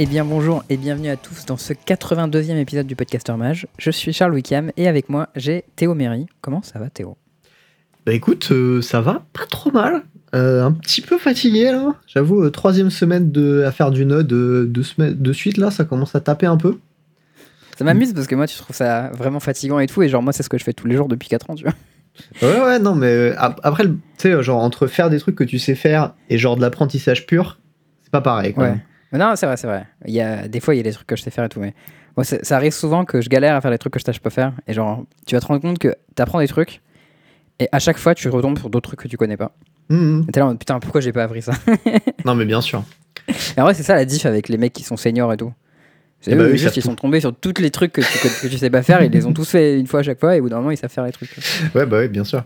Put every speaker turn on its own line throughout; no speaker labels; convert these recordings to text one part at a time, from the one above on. Eh bien bonjour et bienvenue à tous dans ce 82e épisode du Podcaster Mage. Je suis Charles Wickham et avec moi j'ai Théo Méry. Comment ça va Théo
Bah écoute, euh, ça va pas trop mal. Euh, un petit peu fatigué là. J'avoue, euh, troisième semaine de à faire du node euh, deux semaines de suite là, ça commence à taper un peu.
Ça m'amuse parce que moi tu trouves ça vraiment fatigant et tout et genre moi c'est ce que je fais tous les jours depuis 4 ans tu vois.
Ouais ouais non mais euh, ap- après le- tu sais genre entre faire des trucs que tu sais faire et genre de l'apprentissage pur, c'est pas pareil quoi.
Ouais. Non c'est vrai c'est vrai. Il y a, des fois il y a des trucs que je sais faire et tout mais moi, c'est- ça arrive souvent que je galère à faire des trucs que je sache pas faire et genre tu vas te rendre compte que t'apprends des trucs et à chaque fois tu retombes sur d'autres trucs que tu connais pas.
Mhm.
Et t'es là en mode, putain pourquoi j'ai pas appris ça
Non mais bien sûr.
Et en vrai, c'est ça la diff avec les mecs qui sont seniors et tout. C'est
Eh ben
eux,
oui,
juste,
ça
ils sont tombés sur tous les trucs que tu, que tu sais pas faire, ils les ont tous fait une fois à chaque fois, et au bout d'un moment, ils savent faire les trucs.
Ouais bah ouais bien sûr.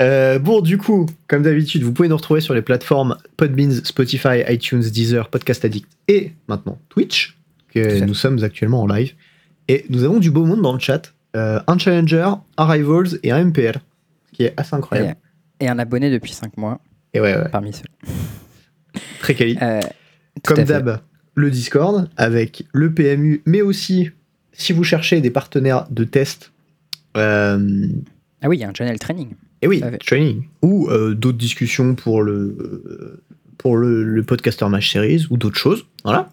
Euh, bon du coup, comme d'habitude, vous pouvez nous retrouver sur les plateformes Podbeans, Spotify, iTunes, Deezer, Podcast Addict et maintenant Twitch,
Tout à
que
fait.
nous sommes actuellement en live. Et nous avons du beau monde dans le chat. Euh, un challenger, un rivals et un MPR, ce qui est assez incroyable.
Et un abonné depuis 5 mois,
Et ouais, ouais,
parmi ceux.
très quali.
Euh, tout
Comme
à fait.
d'hab, le Discord avec le PMU, mais aussi si vous cherchez des partenaires de test, euh,
Ah oui, il y a un channel training.
et Eh oui,
Tout à fait.
training, ou euh, d'autres discussions pour le, euh, pour le, le podcaster match series ou d'autres choses. Voilà.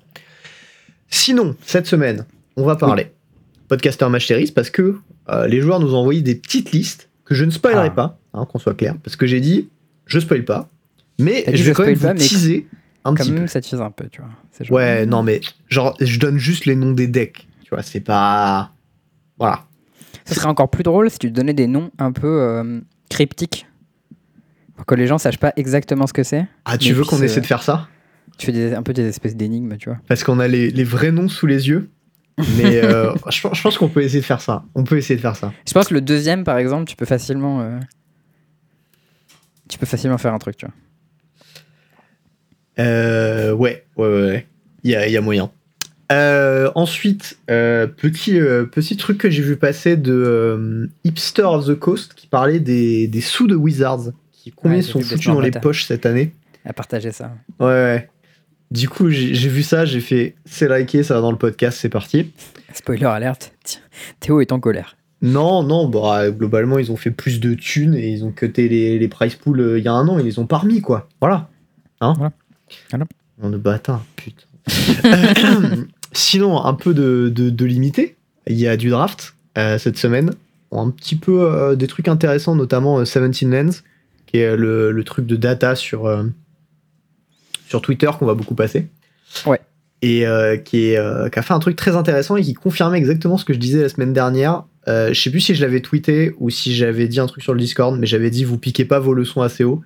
Sinon, cette semaine, on va parler podcaster match series parce que euh, les joueurs nous ont envoyé des petites listes que je ne spoilerai
Ah.
pas, hein, qu'on soit clair, parce que j'ai dit je spoil pas, mais
T'as dit
je vais
je
quand même
spoil pas,
vous
mais
teaser un
Comme
petit peu.
nous, ça te fise un peu, tu vois. C'est genre-
Ouais, non, mais genre, je donne juste les noms des decks. Tu vois, c'est pas. Voilà.
Ce serait encore plus drôle si tu donnais des noms un peu euh, cryptiques. Pour que les gens sachent pas exactement ce que c'est.
Ah, tu
Mais
veux
puis
qu'on
c'est-
essaie de faire ça
Tu fais des- un peu des espèces d'énigmes, tu vois.
Parce qu'on a les, les vrais noms sous les yeux. Mais euh, je, pense- je pense qu'on peut essayer de faire ça. On peut essayer de faire ça.
Je pense que le deuxième, par exemple, tu peux facilement. euh, Tu peux facilement faire un truc, tu vois.
Euh, ouais, ouais, ouais, ouais. Il y a, il y a moyen. Euh, ensuite, euh, petit, euh, petit truc que j'ai vu passer de euh, Hipster of the Coast qui parlait des, des sous de Wizards. Qui, combien
Ouais,
sont
c'était
foutus dans les
bâtard.
poches cette année
À partager ça.
Ouais, ouais. Du coup, j'ai j'ai vu ça, j'ai fait c'est liké, ça va dans le podcast, c'est parti.
Spoiler alerte, Tiens, Théo est en colère.
Non, non, bah, euh, globalement, ils ont fait plus de thunes et ils ont cuté les, les price pools euh, il y a un an, ils les ont pas remis, quoi. Voilà. Hein
Voilà. Voilà.
On est bâtard, putain. Sinon, un peu de, de, de limité. Il y a du draft euh, cette semaine. Un petit peu euh, des trucs intéressants, notamment euh, 17 Lens, qui est euh, le, le truc de data sur, euh, sur Twitter qu'on va beaucoup passer.
Ouais.
Et euh, qui, est, euh, qui a fait un truc très intéressant et qui confirmait exactement ce que je disais la semaine dernière. Euh, je sais plus si je l'avais tweeté ou si j'avais dit un truc sur le Discord, mais j'avais dit vous piquez pas vos leçons assez haut.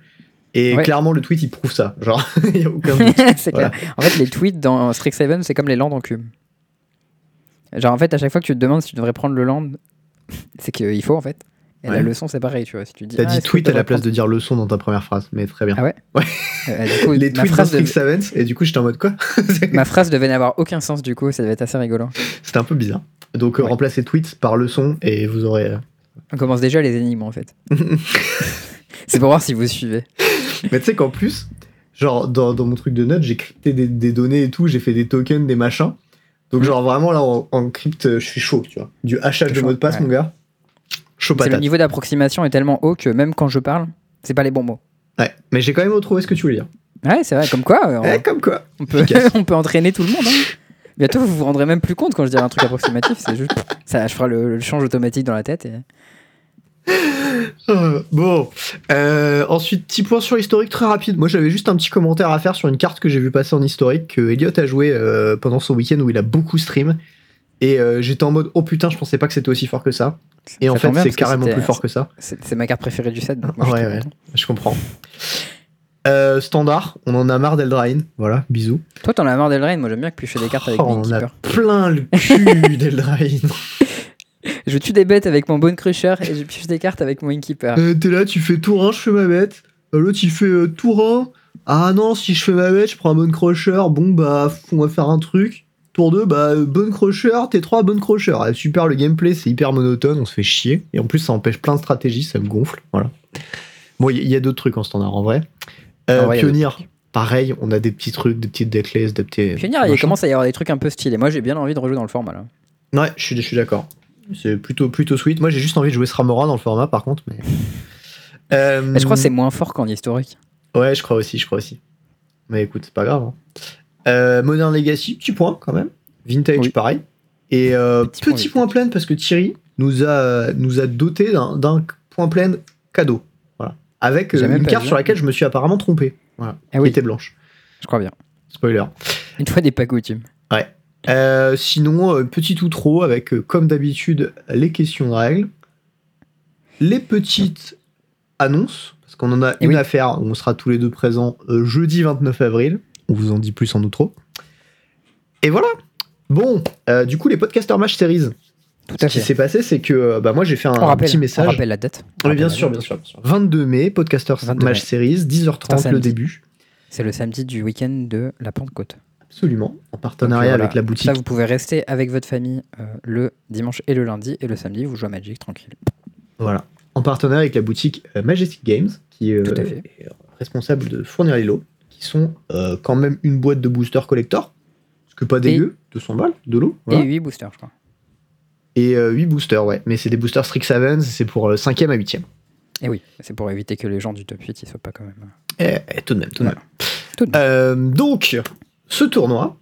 Et
Ouais.
clairement, le tweet il prouve ça. Genre, il y a aucun doute.
c'est
Voilà.
clair. En fait, les tweets dans Strixhaven, c'est comme les landes en cube. Genre, en fait, à chaque fois que tu te demandes si tu devrais prendre le land, c'est qu'il faut, en fait. Et
Ouais.
la leçon, c'est pareil, tu vois. Si tu dis,
T'as
ah,
dit
est-ce que
tweet
je
à la
devrais
place de dire leçon dans ta première phrase, mais très bien.
Ah ouais prendre- Euh, du coup,
Les
ma,
tweets
phrase
de
devait-
Strixhaven, et du coup j'étais en mode quoi C'est-
ma phrase devait n'avoir aucun sens, du coup, ça devait être assez rigolo.
C'était un peu bizarre. Donc euh,
Ouais.
remplacez tweets par leçon et vous aurez. euh.
On commence déjà les énigmes, en fait. c'est pour voir si vous suivez.
mais tu sais qu'en plus, genre dans, dans mon truc de notes, j'ai crypté des, des données et tout, j'ai fait des tokens, des machins. Donc
Mm.
genre vraiment là en, en crypte, euh, je suis chaud, tu vois. Du hachage
T'es
de
chaud,
mot de passe,
ouais.
mon gars. Chaud
C'est le
patate.
niveau d'approximation est tellement haut que même quand je parle, c'est pas les bons mots.
Ouais. Mais j'ai quand même retrouvé ce que tu voulais dire.
Ouais, c'est vrai, comme quoi, euh, on-
Eh, comme quoi
On peut,
Efficace.
on peut entraîner tout le monde. hein. Bientôt, vous vous rendrez même plus compte quand je dirai un truc approximatif. C'est juste, ça, je ferai le, le change automatique dans la tête. Et...
Euh, bon, Euh, ensuite, petit point sur l'historique très rapide. Moi, j'avais juste un petit commentaire à faire sur une carte que j'ai vu passer en historique que Elliot a joué euh, pendant son week-end où il a beaucoup stream. Et euh, j'étais en mode, oh putain, je pensais pas que c'était aussi fort que ça. Et en
Ça
fait,
tombe bien
c'est
parce que
carrément
c'était-
plus fort que ça.
C'est c'est ma carte préférée du set. donc moi, je
Ouais,
suis
ouais.
content.
Je comprends. Euh, standard, on en a marre d'Eldrain. Voilà, bisous.
Toi, t'en as marre d'Eldraine. Moi, j'aime bien que je fais des cartes avec
Oh,
mes
on a
keepers.
plein le cul d'Eldrain.
Je tue des bêtes avec mon Bone Crusher et je pioche des cartes avec mon Inkeeper.
Euh, T'es là, tu fais tour 1, je fais ma bête. Euh, L'autre, il fait euh, tour 1. Ah non, si je fais ma bête, je prends un bon crusher. Bon, bah, f- on va faire un truc. Tour 2, bah, euh, bon crusher, T3, bon crusher. Ah, super, le gameplay, c'est hyper monotone, on se fait chier. Et en plus, ça empêche plein de stratégies, ça me gonfle. Voilà. Bon, il y, y a d'autres trucs en standard en vrai. Euh,
En vrai, y a
pionnier, Pareil, on a des petits trucs, des petites decklists, des petits.
Puis venir, il
machins.
commence à y avoir des trucs un peu stylés. Moi, j'ai bien envie de rejouer dans le format là.
Ouais, je suis, je suis d'accord. C'est plutôt, plutôt sweet. Moi, j'ai juste envie de jouer Sramora dans le format, par contre. Mais... Euh,
Mais je crois que c'est moins fort qu'en historique.
Ouais, je crois aussi, je crois aussi. Mais écoute, c'est pas grave. hein. Euh, Modern Legacy, petit point quand même. Vintage,
Oui.
pareil. Et euh,
Petit
petit,
point,
point, plein parce que Thierry nous a, nous a doté d'un d'un point plein cadeau. Voilà. Avec euh,
J'ai même
une
pas
carte
vu.
sur laquelle je me suis apparemment trompé. Voilà.
Ah
Qui
oui.
était blanche.
Je crois bien.
Spoiler.
Une fois des pas coutume.
Euh, sinon, euh, petit ou trop avec, euh, comme d'habitude, les questions de règles, les petites annonces, parce qu'on en a
Eh
une
oui.
à faire, on sera tous les deux présents euh, jeudi 29 avril. On vous en dit plus en outro. Et voilà. Bon, euh, du coup, les podcasters match series.
Tout
Ce
à
qui
fait.
s'est passé, c'est que euh, bah, moi j'ai fait un,
On rappelle,
petit
on
message.
rappelle la date. On
Oui,
rappelle
bien
la
sûr,
date.
bien sûr, bien sûr. 22 mai, podcasters
22
match
mai.
series, 10h30 le
samedi.
début.
C'est le samedi du week-end de la Pentecôte.
Absolument, en
Donc,
partenariat
voilà.
avec la
Ça,
boutique.
vous pouvez rester avec votre famille euh, le dimanche et le lundi. Et le samedi, vous jouez à Magic tranquille.
Voilà. En partenariat avec la boutique euh, Majestic Games, qui euh,
Tout à fait.
est euh, responsable de fournir les lots, qui sont euh, quand même une boîte de booster collector, ce que pas dégueu, 200 balles de l'eau.
Et 8 boosters, je crois.
Et 8 boosters, ouais. Mais c'est des boosters Strixhaven, c'est pour 5e à 8e.
Et oui, c'est pour éviter que les gens du top 8 ils soient pas quand même. euh.
Eh, eh, tout de même, tout de même.
Tout de
Euh, donc, ce tournoi,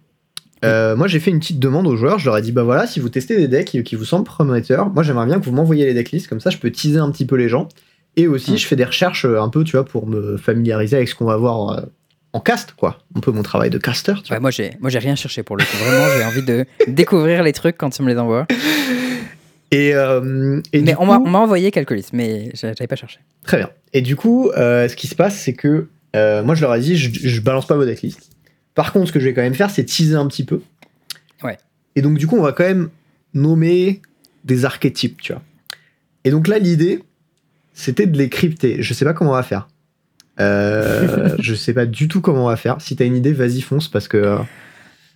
euh, moi j'ai fait une petite demande aux joueurs. Je leur ai dit, bah voilà, si vous testez des decks qui, qui vous semblent prometteurs, moi j'aimerais bien que vous m'envoyiez les decklists, comme ça je peux teaser un petit peu les gens. Et aussi,
Mm.
je fais des recherches euh, un peu, tu vois, pour me familiariser avec ce qu'on va voir euh, en cast, quoi. Un peu mon travail de caster, tu vois.
Ouais, Bah, moi, j'ai, moi, j'ai rien cherché pour le coup. Vraiment, j'ai envie de découvrir les trucs quand ils me les envoient.
Et, euh, et
mais
du
on, m'a,
coup-
on m'a envoyé quelques listes, mais j'a- j'avais pas cherché.
Très bien. Et du coup, euh, ce qui se passe, c'est que euh, moi, je leur ai dit, je, je balance pas vos decklists. Par contre, ce que je vais quand même faire, c'est teaser un petit peu.
Ouais.
Et donc, du coup, on va quand même nommer des archétypes, tu vois. Et donc là, l'idée, c'était de les crypter. Je sais pas comment on va faire. Euh, je sais pas du tout comment on va faire. Si t'as une idée, vas-y, fonce, parce que. euh,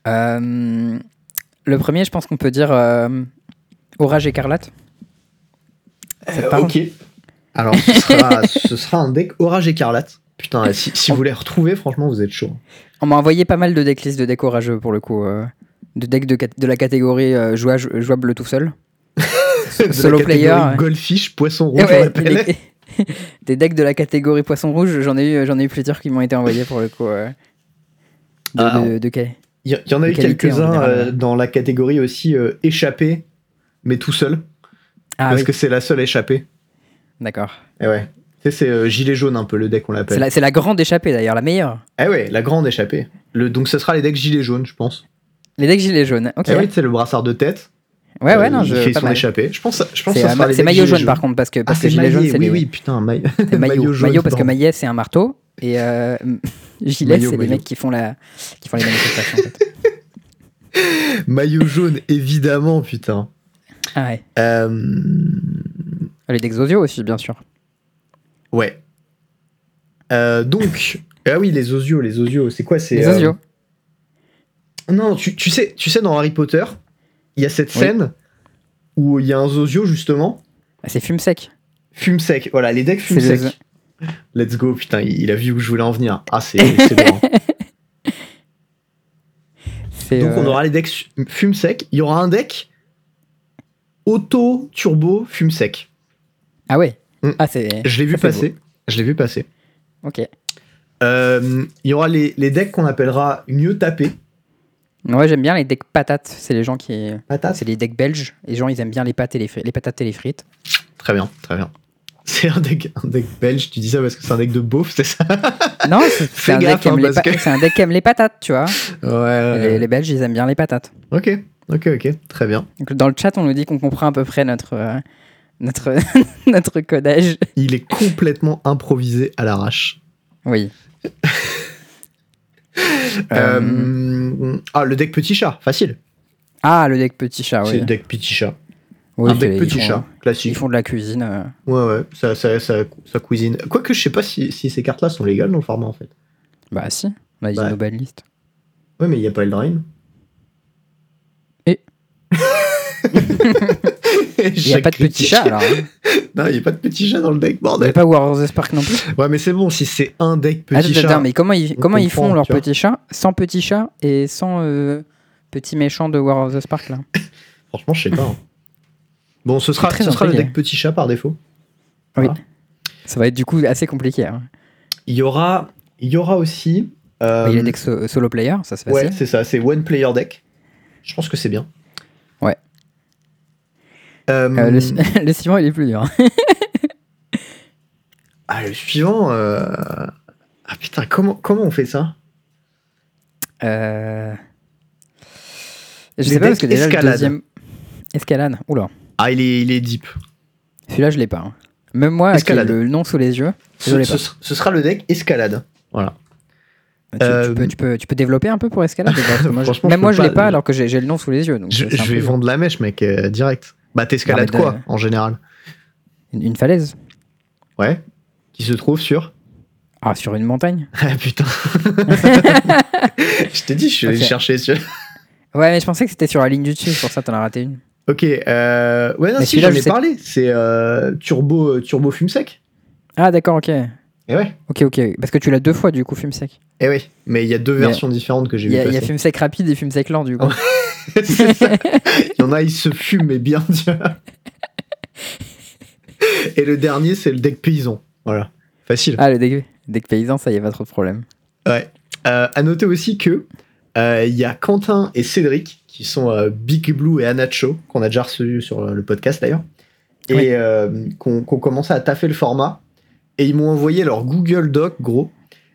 Euh, le premier, je pense qu'on peut dire euh, Orage écarlate. Ça te parle
Alors, ce sera, ce sera un deck Orage Écarlate. Putain, si, si vous les retrouvez, franchement, vous êtes chaud.
On m'a envoyé pas mal de decklists de deck orageux pour le coup. euh, de decks de, cat- de la catégorie euh, jouage- jouable, tout seul.
De la
Solo
catégorie
player, ouais.
Goldfish, poisson rouge,
Eh
on
ouais,
l'appelle.
les- des decks de la catégorie poisson rouge, j'en ai eu, j'en ai eu plusieurs qui m'ont été envoyés pour le coup. euh, de,
Ah,
de- de quai.
Il y- il y en a
de
eu
qualité, en
quelques-uns
général.
euh, dans la catégorie aussi euh, échappé, mais tout seul,
Ah
parce
oui,
que c'est la seule échappée.
d'accord.
Et ouais. Tu sais, c'est euh, gilet jaune un peu le deck on
C'est
l'appelle.
la, c'est la grande échappée d'ailleurs, la meilleure.
Eh ouais, la grande échappée. Le, donc ce sera les decks gilet jaune, je pense.
Les decks gilets jaunes, ok.
Eh oui, c'est le brassard de tête.
Ouais, ouais,
euh,
non,
il
je.
fait
pas
son
mal.
échappée. Je pense, je pense que
C'est
ça
euh,
sera
ma-
les
c'est
decks
maillot
gilets
jaune
jaunes.
par contre, parce que,
Ah,
parce que
c'est
gilet jaune,
maillot,
c'est
oui,
les-
oui, putain, maille-
c'est maillot,
jaune.
maillot, parce que
pardon.
maillet c'est un marteau et euh, gilet
Maillot,
c'est les
maillot.
mecs qui font, la, qui font les manifestations. en fait.
Maillot jaune, évidemment, putain.
Ah ouais. Oh,
Euh,
Les decks audio aussi, bien sûr.
Ouais. Euh, donc, ah oui, les osios, les osios, c'est quoi c'est,
Les
euh,
audio.
Non, tu, tu sais, tu sais, dans Harry Potter, il y a cette
Oui.
scène où il y a un zozio, justement,
Ah, c'est fume sec.
fume sec. Voilà, les decks fume
C'est le
sec. Let's go, putain, il, il a vu où je voulais en venir. Ah, c'est c'est bon. hein.
C'est,
Donc, on
euh,
aura les decks su- fume sec. Il y aura un deck auto-turbo fume sec.
Ah ouais.
Mm.
Ah, c'est.
Je l'ai vu
Ça, c'est
passer. Je l'ai vu passer.
Ok.
Euh, il y aura les, les decks qu'on appellera mieux tapés.
Ouais, j'aime bien les decks patates. C'est les gens qui.
Patate.
C'est les decks belges. Les gens, ils aiment bien les pâtes et les, frites, les patates et les frites.
Très bien, très bien. C'est un deck, un deck belge, tu dis ça parce que c'est un deck de beauf, c'est ça
Non, c'est- c'est un,
gaffe,
deck qui aime
hein,
les
parce
pa-
que-
c'est un deck qui aime les patates, tu vois.
Ouais.
Les, les Belges, ils aiment bien les patates.
Euh, Ok, ok, ok, très bien.
Donc, dans le chat, on nous dit qu'on comprend à peu près notre, euh, notre, notre codage.
Il est complètement improvisé à l'arrache.
Oui. Euh,
Euh, Ah, le deck petit chat, facile.
Ah, le deck petit chat,
C'est
oui.
le deck petit chat.
Oui,
un
c'est-
deck
ils
petit
font-
chat,
Ils
classique.
font de la cuisine. euh.
Ouais, ouais, ça, ça, ça, ça cuisine. Quoique, je sais pas si, si ces cartes-là sont légales dans le format en fait.
Bah, si. On a dit
Ouais.
nos belles listes.
Ouais, mais il n'y a pas Eldraine.
Et Il n'y a pas de petit chat alors. hein.
Non, il n'y a pas de petit chat dans le deck,
Il n'y a
bordel.
pas War of the Spark non plus.
Ouais, mais c'est bon, si c'est un deck petit
Attends,
chat.
attends, mais comment ils,
on
comment ils
comprend,
font leur
tu vois.
petit chat sans petit chat et sans euh, petit méchant de War of the Spark là
Franchement, je sais pas. hein. Bon, ce sera,
Très
ce sera le
intrigué.
deck petit chat par défaut.
Oui.
Voilà.
Ça va être du coup assez compliqué. hein.
Il y aura, il y aura aussi. euh,
Bah, Il y a des so- solo player, ça c'est
ouais,
facile.
c'est ça, c'est one player deck. Je pense que c'est bien.
Ouais.
Euh,
Euh, le, su- le suivant il est plus dur. hein.
Ah, le suivant. euh, Ah putain, comment, comment on fait ça
Euh, Je
Les
sais pas parce que
decks
déjà
escalade.
le deuxième. Escalade, oula.
Ah, il est, il est deep.
Celui-là je l'ai pas. hein. Même moi qui ai
Escalade.
le nom sous les yeux. Je
Ce,
l'ai
ce
pas.
s- ce sera le deck escalade.
bah, Tu, tu
Euh,
peux, tu, peux, tu peux développer un peu pour escalade déjà, parce que moi, je-
Franchement,
Même
je
moi,
peux
je l'ai
pas,
pas
euh,
alors que j'ai j'ai le nom sous les yeux. donc,
Je,
euh, c'est un
je
peu
vais
dur.
vendre la mèche, mec, euh, direct. Bah, t'escalades
Non, mais
quoi,
de-
en général
Une, une falaise
Ouais. Qui se trouve sur.
Ah, sur une montagne
Ah putain. je t'ai dit, je suis allé
Ok.
chercher sur.
Ouais, mais je pensais que c'était sur la ligne du dessus, c'est pour ça que t'en as raté une.
Ok, euh... ouais, non,
Mais
si
celui-là,
j'en
je
ai
sais-
parlé, c'est euh, Turbo, euh, Turbo Fume Sec.
Ah, d'accord, ok.
Et ouais,
Ok, ok. Parce que tu l'as deux fois du coup, fume sec.
et oui, Eh mais il y a deux
Mais-
versions différentes que j'ai
Il y,
vu
a- il y a
passer.
fume sec rapide et fume sec lent du coup.
Ah C'est ça. Il y en a, ils se fument, mais bien, tu vois. Et le dernier, c'est le deck paysan. Voilà, facile.
Ah, le deck, deck paysan, ça y a pas trop de problème.
Ouais. Euh, à noter aussi que euh, il y a Quentin et Cédric, qui sont euh, Big Blue et Anacho, qu'on a déjà reçu sur euh, le podcast d'ailleurs, et
Oui.
euh, qu'on qu'on commençait à taffer le format. Et ils m'ont envoyé leur Google Doc, gros.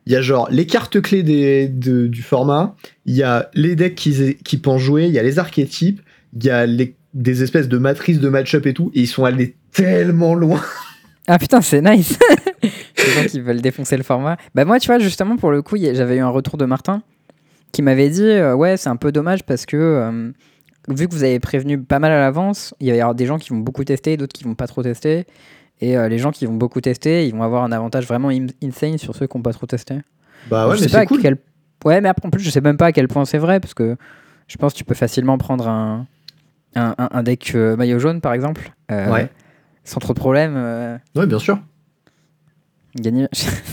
Il y a genre les cartes clés des, de- du format, il y a les decks qu'ils qui pensent jouer, il y a les archétypes, il y a les- des espèces de matrices de match-up et tout, et ils sont allés tellement loin.
Ah putain, c'est nice Les gens qui veulent défoncer le format. Bah moi, tu vois, justement, pour le coup, y a- j'avais eu un retour de Martin qui m'avait dit, euh, ouais, c'est un peu dommage parce que, euh, vu que vous avez prévenu pas mal à l'avance, il va y avoir des gens qui vont beaucoup tester, d'autres qui vont pas trop tester. Et euh, les gens qui vont beaucoup tester, ils vont avoir un avantage vraiment im- insane sur ceux qui n'ont pas trop testé.
Bah ouais,
je
mais
sais pas
c'est
à
cool.
quel- Ouais, mais après, en plus, je sais même pas à quel point c'est vrai, parce que je pense que tu peux facilement prendre un, un, un- un deck euh, maillot jaune, par exemple, euh,
Ouais.
sans trop de problème, euh,
Ouais, bien sûr.
gagner.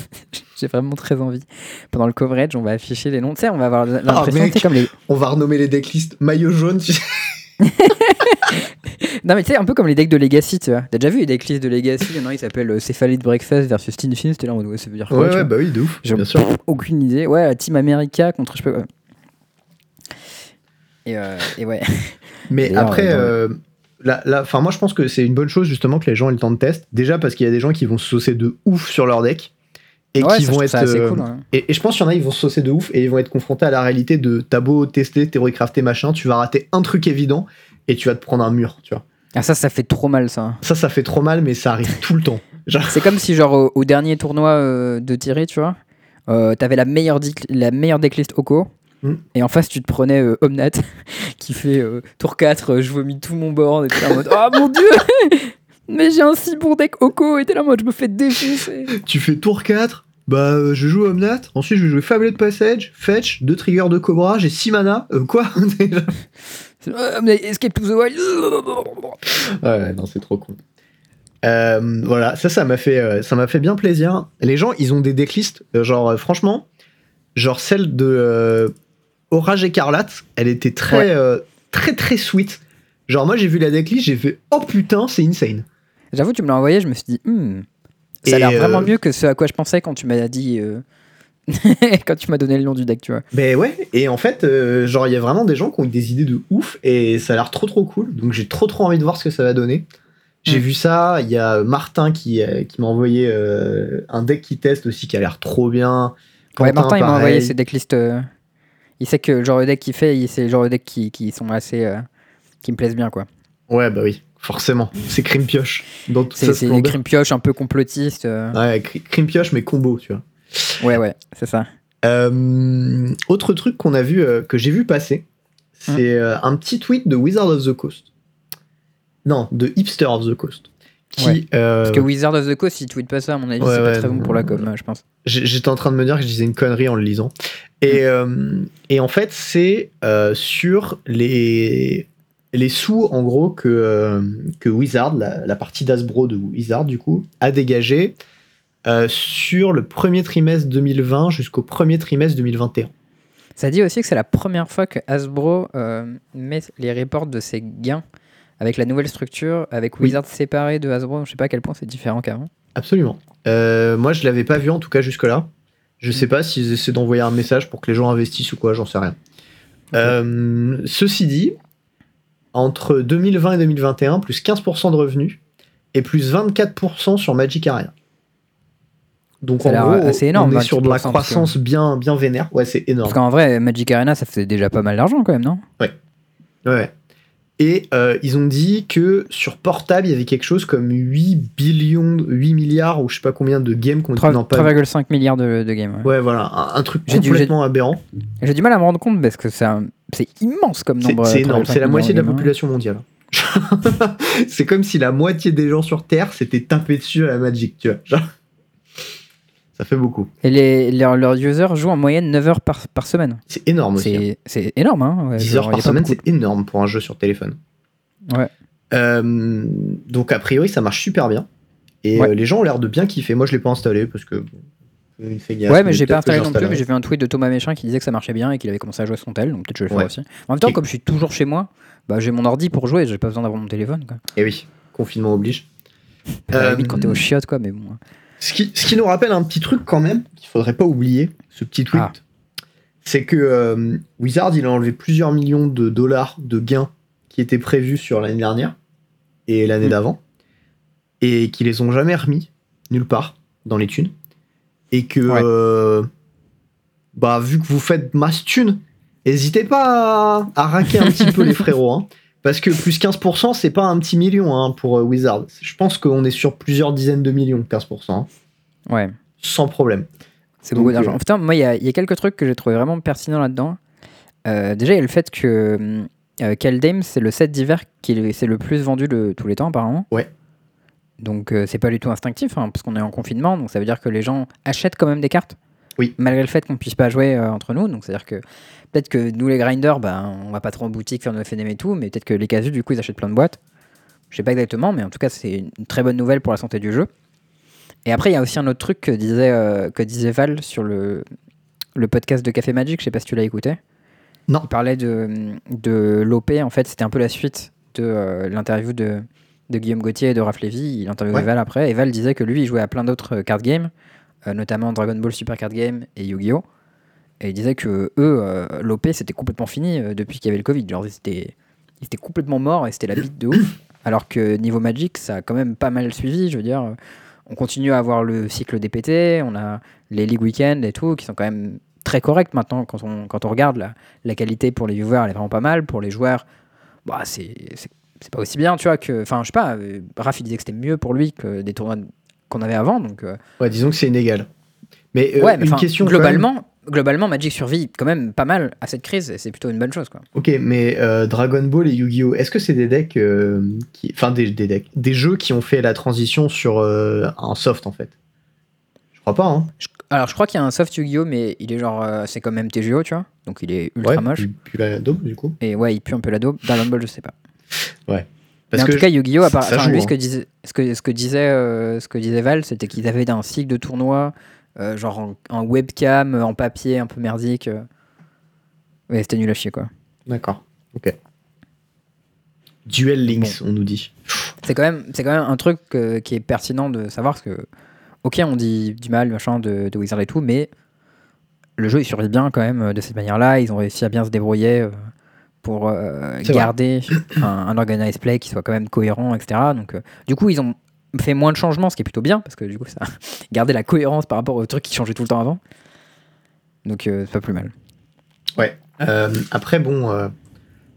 J'ai vraiment très envie. Pendant le coverage, on va afficher les noms. Tu sais, on va avoir l'impression
Ah, mec.
tu sais, comme les.
On va renommer les decklists maillot jaune, tu sais.
Non, mais tu sais, un peu comme les decks de Legacy, tu vois. T'as déjà vu les decks listes de Legacy Il y en a un qui s'appelle euh, Céphalide Breakfast versus Teen Fins. T'es là, en mode, ouais, ça veut dire quoi
Ouais,
tu vois
ouais, bah oui, de ouf,
Genre,
bien sûr.
Aucune idée. Ouais, la Team America contre. Je sais pas quoi. Et, euh, et ouais.
Mais
D'ailleurs,
après,
dans le-
euh, la- la- enfin, moi je pense que c'est une bonne chose justement que les gens aient le temps de test. Déjà parce qu'il y a des gens qui vont se saucer de ouf sur leur deck et
ouais,
qui
ça, je
vont
trouve
être.
ça assez
euh,
cool, hein.
et, et je pense qu'il y en a, ils vont se saucer de ouf et ils vont être confrontés à la réalité de t'as beau tester, théorie crafter, machin, tu vas rater un truc évident et tu vas te prendre un mur, tu vois.
Ah ça, ça fait trop mal ça.
Ça, ça fait trop mal, mais ça arrive tout le temps. Genre,
C'est comme si genre au, au dernier tournoi euh, de tiré, tu vois, euh, t'avais la meilleure, dic- la meilleure decklist Oko.
Mm.
Et en face, tu te prenais euh, Omnat qui fait euh, tour 4, euh, je vomis tout mon board. Et t'es là en mode Oh mon dieu Mais j'ai un si bon deck Oko. Et t'es là en mode Je me fais défoncer.
tu fais tour 4, bah euh, je joue Omnat, ensuite je vais jouer Fabuleux de Passage, Fetch, 2 triggers de Cobra, j'ai 6 mana, euh, quoi
C'est, Ah, mais escape to the wild.
Ouais, non, c'est trop con. Euh, voilà, ça, ça m'a fait, euh, ça m'a fait bien plaisir. Les gens, ils ont des decklists, euh, genre euh, franchement, genre celle de euh, Orage Écarlate, elle était très,
Ouais.
euh, très, très sweet. Genre moi, j'ai vu la decklist, j'ai fait oh putain, c'est insane.
J'avoue, tu me l'as envoyé, je me suis dit Hmm, Ça a
Et,
l'air vraiment
euh,
mieux que ce à quoi je pensais quand tu m'as dit. euh, quand tu m'as donné le nom du deck, tu vois.
Mais Ben ouais, et en fait, euh, genre il y a vraiment des gens qui ont eu des idées de ouf et ça a l'air trop, trop cool. Donc j'ai trop, trop envie de voir ce que ça va donner. J'ai
Mm.
vu ça, il y a Martin qui, euh, qui m'a envoyé euh, un deck qui teste aussi qui a l'air trop bien.
ouais, Martin, il m'a envoyé
pareil.
ses decklists. euh, il sait que le genre de deck qu'il fait, il- c'est le genre de deck qui, qui sont assez. euh, qui me plaisent bien, quoi.
Ouais, bah oui, forcément. C'est crime pioche. Dans toute
C'est
sa
c'est des
splendeur.
crimes pioches un peu complotistes. euh,
Ouais, cri- crime pioche, mais combo, tu vois.
Ouais, ouais, c'est ça.
Euh, autre truc qu'on a vu, euh, que j'ai vu passer,
Mm.
c'est euh, un petit tweet de Wizard of the Coast. Non, de Hipster of the Coast. Qui,
Ouais.
euh,
Parce que Wizard of the Coast, il tweet pas ça, à mon avis,
Ouais,
c'est
ouais,
pas très bon
non,
pour la
non,
com, euh, je pense.
J- J'étais en train de me dire que je disais une connerie en le lisant. Et, euh, et en fait, c'est euh, sur les les sous, en gros, que, euh, que Wizard, la, la partie d'Asbro de Wizard, du coup, a dégagé euh, sur le premier trimestre 2020 jusqu'au premier trimestre 2021.
Ça dit aussi que c'est la première fois que Hasbro euh, met les reports de ses gains avec la nouvelle structure, avec
Oui.
Wizard séparé de Hasbro. Je sais pas à quel point c'est différent qu'avant.
Absolument. Euh, moi, je l'avais pas vu, en tout cas, jusque-là. Je sais pas s'ils essaient d'envoyer un message pour que les gens investissent ou quoi, j'en sais rien. Euh, ceci dit, entre 2020 et 2021, plus 15% de revenus et plus 24% sur Magic Arena. Donc
Ça a
en
l'air
gros,
assez énorme,
on est sur de la
24%,
croissance bien, bien vénère. Ouais, c'est énorme.
Parce qu'en vrai, Magic Arena, ça fait déjà pas mal d'argent quand même, non
Ouais, ouais. Et euh, ils ont dit que sur portable, il y avait quelque chose comme 8 billions, 8 milliards ou je sais pas combien de games qu'on
Trois-
n'en pas.
3,5 milliards de, de games. ouais.
Ouais, voilà, un, un truc
J'ai dû-
complètement aberrant.
J'ai du mal à me rendre compte parce que c'est un- c'est immense comme
C'est
nombre.
c'est énorme,
3,5
c'est la moitié de la
milliards games,
population mondiale. c'est comme si la moitié des gens sur Terre s'étaient tapés dessus à la Magic, tu vois. Genre, Ça fait beaucoup.
ouais. Et les, leurs, leurs users jouent en moyenne 9 heures par, par semaine.
C'est énorme aussi. hein.
C'est c'est énorme. Hein ouais,
10
genre, y
heures par
a pas
semaine,
beaucoup
c'est énorme pour un jeu sur téléphone.
Ouais.
Euh, donc, a priori, ça marche super bien. Et
Ouais.
euh, les gens ont l'air de bien kiffer. Moi, je l'ai pas installé parce que. bon, une feignasse,
Ouais, mais j'ai pas
peut-être que
installé non plus, mais
j'installerai.
j'ai vu un tweet de Thomas Méchin qui disait que ça marchait bien et qu'il avait commencé à jouer son tel, donc peut-être je vais le
Ouais.
faire aussi. En même temps,
Et-
comme je suis toujours chez moi, bah, j'ai mon ordi pour jouer, j'ai pas besoin d'avoir mon téléphone. Quoi.
Eh oui, confinement oblige.
À la
Euh,
limite, quand t'es au chiotte, quoi, mais bon. hein.
Ce qui, ce qui nous rappelle un petit truc quand même, qu'il faudrait pas oublier, ce petit tweet,
Ah.
c'est que euh, Wizard, il a enlevé plusieurs millions de dollars de gains qui étaient prévus sur l'année dernière et l'année
Mm.
d'avant, et qu'ils les ont jamais remis nulle part dans les thunes, et que
Ouais.
euh, bah vu que vous faites masse thunes, n'hésitez pas à, à raquer un petit peu les frérots. hein. Parce que plus 15%, c'est pas un petit million hein, pour euh, Wizard. Je pense qu'on est sur plusieurs dizaines de millions, 15%, hein,
Ouais,
sans problème.
c'est beaucoup
Donc,
d'argent.
euh,
Putain, moi, il y a, il y a quelques trucs que j'ai trouvé vraiment pertinents là-dedans. Euh, déjà, il y a le fait que hum, euh, Kaldheim, c'est le set d'hiver qui est c'est le plus vendu de tous les temps, apparemment.
Ouais.
Donc, euh, c'est pas du tout instinctif, hein, parce qu'on est en confinement, donc ça veut dire que les gens achètent quand même des cartes.
Oui.
Malgré le fait qu'on puisse pas jouer euh, entre nous, donc c'est-à-dire que peut-être que nous, les grinders, ben, on va pas trop en boutique faire nos FNM et tout, mais peut-être que les casus, du coup, ils achètent plein de boîtes. Je sais pas exactement, mais en tout cas, c'est une très bonne nouvelle pour la santé du jeu. Et après, il y a aussi un autre truc que disait, euh, que disait Val sur le, le podcast de Café Magic, je sais pas si tu l'as écouté.
Non.
Il parlait de, de l'OP, en fait, c'était un peu la suite de euh, l'interview de, de Guillaume Gauthier et de Raph Lévy. Il interviewait
Ouais.
Val après, et Val disait que lui, il jouait à plein d'autres euh, card games, euh, notamment Dragon Ball Super Card Game et Yu-Gi-Oh! Et il disait que eux, l'OP, c'était complètement fini euh, depuis qu'il y avait le Covid. Genre, ils étaient, ils étaient complètement morts et c'était la bite de ouf. Alors que niveau Magic, ça a quand même pas mal suivi. Je veux dire, euh, on continue à avoir le cycle des PT, on a les ligues week-end et tout, qui sont quand même très correctes maintenant. Quand on, quand on regarde, la, la qualité pour les viewers, elle est vraiment pas mal. Pour les joueurs, bah, c'est c'est- c'est pas aussi bien, tu vois. que Enfin, je sais pas, euh, Raph, il disait que c'était mieux pour lui que des tournois qu'on avait avant. Donc, euh,
Ouais, disons que c'est inégal. Mais euh,
ouais, mais
une
enfin,
question quand
globalement, globalement, Magic survit quand même pas mal à cette crise et c'est plutôt une bonne chose. Quoi.
même- Ok, mais euh, Dragon Ball et Yu-Gi-Oh, est-ce que c'est des decks, euh, qui... enfin des, des decks, des jeux qui ont fait la transition sur euh, un soft en fait Je crois pas. Hein.
Je- alors, je crois qu'il y a un soft Yu-Gi-Oh, mais il est genre, euh, c'est comme MTGO, tu vois. Donc, il est ultra
Ouais,
moche.
puis- puis la dope, du coup.
Et ouais, il pue un peu la daube. Dragon Ball, je sais pas. mais
Parce
en
que
tout cas, Yu-Gi-Oh, à part-
ça
enfin,
joue,
lui,
hein.
ce que disait, ce que, ce que disait, euh, ce que disait Val, c'était qu'ils avaient un cycle de tournois, euh, genre en, en webcam, en papier, un peu merdique. euh. Ouais, c'était nul à chier, quoi.
D'accord. Ok. Duel Links, on nous dit.
C'est quand même, c'est quand même un truc euh, qui est pertinent de savoir parce que, ok, on dit du mal machin de, de Wizard et tout, mais le jeu il survit bien quand même euh, de cette manière-là. Ils ont réussi à bien se débrouiller euh, pour euh,
C'est vrai.
garder un, un organized play qui soit quand même cohérent, etc. Donc, euh, du coup, ils ont fait moins de changements, ce qui est plutôt bien parce que du coup, ça garder la cohérence par rapport aux trucs qui changeaient tout le temps avant. Donc, euh, c'est pas plus mal.
Euh, après, bon, euh,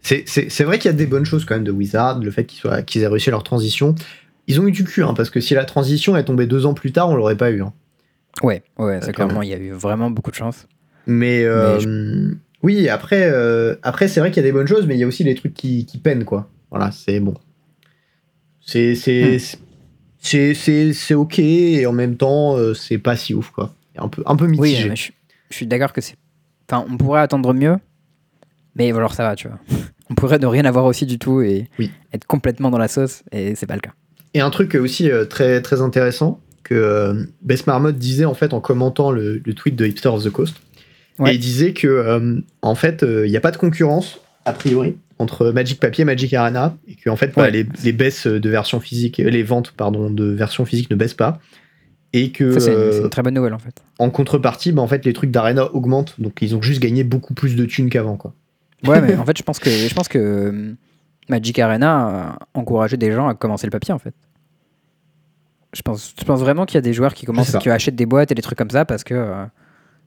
c'est- c'est c'est vrai qu'il y a des bonnes choses quand même de Wizard, le fait qu'ils soient- qu'ils aient réussi leur transition. Ils ont eu du cul, hein, parce que si la transition est tombée deux ans plus tard, on l'aurait pas eu. hein.
Ouais, ouais, c'est
clairement.
clairement, il y a eu vraiment beaucoup de chance.
Mais, euh, oui, après, euh, après c'est vrai qu'il y a des bonnes choses, mais il y a aussi des trucs qui, qui peinent, quoi. Voilà, c'est bon. C'est c'est- c'est- c'est- c'est ok, et en même temps, euh, c'est pas si ouf, quoi. Un peu, un peu
Oui,
mitigé.
mais je, je suis d'accord que c'est. Enfin, on pourrait attendre mieux, mais alors ça va, tu vois. On pourrait ne rien avoir aussi du tout et
Oui.
être complètement dans la sauce, et c'est pas le cas.
Et un truc aussi euh, très, très intéressant que euh, Bess Marmotte disait en fait en commentant le, le tweet de Hipster of the Coast.
Ouais.
Et il disait que euh, en fait, euh, il n'y a pas de concurrence, a priori, entre Magic Papier et Magic Arena. Et que en fait, bah,
Ouais.
les, les baisses de version physique, euh, les ventes pardon, de version physique ne baissent pas. Et que
Ça, c'est une,
euh,
c'est une très bonne nouvelle en fait.
en contrepartie, bah, en fait, les trucs d'Arena augmentent. Donc ils ont juste gagné beaucoup plus de thunes qu'avant. quoi.
Ouais, mais en fait, je pense que, je pense que euh, Magic Arena a encouragé des gens à commencer le papier en fait. Je pense, je pense vraiment qu'il y a des joueurs qui
Je
commencent,
sais
qui achètent des boîtes et des trucs comme ça parce que euh,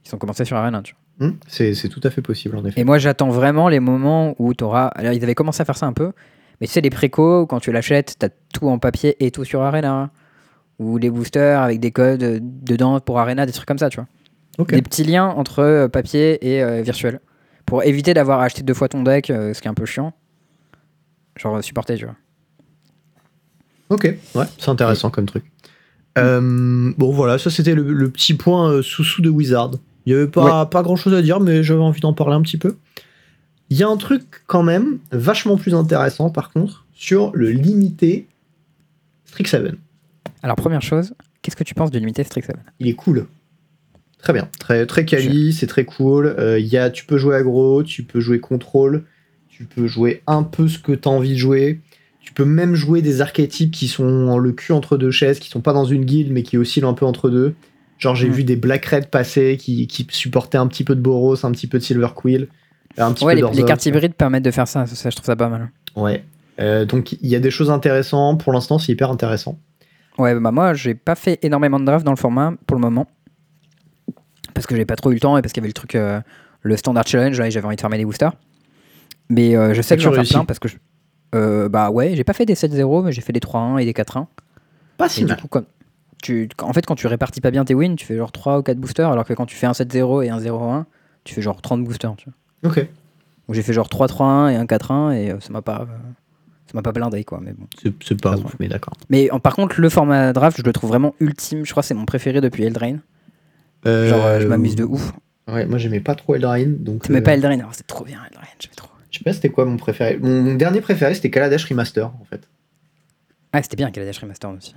ils sont commencés sur Arena. tu vois.
Hmm c'est c'est tout à fait possible en effet.
Et moi, j'attends vraiment les moments où tu auras. Alors, ils avaient commencé à faire ça un peu, mais tu sais, les précos, où quand tu l'achètes, t'as tout en papier et tout sur Arena. Ou les boosters avec des codes euh, dedans pour Arena, des trucs comme ça, tu vois.
Ok.
Des petits liens entre euh, papier et euh, virtuel. Pour éviter d'avoir acheté deux fois ton deck, euh, ce qui est un peu chiant. Genre euh, supporter, tu vois.
Ok, ouais, c'est intéressant comme truc. Euh, bon, voilà, ça c'était le, le petit point euh, sous-sous de Wizard. Il n'y avait pas, pas grand-chose à dire, mais j'avais envie d'en parler un petit peu. Il y a un truc quand même vachement plus intéressant, par contre, sur le limité Strixhaven.
Alors, première chose, qu'est-ce que tu penses de limiter Strixhaven
Il est cool. Très bien, très, très quali, c'est très cool. Euh, il y a, tu peux jouer aggro, tu peux jouer contrôle, tu peux jouer un peu ce que tu as envie de jouer. Tu peux même jouer des archétypes qui sont le cul entre deux chaises, qui sont pas dans une guilde, mais qui oscillent un peu entre deux. Genre, j'ai
Mm.
vu des Black Red passer qui, qui supportaient un petit peu de Boros, un petit peu de Silver Quill, euh, un petit
Ouais,
peu hein.
les,
d'Orzhov.
les cartes hybrides permettent de faire ça, ça, ça, je trouve ça pas mal.
Ouais. Euh, donc, il y a des choses intéressantes. Pour l'instant, c'est hyper intéressant.
Ouais, bah moi, j'ai pas fait énormément de draft dans le format pour le moment. Parce que j'ai pas trop eu le temps et parce qu'il y avait le truc, euh, le standard challenge, là, et j'avais envie de fermer les boosters. Mais euh, je sais
Et
que
tu
je vais en faire
réussis.
plein parce que je. Euh, bah ouais, j'ai pas fait des 7-0, mais j'ai fait des 3-1 et des 4-1.
Pas
Et
si
du
mal.
coup, comme. Tu, en fait, quand tu répartis pas bien tes wins, tu fais genre 3 ou 4 boosters, alors que quand tu fais un 7-0 et un 0-1, tu fais genre 30 boosters. Tu vois.
Ok.
Donc j'ai fait genre 3-3-1 et un 4-1 et euh, ça m'a pas. euh, ça m'a pas blindé quoi, mais bon.
C'est- C'est pas
Pas
ouf, mais d'accord.
Mais en- par contre, le format draft, je le trouve vraiment ultime. Je crois que c'est mon préféré depuis Eldrain. Genre, euh, je
Euh,
m'amuse de ouf.
Ouais, moi j'aimais pas trop Eldrain, donc.
Tu mets
euh,
pas Eldrain, alors c'est trop bien Eldrain, j'aime trop.
Je sais pas c'était quoi mon préféré. Mon, mon dernier préféré c'était Kaladesh Remaster en fait.
Ah, c'était bien Kaladesh Remastered aussi.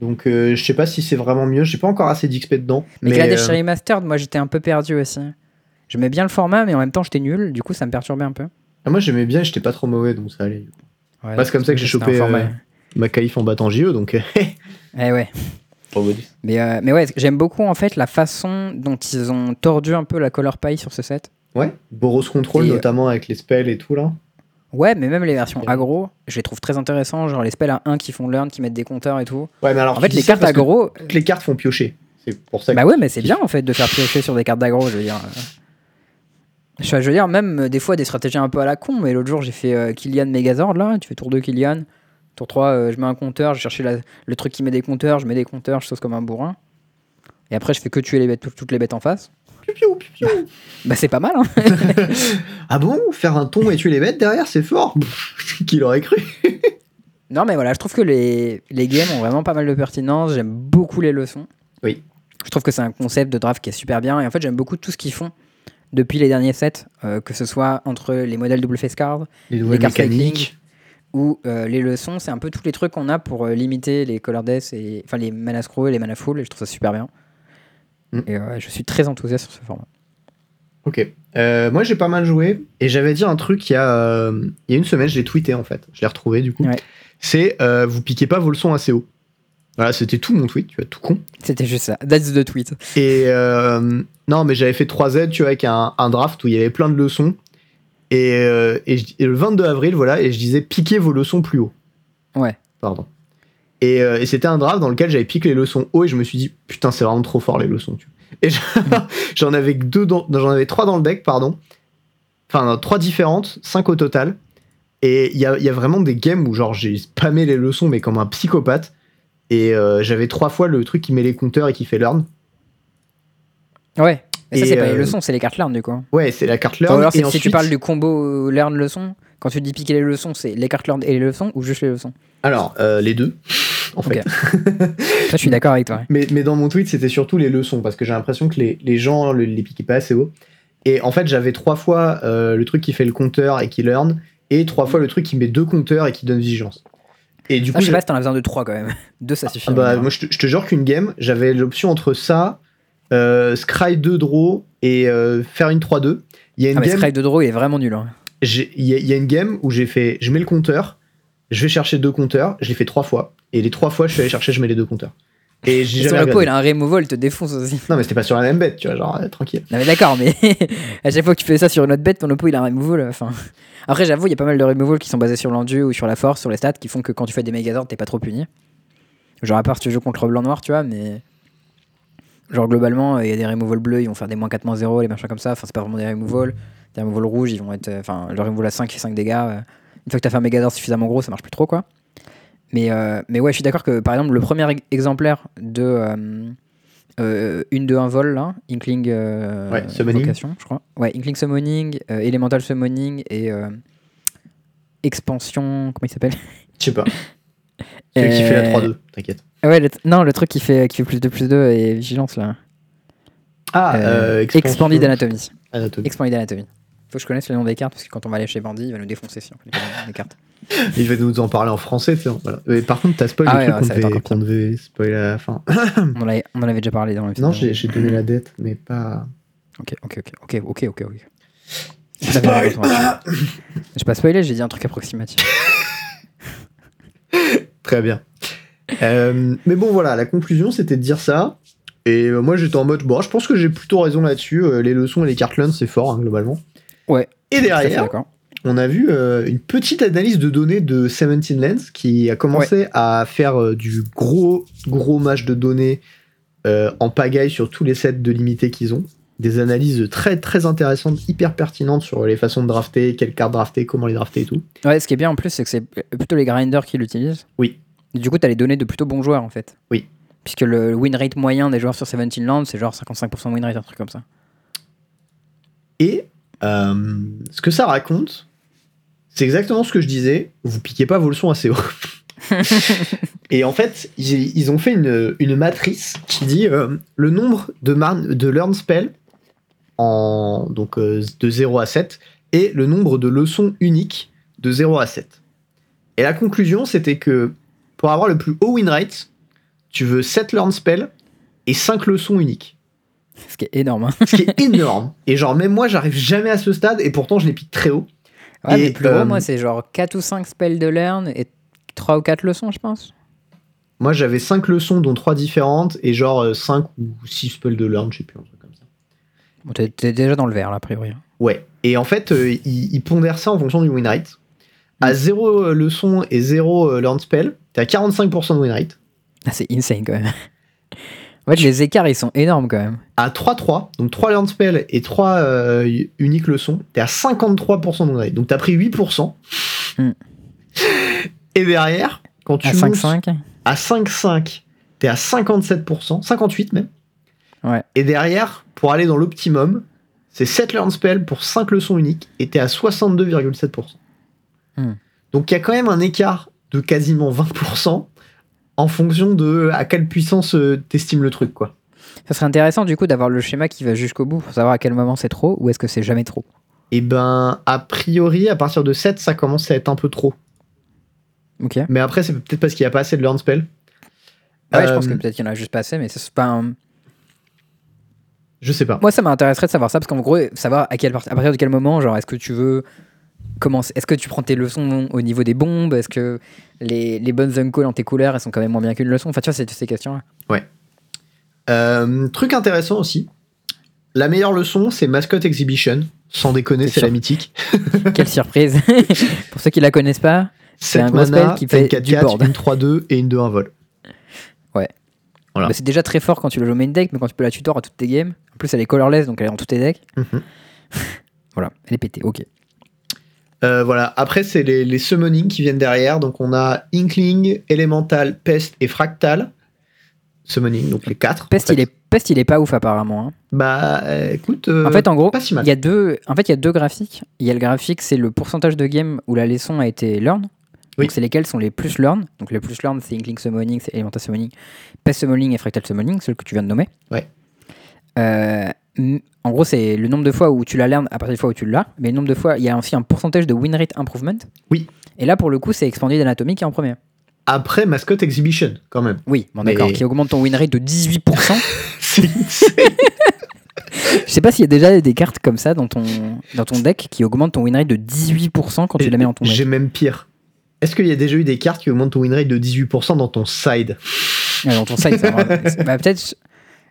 Donc euh, je sais pas si c'est vraiment mieux, j'ai pas encore assez d'XP dedans.
Mais,
Mais,
Kaladesh
euh,
Remastered, moi j'étais un peu perdu aussi. J'aimais bien le format, mais en même temps j'étais nul, du coup ça me perturbait un peu.
ah, moi j'aimais bien, et j'étais pas trop mauvais donc ça allait.
Ouais,
Bah, c'est comme ça que j'ai
c'était un
chopé,
format-
euh, Ma qualif en battant JE donc. euh,
Eh ouais. Mais, euh, mais ouais, j'aime beaucoup en fait la façon dont ils ont tordu un peu la color pie sur ce set.
ouais, Boros Control
Et, euh,
notamment avec les spells et tout là.
Ouais, mais même les versions
Bien.
aggro, je les trouve très intéressants. Genre les spells à 1 qui font learn, qui mettent des compteurs et tout.
Ouais, mais alors.
En
tu
fait,
dis
les
ça
cartes
parce que
aggro,
Toutes les cartes font piocher. C'est pour ça que.
Bah ouais, mais c'est bien en fait de faire piocher sur des cartes d'aggro, je veux dire. Euh, Je veux dire, même euh, des fois des stratégies un peu à la con, mais l'autre jour j'ai fait euh, Kylian Megazord là, tu fais tour 2 Kylian, tour 3 euh, je mets un compteur, je cherchais la- le truc qui met des compteurs, je mets des compteurs, je sauce comme un bourrin. Et après je fais que tuer les bêtes, tout- toutes les bêtes en face.
Piou, piou, piou, piou.
Bah c'est pas mal hein
ah bon Faire un ton et tuer les bêtes derrière, c'est fort Qui l'aurait cru
Non mais voilà, je trouve que les, les games ont vraiment pas mal de pertinence, j'aime beaucoup les leçons.
Oui.
Je trouve que c'est un concept de draft qui est super bien et en fait j'aime beaucoup tout ce qu'ils font depuis les derniers sets, euh, que ce soit entre les modèles double face card,
Les nouvelles
cartes
mécaniques.
où euh, les leçons, c'est un peu tous les trucs qu'on a pour euh, limiter les color death et enfin les mana scroll et les mana full, et je trouve ça super bien.
Mm.
Et euh, je suis très enthousiaste sur ce format.
Ok. Euh, moi, j'ai pas mal joué et j'avais dit un truc il y a, euh, il y a une semaine, je l'ai tweeté en fait. Je l'ai retrouvé du coup.
Ouais.
C'est euh, vous piquez pas vos leçons assez haut. Voilà, c'était tout mon tweet, tu vois, tout con.
C'était juste ça. That's the tweet.
Et euh, non, mais j'avais fait 3Z, tu vois, avec un, un draft où il y avait plein de leçons. Et, euh, et je- et le 22 avril, voilà, et je disais piquez vos leçons plus haut.
Ouais.
Pardon. Et, euh, et c'était un draft dans lequel j'avais piqué les leçons haut et je me suis dit putain, c'est vraiment trop fort les leçons. Tu vois. Et je- j'en avais que deux, dans- j'en avais trois dans le deck, pardon. Enfin, non, trois différentes, cinq au total. Et il y a, il y a vraiment des games où genre j'ai spammé les leçons mais comme un psychopathe. Et euh, j'avais trois fois le truc qui met les compteurs et qui fait learn.
Ouais. Et ça,
Et,
c'est pas les
euh,
leçons, c'est les cartes learn du coup. hein.
Ouais, c'est la carte
Ou
learn.
alors, c'est-
et
si tu
ensuite-
parles du combo euh, learn leçon, quand tu dis piquer les leçons, c'est les cartes learn et les leçons ou juste les leçons
Alors, euh, les deux, en fait.
Ok. Ça, je
Mm.
suis d'accord avec toi. Ah, ouais.
Mais, mais dans mon tweet, c'était surtout les leçons, parce que j'ai l'impression que les, les gens le- les piquaient pas assez haut. Et en fait, j'avais trois fois euh, le truc qui fait le compteur et qui learn, et trois fois le truc qui met deux compteurs et qui donne vigilance. Et du
Ah,
coup,
je sais
j'ai-
pas si t'en as besoin de 3 quand même. 2 ça suffit.
Ah bah,
hein.
moi, je te, je te jure qu'une game, j'avais l'option entre ça, euh, Scry 2 draw et euh, faire une 3-2. Il y a une
Ah, mais
game
Scry de Draw, il est vraiment nul. hein.
j'ai- il y, a- il y a une game où j'ai fait, je mets le compteur, je vais chercher deux compteurs, je l'ai fait trois fois, et les trois fois je suis allé chercher, je mets les deux compteurs. Et j'ai
Et
jamais
Son repos,
regardé.
il a un removal, il te défonce aussi.
Non mais c'était pas sur la même bête, tu vois, genre euh, tranquille.
Non mais d'accord, mais à chaque fois que tu fais ça sur une autre bête, ton oppo il a un removal. euh, Enfin... Après j'avoue, il y a pas mal de removal qui sont basés sur l'endu ou sur la force, sur les stats, qui font que quand tu fais des mégazords, t'es pas trop puni. Genre à part tu joues contre blanc-noir, tu vois, mais... Genre globalement, il y a des removals bleus, ils vont faire des moins 4, moins 0, les machins comme ça, enfin c'est pas vraiment des removals. Des removals rouges, ils vont être... euh, Enfin, le removal à 5 fait 5 dégâts. euh. Une fois que t'as fait un mégazord suffisamment gros, ça marche plus trop, quoi. Mais, euh, mais ouais, je suis d'accord que par exemple, le premier ex- exemplaire de... euh, euh, une de un vol là, Inkling euh,
Ouais, Summoning.
Invocation, je crois. Ouais, Inkling Summoning, euh, Elemental Summoning et euh, Expansion, comment il s'appelle
Je sais pas. Celui qui fait la
Euh,
3-2, t'inquiète.
Ah Ouais, le tr- non, le truc qui fait, qui fait plus de plus 2 et vigilance là.
Ah,
Euh,
euh, expansion- Ah, Euh,
Expanded Anatomy.
Anatomy.
Expanded Anatomy. Faut que je connaisse le nom des cartes parce que quand on va aller chez Bandit, il va nous défoncer si on connaît pas le nom des cartes.
Il va nous en parler en français, tu sais, voilà. Et par contre, t'as spoil
Ah
le
ouais,
truc
ouais,
qu'on
ça va être
devait-
encore
qu'on devait spoiler à la fin.
On en avait, on en avait déjà parlé dans le
Hmm. non, j'ai j'ai donné la dette, mais pas.
Ok, ok, ok, ok, ok, ok, ok. J'ai pas spoilé. J'ai pas spoilé, j'ai dit un truc approximatif.
Très bien. Euh, mais bon, voilà, la conclusion, c'était de dire ça. Et euh, moi, j'étais en mode, bon, je pense que j'ai plutôt raison là-dessus. Euh, les leçons et les cartes learn, c'est fort, hein, globalement.
Ouais.
Et
Tout à fait
derrière,
d'accord.
on a vu euh, une petite analyse de données de 17 Lens qui a commencé à faire euh, du gros, gros match de données euh, en pagaille sur tous les sets de limité qu'ils ont. Des analyses très, très intéressantes, hyper pertinentes sur les façons de drafter, quelles cartes drafter, comment les drafter et tout.
Ouais, ce qui est bien en plus, c'est que c'est plutôt les grinders qui l'utilisent.
Oui.
Et du coup, t'as les données de plutôt bons joueurs en fait.
Oui.
Puisque le win rate moyen des joueurs sur 17 Land, c'est genre 55% win rate, un truc comme ça.
Et euh, ce que ça raconte, c'est exactement ce que je disais. Vous piquez pas vos leçons assez haut. Et en fait, j'ai- ils ont fait une, une matrice qui dit euh, le nombre de, mar- de learn spell en, donc, euh, de 0 à 7 et le nombre de leçons uniques de 0 à 7. Et la conclusion, c'était que pour avoir le plus haut win rate, tu veux 7 learn spell et 5 leçons uniques.
Ce qui est énorme. hein.
Ce qui est énorme. Et genre, même moi, j'arrive jamais à ce stade et pourtant, je les pique très haut.
Ouais,
Et,
mais plus
euh,
gros, moi, c'est genre 4 ou 5 spells de learn et 3 ou 4 leçons, je pense.
Moi, j'avais 5 leçons, dont 3 différentes, et genre 5 ou 6 spells de learn, je sais plus, un truc comme ça.
Bon, t'es t'es déjà dans le vert, là, a priori.
Ouais. Et en fait, euh, ils, ils pondèrent ça en fonction du win rate. À
Mm.
0 euh, leçon et 0 euh, learn spell, t'es à 45% de win rate.
Ah, c'est insane quand même. En fait, les écarts, ils sont énormes quand même.
À 3-3, donc 3 learn spell et 3 uniques leçons, t'es à 53% de win rate. Donc t'as pris 8%.
Mm.
Et derrière, quand tu
À
montes
5-5
à 5,5, t'es à 57%, 58 même.
Ouais.
Et derrière, pour aller dans l'optimum, c'est 7 learn spell pour 5 leçons uniques et t'es à 62,7%.
Hmm.
Donc il y a quand même un écart de quasiment 20% en fonction de à quelle puissance euh, t'estimes le truc, quoi.
Ça serait intéressant, du coup, d'avoir le schéma qui va jusqu'au bout pour savoir à quel moment c'est trop ou est-ce que c'est jamais trop.
Et ben, a priori, à partir de 7, ça commence à être un peu trop.
Ok Ouais,
Mais après, c'est peut-être parce qu'il n'y a pas assez de learn spell.
Ah je
Euh,
pense que peut-être qu'il y en a juste pas assez, mais ça, c'est pas un.
Je sais pas.
Moi, ça m'intéresserait de savoir ça parce qu'en gros, savoir à quelle part- à partir de quel moment, genre, est-ce que tu veux commencer, est-ce que tu prends tes leçons au niveau des bombes, est-ce que les, les bonnes uncalls en tes couleurs, elles sont quand même moins bien qu'une leçon. Enfin, tu vois, c'est toutes ces questions.
Euh, truc intéressant aussi, la meilleure leçon, c'est Mascot Exhibition. Sans déconner,
C'est
c'est la
sûr.
mythique.
Quelle surprise pour ceux qui la connaissent pas. C'est
7
un gros
mana,
spell qui
une
fait
4
du board.
une 3-2 et une 2-1 vol. Ah.
bah, c'est déjà très fort quand tu le joues au main deck, mais quand tu peux la tutor à toutes tes games. En plus, elle est colorless, donc elle est dans tous tes decks.
Mhm.
Voilà, elle est pétée. Ok.
Euh, voilà. Après, c'est les, les summoning qui viennent derrière. Donc, on a Inkling, Elemental, Pest et Fractal. Summoning, donc les 4.
Pest, il est peste, il est pas ouf apparemment. hein.
Bah, euh, écoute, euh,
en fait, en gros,
pas si mal.
Il y a deux, en fait, il y a deux graphiques. Il y a le graphique, c'est le pourcentage de games où la leçon a été learn.
Oui.
Donc, c'est lesquels sont les plus learn. Donc, les plus learn, c'est Inkling Summoning, c'est Elemental Summoning, Pest Summoning et Fractal Summoning, celle que tu viens de nommer.
Ouais.
euh, n- en gros, c'est le nombre de fois où tu la learn à partir des fois où tu l'as, mais le nombre de fois, il y a aussi un pourcentage de win rate improvement.
Oui.
Et là, pour le coup, c'est expandé d'anatomie qui est en premier.
Après Mascot Exhibition, quand même.
Oui, bon,
Mais-
d'accord, qui augmente ton win rate de 18%.
C'est- c'est-
Je sais pas s'il y a déjà des cartes comme ça dans ton, dans ton deck qui augmentent ton win rate de 18% quand
Euh,
tu la mets en ton deck.
J'ai même pire. Est-ce qu'il y a déjà eu des cartes qui augmentent ton win rate de 18% dans ton side
Ouais, dans ton site, ça va. bah, peut-être.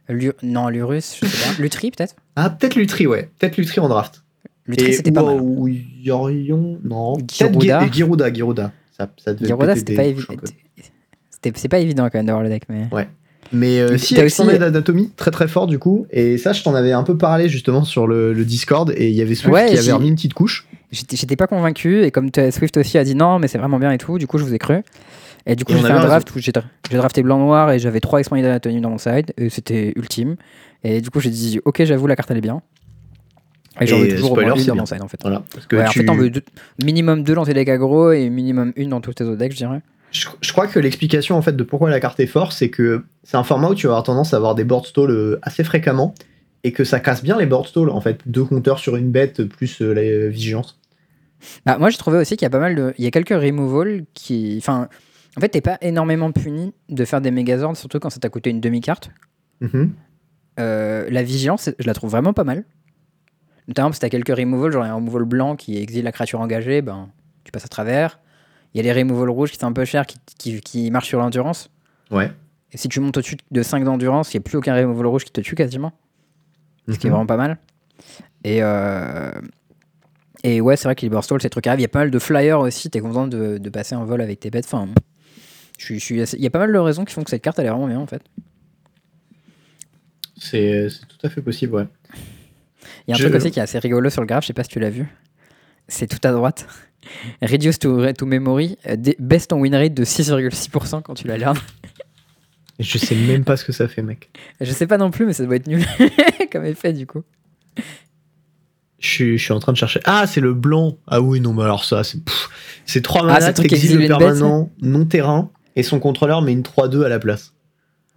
Lu- Non, l'Urus, je sais pas. Lutri, peut-être
Ah, peut-être Lutri, ouais. Peut-être Lutri en draft.
Lutri, c'était pas mal.
Ou Yorion, non.
Girouda.
Peut-être Gui- Girouda, Girouda. Ça, ça devait
Giroda,
péter
c'était
des
pas
couches
évident.
un peu.
C'est pas évident quand même d'avoir le deck, mais.
Mais euh,
Mais
si,
t'as
Expanded
aussi-
Anatomy, très très fort du coup. Et ça, je t'en avais un peu parlé justement sur le, le Discord. Et il y avait Swift
Ouais,
qui
j'y-
avait remis une petite couche.
J'étais j'étais pas convaincu, et comme t'as- Swift aussi a dit non, mais c'est vraiment bien et tout, du coup je vous ai cru. Et du coup
Et
j'ai
on
fait
avait
un draft où j'ai dra- j'ai drafté blanc-noir et j'avais trois expanded anatomy dans mon side, et c'était ultime. Et du coup j'ai dit ok, j'avoue, la carte elle est bien. Et j'en
Et,
veux
euh,
toujours au
spoiler,
moins une
c'est
dans
bien.
mon side en fait.
Voilà. Parce que
Ouais, En
tu-
fait, t'en veux deux- minimum deux dans tes decks aggro et minimum une dans tous tes autres decks, je dirais.
je, je crois que l'explication en fait de pourquoi la carte est forte, c'est que c'est un format où tu vas avoir tendance à avoir des board stalls euh, assez fréquemment. Et que ça casse bien les board stalls en fait. Deux compteurs sur une bête plus euh, la euh, vigilance.
Bah, moi, j'ai trouvé aussi qu'il y a pas mal de. Il y a quelques removals qui. Enfin, en fait, t'es pas énormément puni de faire des Megazords, surtout quand ça t'a coûté une demi-carte.
Mhm.
Euh, la vigilance, je la trouve vraiment pas mal. Notamment parce que t'as quelques removals, genre un removal blanc qui exile la créature engagée, ben, tu passes à travers. Il y a les removals rouges qui sont un peu chers, qui, qui, qui marchent sur l'endurance.
Ouais.
Et si tu montes au-dessus de 5 d'endurance, il n'y a plus aucun removal rouge qui te tue quasiment. ce qui est
Mhm.
vraiment pas mal. Et, euh, et ouais, c'est vrai que les Burstall, ces trucs arrivent. Il y a pas mal de flyers aussi. T'es content de, de passer un vol avec tes bêtes. Enfin, je suis, je suis assez- il y a pas mal de raisons qui font que cette carte, elle est vraiment bien en fait.
C'est c'est tout à fait possible, ouais.
Il y a un
Je-
truc aussi qui est assez rigolo sur le graphe. Je sais pas si tu l'as vu. C'est tout à droite. Reduce to, to memory. euh, dé- Baisse ton win rate de 6,6% quand tu la learn.
Je sais même pas ce que ça fait, mec.
Je sais pas non plus, mais ça doit être nul comme effet du coup.
Je suis, je suis en train de chercher. Ah, c'est le blanc. Ah oui, non, mais alors ça, c'est. pff, C'est 3
Ah, c'est
manas,
le truc qui
exil
exile une bête,
permanent, non terrain, et son contrôleur met une 3-2 à la place.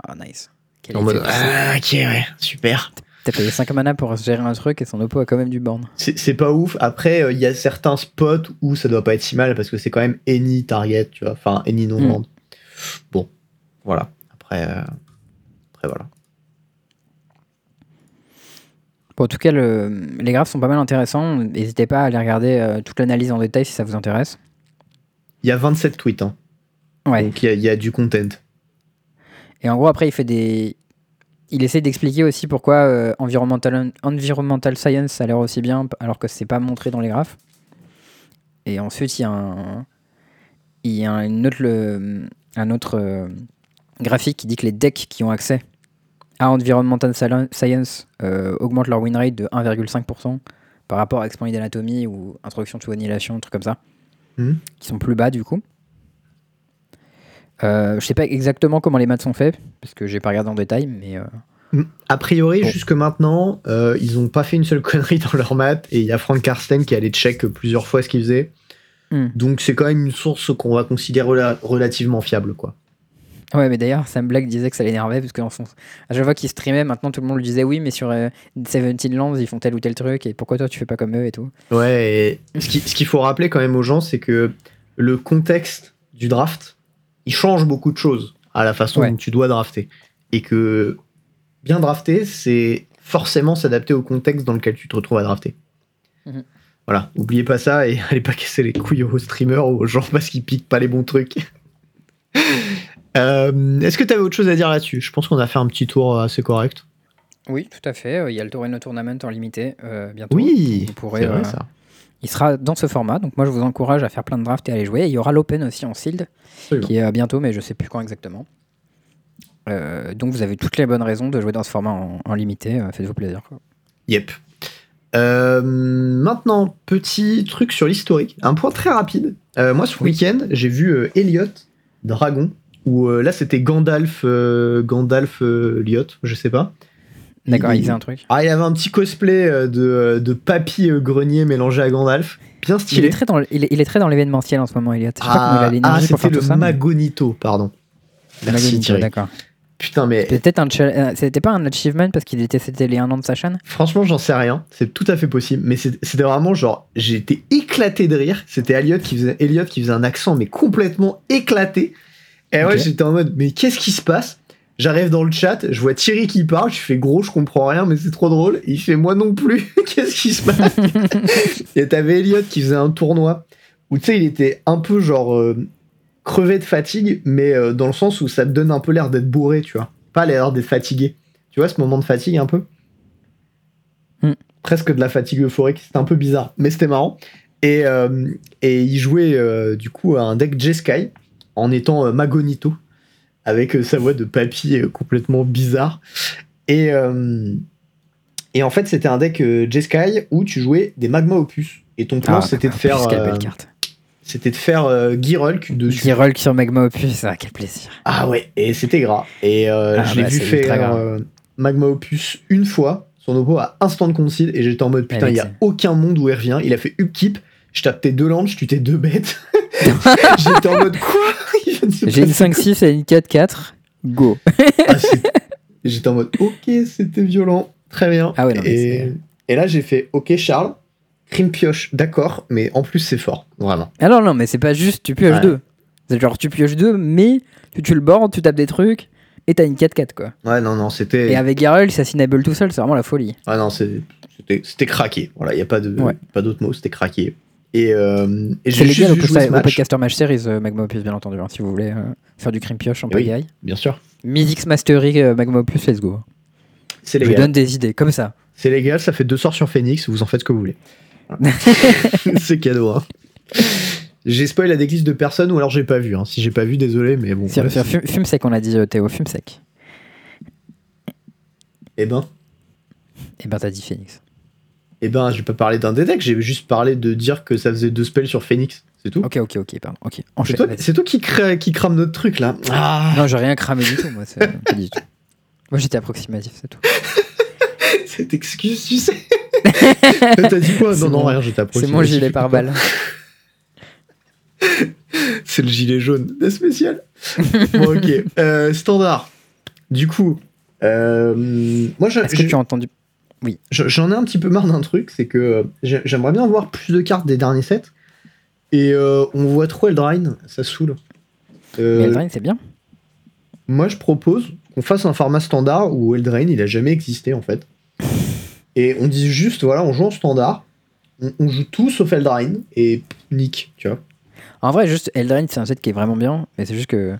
Ah, nice. Quel
En
effet
mode.
poussé.
Ah, ok, ouais, super.
T'as payé 5 mana pour gérer un truc et son oppo a quand même du borne.
C'est c'est pas ouf. Après, euh, il y a certains spots où ça doit pas être si mal parce que c'est quand même any target, tu vois. Enfin, any non
Hmm.
land. Bon, voilà. Après, euh, après voilà.
Bon, en tout cas, le- les graphes sont pas mal intéressants. N'hésitez pas à aller regarder euh, toute l'analyse en détail si ça vous intéresse.
Il y a 27 tweets, hein.
Ouais.
donc il y, a- il y a du content.
Et en gros, après, il fait des. Il essaie d'expliquer aussi pourquoi euh, environmental, environmental science ça a l'air aussi bien alors que c'est pas montré dans les graphes. Et ensuite, il y a un, il y a une autre, le- un autre euh, graphique qui dit que les decks qui ont accès à environmental sal- science euh, augmentent leur win rate de 1,5% par rapport à Expanded Anatomy ou Introduction to Annihilation, un truc comme ça,
Mhm.
qui sont plus bas du coup. Euh, je sais pas exactement comment les maths sont faits, parce que j'ai pas regardé en détail, mais euh,
A priori,
Bon.
jusque maintenant, euh, ils ont pas fait une seule connerie dans leur maths et il y a Frank Carsten qui allait check plusieurs fois ce qu'ils faisaient.
Hmm.
Donc c'est quand même une source qu'on va considérer rela- relativement fiable, quoi.
Ouais, mais d'ailleurs, Sam Black disait que ça l'énervait parce que, en fond, à chaque fois qu'il streamait, maintenant tout le monde lui disait oui, mais sur euh, Seventeen Lands, ils font tel ou tel truc, et pourquoi toi tu fais pas comme eux et tout.
Ouais. et ce qui- ce qu'il faut rappeler quand même aux gens, c'est que le contexte du draft, il change beaucoup de choses à la façon
Ouais.
dont tu dois drafter et que bien drafter, c'est forcément s'adapter au contexte dans lequel tu te retrouves à drafter.
Mhm.
Voilà, oubliez pas ça et allez pas casser les couilles aux streamers ou aux gens parce qu'ils piquent pas les bons trucs. Euh, Est-ce que tu avais autre chose à dire là-dessus Je pense qu'on a fait un petit tour assez correct.
Oui, tout à fait. euh, Il y a le Torino Tournament en limité euh, bientôt.
Oui,
Vous pourrez,
c'est vrai
euh,
ça.
Il sera dans ce format, donc moi je vous encourage à faire plein de drafts et à aller jouer. Et Il y aura l'Open aussi en sealed,
Absolument.
qui est euh, bientôt, mais je sais plus quand exactement. Euh, donc vous avez toutes les bonnes raisons de jouer dans ce format en, en limité. euh, Faites-vous plaisir. quoi.
Yep. Euh, maintenant, petit truc sur l'historique. Un point très rapide. Euh, moi, ce week-end, j'ai vu euh, Elliot, Dragon, où euh, là, c'était Gandalf, euh, Gandalf euh, Elliot, je sais pas.
D'accord,
Il-
il faisait un truc.
Ah, il avait un petit cosplay euh, de, de papy euh, grenier mélangé à Gandalf. Bien
Il est,
stylé.
très dans, le- il est- il est très dans l'événementiel en ce moment, Elliot. Je sais pas comment il
Ah,
a l'énergie
ah,
pour
c'était
faire
le
tout ça. mais-
Magonito, pardon. Merci
Magonito,
Thierry.
D'accord.
Putain, mais
C'était peut-être un chal- euh, C'était pas un achievement parce qu'il était c'était les 1 an de sa chaîne.
franchement, j'en sais rien. C'est tout à fait possible. Mais c'est- c'était vraiment genre, j'ai été éclaté de rire. C'était Elliot qui faisait, Elliot qui faisait un accent, mais complètement éclaté. Et ouais,
Ok.
j'étais en mode, mais qu'est-ce qui se passe J'arrive dans le chat, je vois Thierry qui parle, je fais gros, je comprends rien, mais c'est trop drôle. Il fait moi non plus, qu'est-ce qui se passe Et t'avais Elliot qui faisait un tournoi où tu sais, il était un peu genre euh, crevé de fatigue, mais euh, dans le sens où ça te donne un peu l'air d'être bourré, tu vois. Pas l'air d'être fatigué. Tu vois ce moment de fatigue un peu
Hmm.
Presque de la fatigue euphorique, c'était un peu bizarre, mais c'était marrant. Et, euh, et il jouait euh, du coup à un deck Jeskai en étant euh, Magonito avec euh, sa voix de papy euh, complètement bizarre. Et. euh, et en fait, c'était un deck euh, Jeskai où tu jouais des Magma Opus. Et ton plan,
Ah,
c'était de
putain,
faire,
Quelle belle
euh,
carte.
c'était de faire euh, Girulk dessus.
Qui roll sur Magma Opus, ah, quel plaisir.
Ah ouais, et c'était gras. Et euh,
Ah
je l'ai
bah,
vu
c'est ultra
faire
gras.
euh, Magma Opus une fois. Son oppo a instant de concede et j'étais en mode putain,
Avec
il y a
ça.
aucun monde où il revient. Il a fait upkeep. Je tape tes deux landes, je tue tes deux bêtes. j'étais en mode quoi Il vient de se
J'ai une
passer-
5-6 et une 4-4. Go.
Ah, c'est- J'étais en mode ok, c'était violent, très bien.
Ah ouais, non, mais
et... et là j'ai fait ok Charles, crime pioche, d'accord, mais en plus c'est fort, vraiment.
Alors non, mais c'est pas juste tu pioches
Ouais.
deux. C'est genre tu pioches deux, mais tu tues le board, tu tapes des trucs et t'as une 4-4 quoi.
Ouais non non
Et
c'était,
avec Garel, ça s'enable tout seul, c'est vraiment la folie.
ah non c'est- c'était, c'était craqué. Voilà, il y a pas de,
Ouais.
pas d'autre mot, c'était craqué. Et, euh, et
C'est
j'ai
légal
juste
au,
vu jouer
podcaster
ce match,
Match Series euh, Magma Opus, bien entendu, hein, si vous voulez euh, faire du crime pioche en
Eh oui.
pagaille.
bien sûr.
Mythic's Mastery euh, Magma Opus, let's go.
C'est
Je vous
légal.
donne des idées, comme ça.
C'est légal, ça fait deux sorts sur Phoenix, vous en faites ce que vous voulez. Voilà. c'est cadeau. Hein. J'ai spoil la déglisse de personne ou alors j'ai pas vu. hein. Si j'ai pas vu, désolé, mais bon.
Sur-
bref.
sur fume, fume sec, on l'a dit, euh, Théo, fume sec.
Eh ben,
Et ben t'as dit Phoenix.
eh ben, j'ai pas parlé d'un des decks, j'ai juste parlé de dire que ça faisait deux spells sur Phoenix, c'est tout.
Ok, ok, ok, pardon. Ok,
C'est
enchaîne.
toi,
vas-y.
c'est toi qui, cra- qui crame notre truc là. Ah,
Non, j'ai rien cramé du tout, moi. c'est- pas du tout. Moi j'étais approximatif, c'est tout.
cette excuse, tu sais. T'as dit quoi
C'est
Non, non,
mon-
rien, je t'approche.
C'est mon gilet par balle.
C'est le gilet jaune. C'est spécial. bon, ok. Euh, standard. Du coup, euh, moi, je-
Est-ce que
je-
tu as entendu
je- j'en ai un petit peu marre d'un truc, c'est que euh, j'ai- j'aimerais bien voir plus de cartes des derniers sets. Et euh, on voit trop Eldraine, ça saoule. Euh,
Mais Eldraine, c'est bien.
moi, je propose qu'on fasse un format standard où Eldraine, il a jamais existé en fait. Et on dit juste, voilà, on joue en standard, on, on joue tout sauf Eldraine et nick, tu vois.
En vrai, juste Eldraine, c'est un set qui est vraiment bien, mais c'est juste que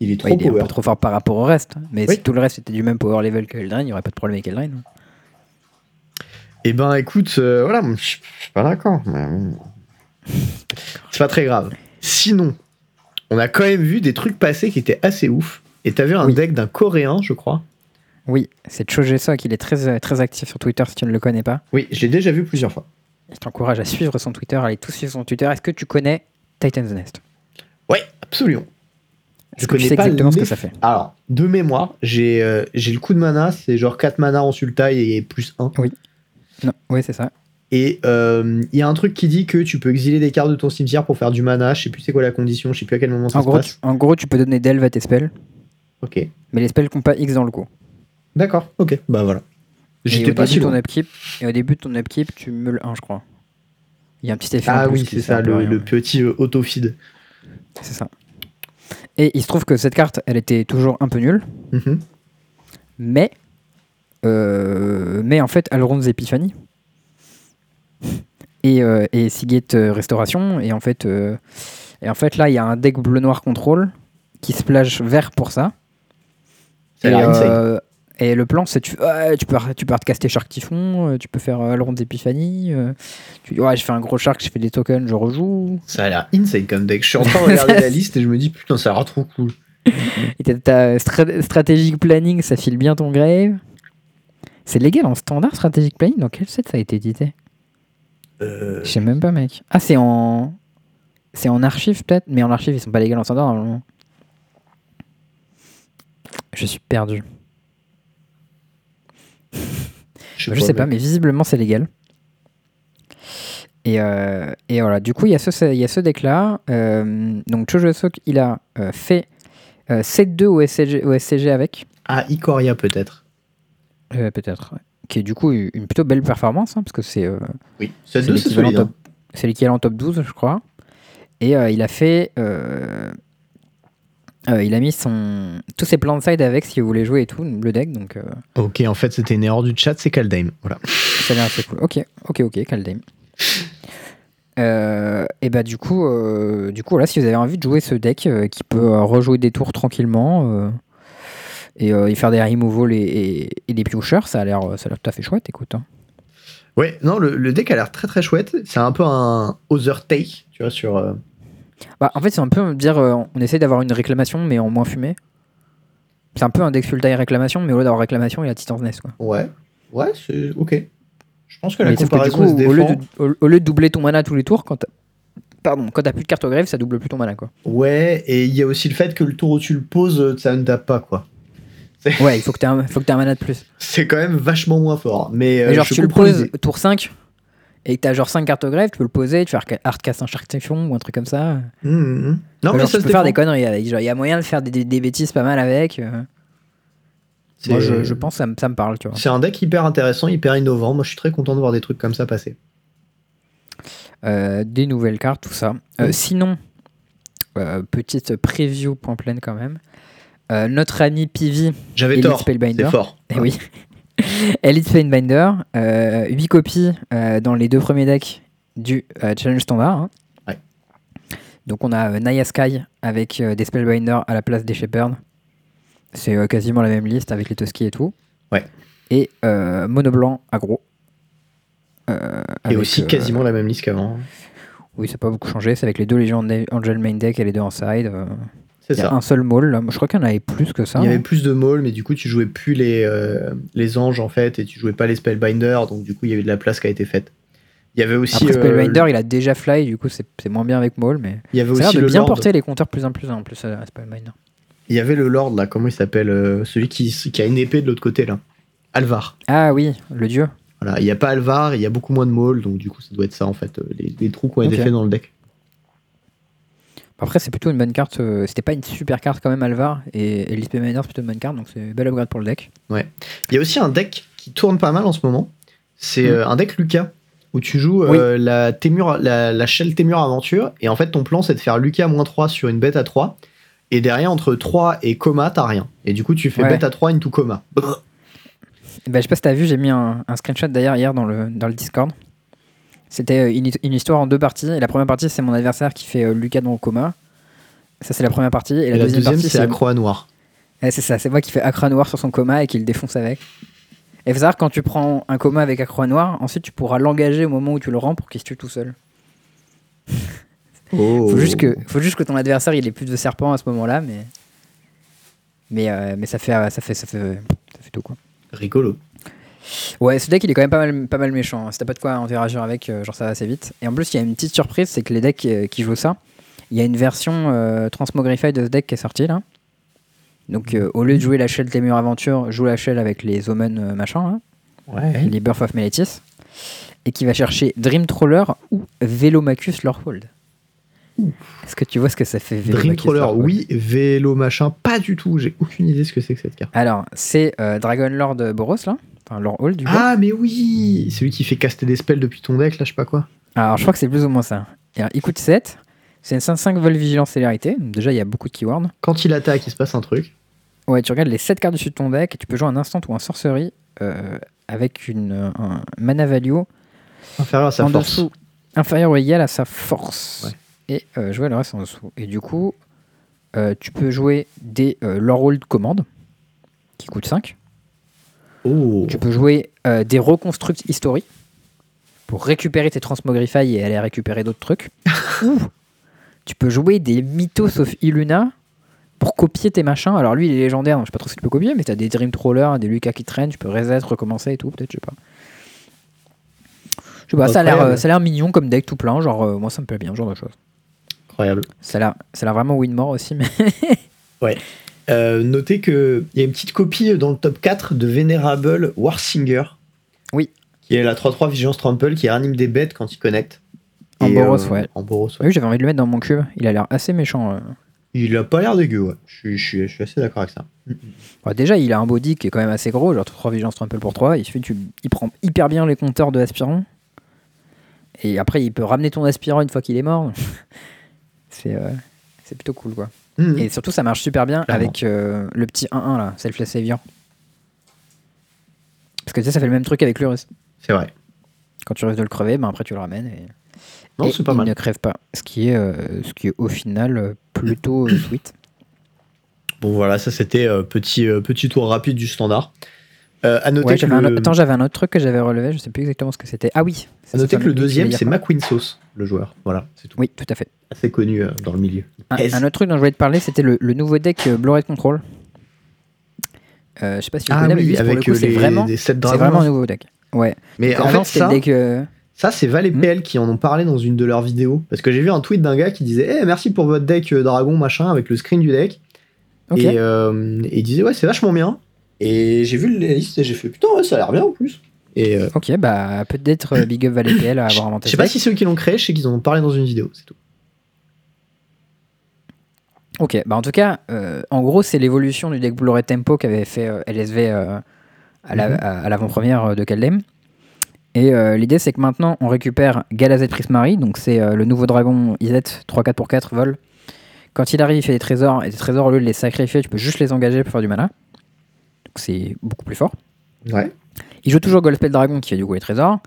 Il est trop
ouais, il est un
power.
peu trop fort par rapport au reste. Mais
Oui.
si tout le reste était du même power level que Eldraine, il n'y aurait pas de problème avec Eldraine.
Eh ben écoute, euh, voilà, moi, je suis je suis pas d'accord. mais bon. C'est pas très grave. Sinon, on a quand même vu des trucs passer qui étaient assez ouf. Et t'as vu un
Oui.
deck d'un Coréen, je crois.
Oui, c'est Chogeso qui est très, euh, très actif sur Twitter si tu ne le connais pas.
Oui, je l'ai déjà vu plusieurs fois.
Je t'encourage à suivre son Twitter, à aller tous suivre son Twitter. Est-ce que tu connais Titan's Nest
Ouais, absolument.
Est-ce que tu sais exactement ce que ça fait
Alors, de mémoire, j'ai euh, j'ai le coup de mana, c'est genre 4 mana en sultai et plus 1.
Non, oui, c'est ça.
Et euh, il y a un truc qui dit que tu peux exiler des cartes de ton cimetière pour faire du mana. Je sais plus c'est quoi la condition, je sais plus à quel moment ça
En
se
gros, tu,
passe.
en gros, tu peux donner Delve à tes spells,
Ok,
mais les spells n'ont pas X dans le coup.
d'accord, ok, bah voilà.
Et
J'étais
au
pas
début
si
de ton
loin.
upkeep, Et au début de ton upkeep, tu meules 1, je crois. Il y a un petit effet. en
Ah
plus
oui,
qui
c'est
fait un
ça,
peu
le,
rien,
le
mais-
petit euh, auto-feed.
C'est ça. Et il se trouve que cette carte, elle était toujours un peu nulle,
Mhm.
mais. euh, mais en fait, Alrond's Epiphany. Et, euh, et Seagate euh, Restauration. Et en fait, euh, et en fait là, il y a un deck bleu-noir contrôle qui splash vert pour ça.
Ça a
et,
l'air insane.
euh, et le plan, c'est tu, ouais, tu peux tu peux caster Shark Typhon, euh, tu peux faire euh, Alrond Epiphany. euh, tu dis, ouais, je fais un gros Shark, je fais des tokens, je rejoue.
Ça a l'air insane comme deck. Je suis en train de regarder la liste et je me dis putain, ça a l'air trop cool.
Et t'as- t'as stra- Strategic Planning, ça file bien ton grave. C'est légal en standard Strategic Planning Dans quel set ça a été édité
Euh,
Je sais même pas, mec. Ah, c'est en. C'est en archive peut-être Mais en archive, ils sont pas légaux en standard normalement. Je suis perdu.
je
Je sais pas, mais visiblement c'est légal. Et, euh, et voilà, du coup, il y a ce, il y a ce deck-là. euh, donc, Chojo Sok, il a euh, fait euh, 7-2 au, SCG au SCG avec,
Ah, Icoria peut-être.
euh, peut-être, ouais. qui est du coup une plutôt belle performance, hein, parce que c'est euh,
Oui,
c'est
cette 2 c'est
l'équivalent
solide. hein.
top- c'est l'équivalent top 12, je crois. Et euh, il a fait. euh, euh, il a mis son, tous ses plans de side avec si vous voulez jouer et tout, le deck, donc euh,
hein. Ok, en fait, c'était une erreur du chat, c'est Kaldheim. Voilà.
ça a l'air assez cool. Ok, ok, ok, Kaldheim. Euh, et bah du coup, euh, du coup là, si vous avez envie de jouer ce deck euh, qui peut euh, rejouer des tours tranquillement euh, et, euh, y faire des removals et, et- et des piocheurs, ça a l'air, euh, ça a l'air tout à fait chouette. Écoute, hein.
Ouais, non, le, le deck a l'air très très chouette. C'est un peu un other take, tu vois, sur. euh,
Bah, en fait, c'est un peu dire euh, on essaie d'avoir une réclamation, mais en moins fumé. C'est un peu un deck full die réclamation, mais au lieu d'avoir réclamation, il a Titan's quoi.
Ouais, ouais, c'est ok. Je pense que la
Mais sauf que du
comparaison
coup,
se défend.
au lieu, de, au- au lieu de doubler ton mana tous les tours, quand t'as- pardon, quand t'as plus de carte au grève, ça double plus ton mana quoi.
Ouais, et il y a aussi le fait que le tour où tu le poses, euh, ça ne tape pas, quoi.
Ouais, il faut que t'aies un, faut que t'aies un mana de plus.
C'est quand même vachement moins fort. Mais, euh,
Mais genre,
je
tu le
comprends
poses
l'idée.
tour 5 et que t'as genre 5 cartes au grève, tu peux le poser, tu fais arca- hardcast un Sharktifon ou un truc comme ça.
Mhm, mhm. Non,
Genre,
mais
tu
ça se
peux faire
défend.
des conneries avec. Genre, il y a moyen de faire des, des- des bêtises pas mal avec. euh.
C'est-
Moi, je, je pense que ça, me- ça me parle, tu vois.
C'est un deck hyper intéressant, hyper innovant. Moi, je suis très content de voir des trucs comme ça passer.
Euh, des nouvelles cartes, tout ça. Euh,
Oui.
Sinon, euh, petite preview point pleine quand même. Euh, notre ami Pivi,
J'avais
Elite
tort.
Spellbinder.
C'est fort.
eh oui, Elite Painbinder, 8 copies euh, dans les deux premiers decks du euh, Challenge Standard. hein.
Ouais.
Donc on a euh, Naya Sky avec euh, des Spellbinder à la place des Shepherds. C'est euh, quasiment la même liste avec les Tuski et tout.
Ouais.
Et euh, Mono Blanc aggro. Euh,
Et
avec,
aussi
euh,
quasiment la même liste qu'avant.
Oui, ça n'a pas beaucoup changé. C'est avec les deux Legion Angel main deck et les deux en side. euh.
C'est
Il y a
ça.
un seul maul. là. Moi, Je crois qu'il y en avait plus que ça.
Il y avait
hein.
plus de mauls, mais du coup, tu jouais plus les, euh, les anges en fait, et tu jouais pas les spellbinders, donc du coup, il y avait de la place qui a été faite. Il y avait aussi,
Après,
euh,
Spellbinder, il a déjà fly. Du coup, c'est c'est moins bien avec maul. Mais
il y avait
ça a l'air
aussi
de
le
bien
lord.
porter les compteurs plus en plus un, en plus euh, à Spellbinder.
Il y avait le lord là, comment il s'appelle euh, Celui qui, qui a une épée de l'autre côté là. Alvar.
Ah oui, le dieu.
Voilà, il n'y a pas Alvar, il y a beaucoup moins de mauls, donc du coup, ça doit être ça en fait, euh, les, les trous qui ont été
Ok.
faits dans le deck.
Après, c'est plutôt une bonne carte. euh, C'était pas une super carte quand même, Alvar. Et Elite Painbinder, c'est plutôt une bonne carte. Donc, c'est un bel upgrade pour le deck.
Il y a aussi un deck qui tourne pas mal en ce moment. C'est
Mm.
euh, un deck Lucas, où tu joues euh, la, Témur, la, la shell Témur Aventure, et en fait ton plan c'est de faire Lucas moins 3 sur une bête à 3, et derrière entre 3 et coma t'as rien. Et du coup tu fais
Ouais.
bête à 3 into coma. Brr.
Eh ben, je sais pas si t'as vu, j'ai mis un, un screenshot d'ailleurs hier dans le, dans le Discord. C'était euh, une, une histoire en deux parties. Et la première partie, c'est mon adversaire qui fait euh, Lucas dans le coma. Ça, c'est la première partie. Et
Et
la, deuxième, partie,
c'est
c'est
Accro à Noir.
Ouais, c'est ça, c'est moi qui fais Accra Noir sur son coma et qui le défonce avec. Et faut savoir, quand tu prends un coma avec Accra Noir, ensuite tu pourras l'engager au moment où tu le rends pour qu'il se tue tout seul.
Oh,
Faut, juste que, faut juste que ton adversaire il ait plus de serpent à ce moment-là, mais. Mais, euh, mais ça, fait, euh, ça, fait, ça, fait, ça fait tout quoi.
Rigolo.
Ouais, ce deck il est quand même pas mal, pas mal méchant. hein. Si t'as pas de quoi interagir avec, euh, genre ça va assez vite. Et en plus, il y a une petite surprise c'est que les decks euh, qui jouent ça, il y a une version euh, transmogrify de ce deck qui est sortie là. Donc euh, au lieu de jouer la shell Témur Aventure, joue la shell avec les Omen euh, machin, là,
Ouais.
les Birth of Meletis, et qui va chercher Dream Troller ou Velomachus Lordhold. Est-ce que tu vois ce que ça fait
Dream
Velomachus
Troller,
Lordhold
oui. Vélo machin, pas du tout. J'ai aucune idée ce que c'est que cette carte.
Alors, c'est euh, Dragon Lord Boros là, enfin Lordhold du coup.
Ah, mais oui Celui qui fait caster des spells depuis ton deck, là, je sais pas quoi.
Alors, je crois que c'est plus ou moins ça. Et Alors, il coûte 7. C'est une 5-5 vol vigilance célérité. Donc, Déjà, il y a beaucoup de keywords.
Quand il attaque, il se passe un truc.
Ouais, tu regardes les 7 cartes dessus de ton deck et tu peux jouer un instant ou un sorcerie euh, avec une, euh, un mana value
Inférieur à sa
en
force.
dessous inférieur ou égal à sa force. Et euh, jouer le reste en dessous. Et du coup, euh, tu peux jouer des euh, Lord Hold Command qui coûte 5.
Oh.
Tu peux jouer euh, des Reconstruct History pour récupérer tes Transmogrify et aller récupérer d'autres trucs. Ou tu peux jouer des Mythos of Illuna pour copier tes machins. Alors lui, il est légendaire, donc je sais pas trop si tu peux copier, mais t'as des Dream Trollers, des Lucas qui traînent, tu peux reset, recommencer et tout, peut-être, je sais pas. Je sais pas, ça a l'air,
Incroyable.
euh, ça a l'air mignon comme deck tout plein, genre euh, moi ça me plaît bien, ce genre de choses.
Incroyable.
Ça a l'air, ça a l'air vraiment Winmore aussi, mais
Euh, notez qu'il y a une petite copie dans le top 4 de Venerable Warsinger.
Oui.
Qui est la 3-3 Vigilance Trample qui ranime des bêtes quand ils connectent.
En
Et,
Boros, ouais.
En Boros, ouais.
oui, j'avais envie de le mettre dans mon cube. Il a l'air assez méchant. euh.
Il a pas l'air dégueu, ouais. Je suis- je suis je suis assez d'accord avec ça.
Bah, déjà, il a un body qui est quand même assez gros, genre 3 vigilances, 3 impulses pour 3. Il, fait, tu, il prend hyper bien les compteurs de aspirant. Et après, il peut ramener ton aspirant une fois qu'il est mort. c'est euh, c'est plutôt cool, quoi.
Mhm.
Et surtout, ça marche super bien
Clairement.
avec euh, le petit 1-1 là, Selfless Savior. Parce que tu sais, ça fait le même truc avec l'Urus.
C'est vrai.
Quand tu risques de le crever, ben, après tu le ramènes. Et...
Non,
et
c'est pas
il
mal.
ne crève pas. Ce qui est, euh, ce qui est au final euh, plutôt euh, sweet.
Bon voilà, ça c'était euh, petit, euh, petit tour rapide du standard. Euh, à noter
Ouais,
que,
j'avais un
le,
autre- Attends, j'avais un autre truc que j'avais relevé, je sais plus exactement ce que c'était. Ah oui
à
ça,
noter
c'est
que
toi,
le
tu voulais
deuxième
dire
c'est
quoi
McQuinsos, le joueur. Voilà, c'est tout.
Oui, tout à fait.
Assez connu euh, dans le milieu.
Un,
Yes.
un autre truc dont je voulais te parler, c'était le, le nouveau deck euh, Blu-ray Control. Euh, je sais pas si vous
Ah
connaissez,
oui,
mais pour le
avec
coup,
euh,
c'est
les,
vraiment,
les sept
c'est
dragons.
vraiment un
là.
nouveau deck. Ouais.
Mais en
Avant,
fait,
c'était
ça,
le deck. euh,
ça c'est Val et
Hmm.
PL qui en ont parlé dans une de leurs vidéos. Parce que j'ai vu un tweet d'un gars qui disait Eh, merci pour votre deck euh, dragon machin avec le screen du deck.
ok.
Et, euh, et il disait Ouais, c'est vachement bien. Et j'ai vu la liste et j'ai fait Putain, ouais, ça a l'air bien en plus. Et euh,
Ok, bah peut-être euh, Big Up Valet PL à
je
avoir inventé ce
je sais pas
deck.
si c'est eux qui l'ont créé, je sais qu'ils en ont parlé dans une vidéo, c'est tout.
Ok, bah en tout cas, euh, en gros, c'est l'évolution du deck Blu-ray Tempo qu'avait fait euh, LSV euh, à la-
Mhm.
à- à l'avant-première euh, de Kaldem. Et euh, l'idée, c'est que maintenant, on récupère Galazet Prismari, donc c'est euh, le nouveau dragon IZ 3-4 pour 4 vol. Quand il arrive, il fait des trésors, et des trésors, au lieu de les sacrifier, tu peux juste les engager pour faire du mana. Donc c'est beaucoup plus fort.
Ouais.
Il joue toujours Goldspell Dragon qui fait du coup les trésors.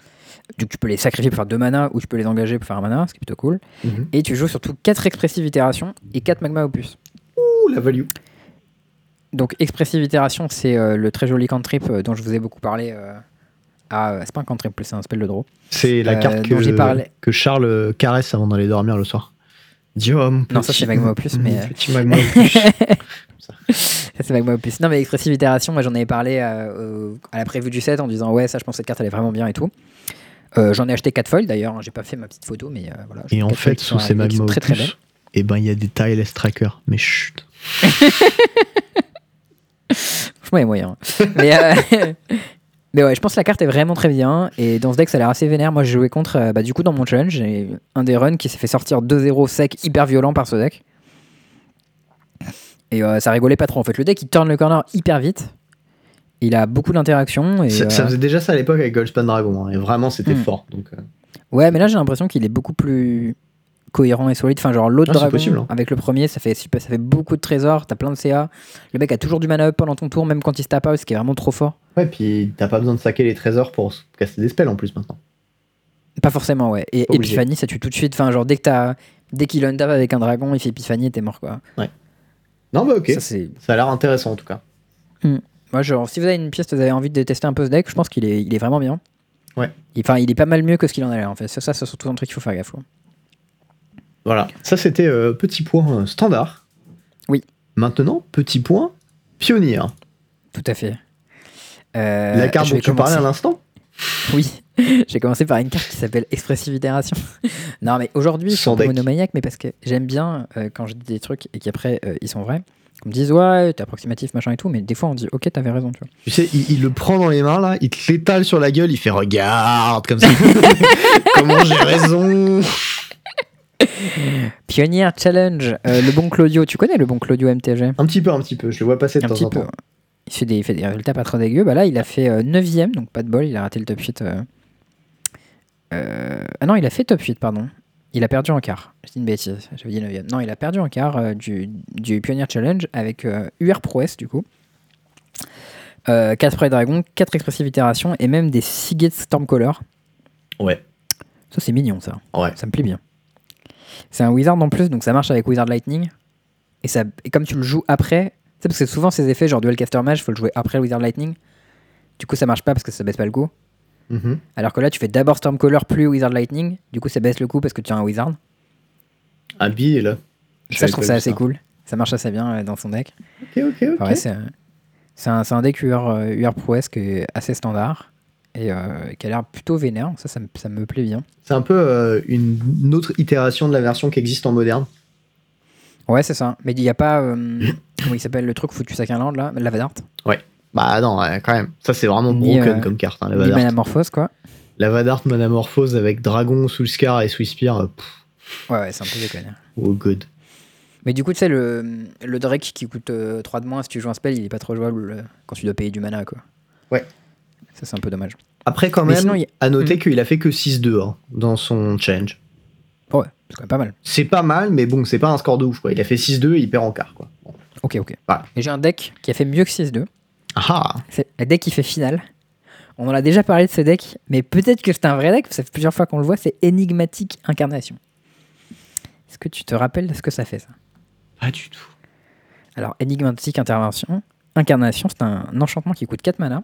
Donc tu peux les sacrifier pour faire deux mana ou tu peux les engager pour faire un mana, ce qui est plutôt cool.
Mhm.
Et tu joues surtout 4 expressives itérations et 4 magma opus.
Ouh, la value.
Donc expressive itération, c'est euh, le très joli cantrip euh, dont je vous ai beaucoup parlé. euh, à- euh, c'est pas un cantrip, c'est un spell de draw.
C'est la
Euh,
carte
dont j'ai
que,
parlé.
que Charles euh, caresse avant d'aller dormir le soir. Dis oh, mon
Non, ça,
petit-
c'est Magma Opus,
mon
mais, euh,
petit Magma Opus.
Ça c'est magma opus. Non mais expressive itération, moi j'en avais parlé euh, au- à la prévue du set en disant ouais ça je pense que cette carte elle est vraiment bien et tout. Euh, j'en ai acheté 4 foils d'ailleurs, hein, j'ai pas fait ma petite photo mais euh, voilà. j'ai
Et en
quatre foils
fait,
qui sont
sous ces
arrivées, qui sont
Magma Opus,
très très belles.
eh ben, il y a des tireless trackers. Mais chut.
Franchement, il y a moyen. Mais, euh, mais ouais, je pense que la carte est vraiment très bien. Et dans ce deck, ça a l'air assez vénère. Moi, j'ai joué contre, euh, bah, du coup, dans mon challenge, j'ai un des runs qui s'est fait sortir 2-0 sec, hyper violent par ce deck. Et euh, ça rigolait pas trop en fait. Le deck, il turn le corner hyper vite. Il a beaucoup d'interactions. et,
Ça,
euh,
ça faisait déjà ça à l'époque avec Goldspan Dragon. hein, et vraiment, c'était
Hmm.
fort. Donc, euh,
Ouais, mais là, j'ai l'impression qu'il est beaucoup plus cohérent et solide. Enfin, genre, l'autre
Ah, c'est
dragon
possible, hein.
avec le premier, ça fait, super- ça fait beaucoup de trésors. T'as plein de CA. Le mec a toujours du mana up pendant ton tour, même quand il se tape out, ce qui est vraiment trop fort.
Ouais, puis t'as pas besoin de saquer les trésors pour s- casser des spells en plus maintenant.
Pas forcément, ouais. Et
Pas obligé.
Epiphanie, ça tue tout de suite. Enfin, genre, dès que t'as. Dès qu'il untap avec un dragon, il fait Epiphanie et t'es mort, quoi.
Non, bah ok.
Ça, c'est.
Ça a l'air intéressant en tout cas.
Moi, genre, si vous avez une pièce, vous avez envie de tester un peu ce deck, je pense qu'il est, il est vraiment bien.
Ouais.
Il- Enfin, il est pas mal mieux que ce qu'il en a l'air, en fait. Ça, ça c'est surtout un truc qu'il faut faire gaffe. quoi.
Voilà. Ça, c'était euh, petit point euh, standard.
Oui.
Maintenant, petit point pionnier. hein.
Tout à fait. Euh,
la carte
je
dont
vais
tu parlais à
commencer-
l'instant.
Oui. J'ai commencé par une carte qui s'appelle Expressive Itération. non, mais aujourd'hui, je suis
Sans
un peu
deck.
monomaniaque, mais parce que j'aime bien euh, quand je dis des trucs et qu'après, euh, ils sont vrais. Qu'on me dise, ouais, t'es approximatif, machin et tout, mais des fois, on dit, ok, t'avais raison, tu vois.
Tu sais, il, il le prend dans les mains là, il te l'étale sur la gueule, il fait regarde comme ça. Comment j'ai raison
Pionnier Challenge, euh, le bon Claudio, tu connais le bon Claudio MTG
Un petit peu, un petit peu. Je le vois passer de
Un
temps
petit
en
peu.
temps.
Il fait, des, il fait des résultats pas trop dégueux. Bah là, il a fait 9ème, donc pas de bol, il a raté le top 8. euh. Euh, Ah non, il a fait top 8, pardon. Il a perdu en quart. C'est une bêtise, j'avais dit 9ème. Non, il a perdu en quart euh, du, du Pionnier Challenge avec euh, UR Pro-S du coup. Euh, 4 Pride Dragon, 4 expressives itérations et même des Seagate Stormcaller.
Ouais.
Ça, c'est mignon, ça.
Ouais.
Ça me plaît bien. C'est un wizard en plus, donc ça marche avec Wizard Lightning. Et, ça, et comme tu le joues après, tu sais, parce que souvent ces effets, genre Duelcaster Mage, faut le jouer après le Wizard Lightning. Du coup, ça marche pas parce que ça baisse pas le coût.
Mhm.
Alors que là, tu fais d'abord Stormcaller plus Wizard Lightning. Du coup, ça baisse le coût parce que tu as un Wizard.
Un billet là.
ça, je trouve ça
J'avais
assez
pas vu
cool. Ça marche assez bien euh, dans son deck.
ça. Ok, ok, ok.
Enfin, ouais, c'est un- c'est un, c'est un deck UR, euh, UR prouesse qui est assez standard et euh, qui a l'air plutôt vénère. Ça, ça, me- ça me plaît bien.
C'est un peu euh, une, une autre itération de la version qui existe en moderne.
Ouais, c'est ça. Mais il n'y a pas. euh, comment il s'appelle le truc foutu sac land là L'Avadart
Bah non, ouais, quand même. Ça, c'est vraiment
Ni,
broken
euh,
comme carte, hein, la
Ni
Vadart.
Manamorphose, quoi.
La Vadart Manamorphose avec Dragon, Soulscar et Swisspire. euh, pff,
Ouais, ouais, c'est un peu déconné.
oh god.
Mais du coup, tu sais, le, le Drake qui coûte 3 de moins, si tu joues un spell, il est pas trop jouable euh, quand tu dois payer du mana, quoi.
Ouais.
Ça, c'est un peu dommage.
Après, quand
Mais
même,
sinon, il y a- Hmm.
à noter qu'il a fait que 6-2 hein, dans son challenge.
Oh, ouais, c'est quand même pas mal.
C'est pas mal, mais bon, c'est pas un score de ouf. Quoi. Il a fait 6-2 et il perd en quart. Quoi. Bon.
Ok, ok.
Voilà.
Et j'ai un deck qui a fait mieux que 6-2.
Ah ah.
C'est le deck qui fait finale. On en a déjà parlé de ce deck, mais peut-être que c'est un vrai deck, ça fait plusieurs fois qu'on le voit, c'est énigmatique incarnation. Est-ce que tu te rappelles de ce que ça fait ça
Pas du tout.
Alors, énigmatique intervention, incarnation, c'est un enchantement qui coûte 4 mana,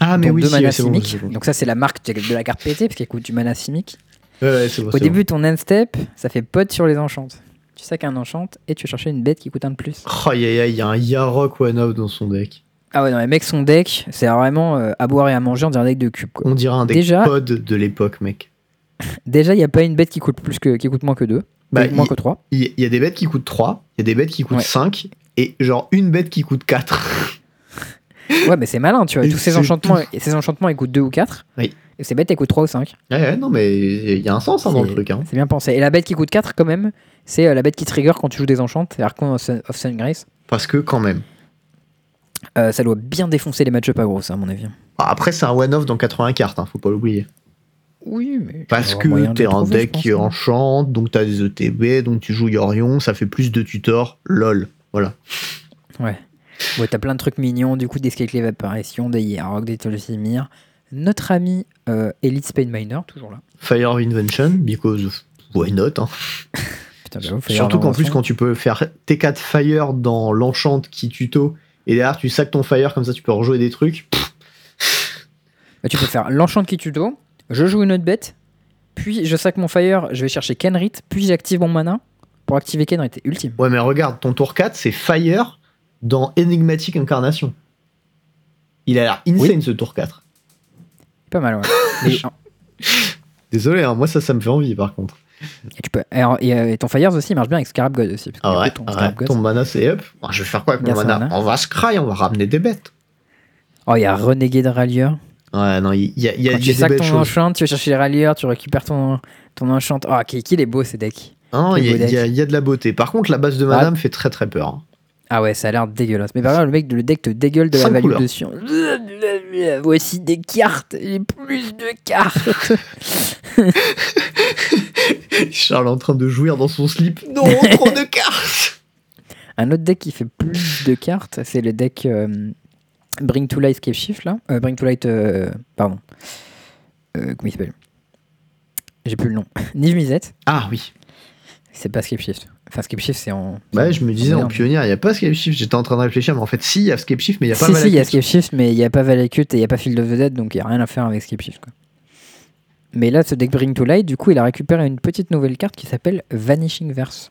Ah, mais
donc
oui,
2
si,
mana
ouais, c'est bon.
simique.
c'est bon.
Donc ça c'est la marque de de la carte pétée parce qu'elle coûte du mana simique.
Ouais, ouais, Bah, c'est bon,
Au
c'est
début ton end step, ça fait pot sur les enchantes. Tu sais qu'un enchant et tu vas chercher une bête qui coûte un de plus.
bon. Oh, aïe, aïe, aïe, il y a un Yarok One-Up dans son deck.
Ah ouais non mais mec son deck, c'est vraiment euh, à boire et à manger, on dirait un deck de cube quoi.
On dirait un deck
Déjà-
pod de l'époque, mec.
Déjà, il n'y a pas une bête qui coûte, plus que, qui coûte moins que 2,
Bah,
moins
il-
que 3.
Il y, il y a des bêtes qui coûtent 3, il y a des bêtes qui coûtent
Ouais.
5, et genre une bête qui coûte 4.
Ouais, mais c'est malin, tu vois.
Et
Tous ces
c'est
enchantements, et ces enchantements, ils coûtent 2 ou 4.
Oui.
Et ces bêtes, elles coûtent 3 ou 5.
ouais, ouais, non, mais il y a un sens hein, dans le
C'est-
truc. Hein.
C'est bien pensé. Et la bête qui coûte 4, quand même, c'est euh, la bête qui trigger quand tu joues des enchantes, c'est Archon of Sun, of Sun Grace.
Parce que quand même.
Euh, ça doit bien défoncer les match-up à gros, ça, à mon avis.
Ah, Après, c'est un one-off dans 80 cartes, hein, faut pas l'oublier.
Oui, mais.
Parce que t'es un deck qui enchante, donc t'as des ETB, donc tu joues Yorion, ça fait plus de tutors, lol. Voilà.
Ouais, t'as plein de trucs mignons, du coup, des Skyclave Apparition, des Yarok, des Tulsimir. Notre ami euh, Elite Spade Miner, toujours là.
Fire Invention, because of why not. hein.
Putain, j'avoue, faut y
Surtout
avoir
qu'en
un
plus,
ensemble.
quand tu peux faire T4 Fire dans l'enchant qui tuto, et derrière tu sacs ton Fire, comme ça tu peux rejouer des trucs.
Bah, tu peux faire l'enchant qui tuto, je joue une autre bête, puis je sac mon fire, je vais chercher Kenrit, puis j'active mon mana pour activer Kenrit, ultime.
Ouais, mais regarde, ton tour 4, c'est Fire dans Enigmatic Incarnation. Il a l'air insane ce tour 4.
Pas mal, ouais. Mais, hein,
Désolé, hein, moi ça, ça me fait envie par contre.
et, tu peux, alors, et, euh, et ton fires aussi il marche bien avec Scarab God aussi. parce que
Ah ouais,
du coup, ton
ouais,
Scarab God-
ton mana c'est up. Ah, Je vais faire quoi avec mon
Bien, c'est
mana
mana.
On va se cry, on va ramener des bêtes.
Oh, il y a Renegade Rallier.
Ouais, non, il y a, il y a,
Quand
il y
tu
a des
sacs
belles
ton
choses.
enchant, tu vas chercher les Rallier, tu récupères ton, ton enchant. Oh, qui, qui est beau ces decks.
Hein, il y, a-
Godex.
il y a- il y a de la beauté. Par contre, la base de madame fait très très peur. hein.
Ah ouais, ça a l'air dégueulasse. Mais par contre, le mec, le deck te dégueule de la
Cinq
value
couleurs.
dessus. Voici des cartes, et plus de cartes.
Charles est en train de jouir dans son slip. Non, trop de cartes
Un autre deck qui fait plus de cartes, c'est le deck euh, Bring to Light Escape Shift là. Euh, Bring to Light, euh, pardon. Euh, comment il s'appelle J'ai plus le nom. Niv Mizzet,
Ah oui.
c'est pas Escape Shift. Enfin, Escape Shift, c'est en.
Ouais, je me disais en
moderne.
pionnier, il n'y a pas Scape Shift. J'étais en train de réfléchir, mais en fait, si, il y a Scape Shift, mais il n'y a pas
Si, si,
Malakut.
il y a Escape Shift, mais il n'y a pas Valakut et il n'y a pas Field of the Dead, donc il n'y a rien à faire avec Escape Shift. Quoi. Mais là, ce deck Bring to Light, du coup, il a récupéré une petite nouvelle carte qui s'appelle Vanishing Verse.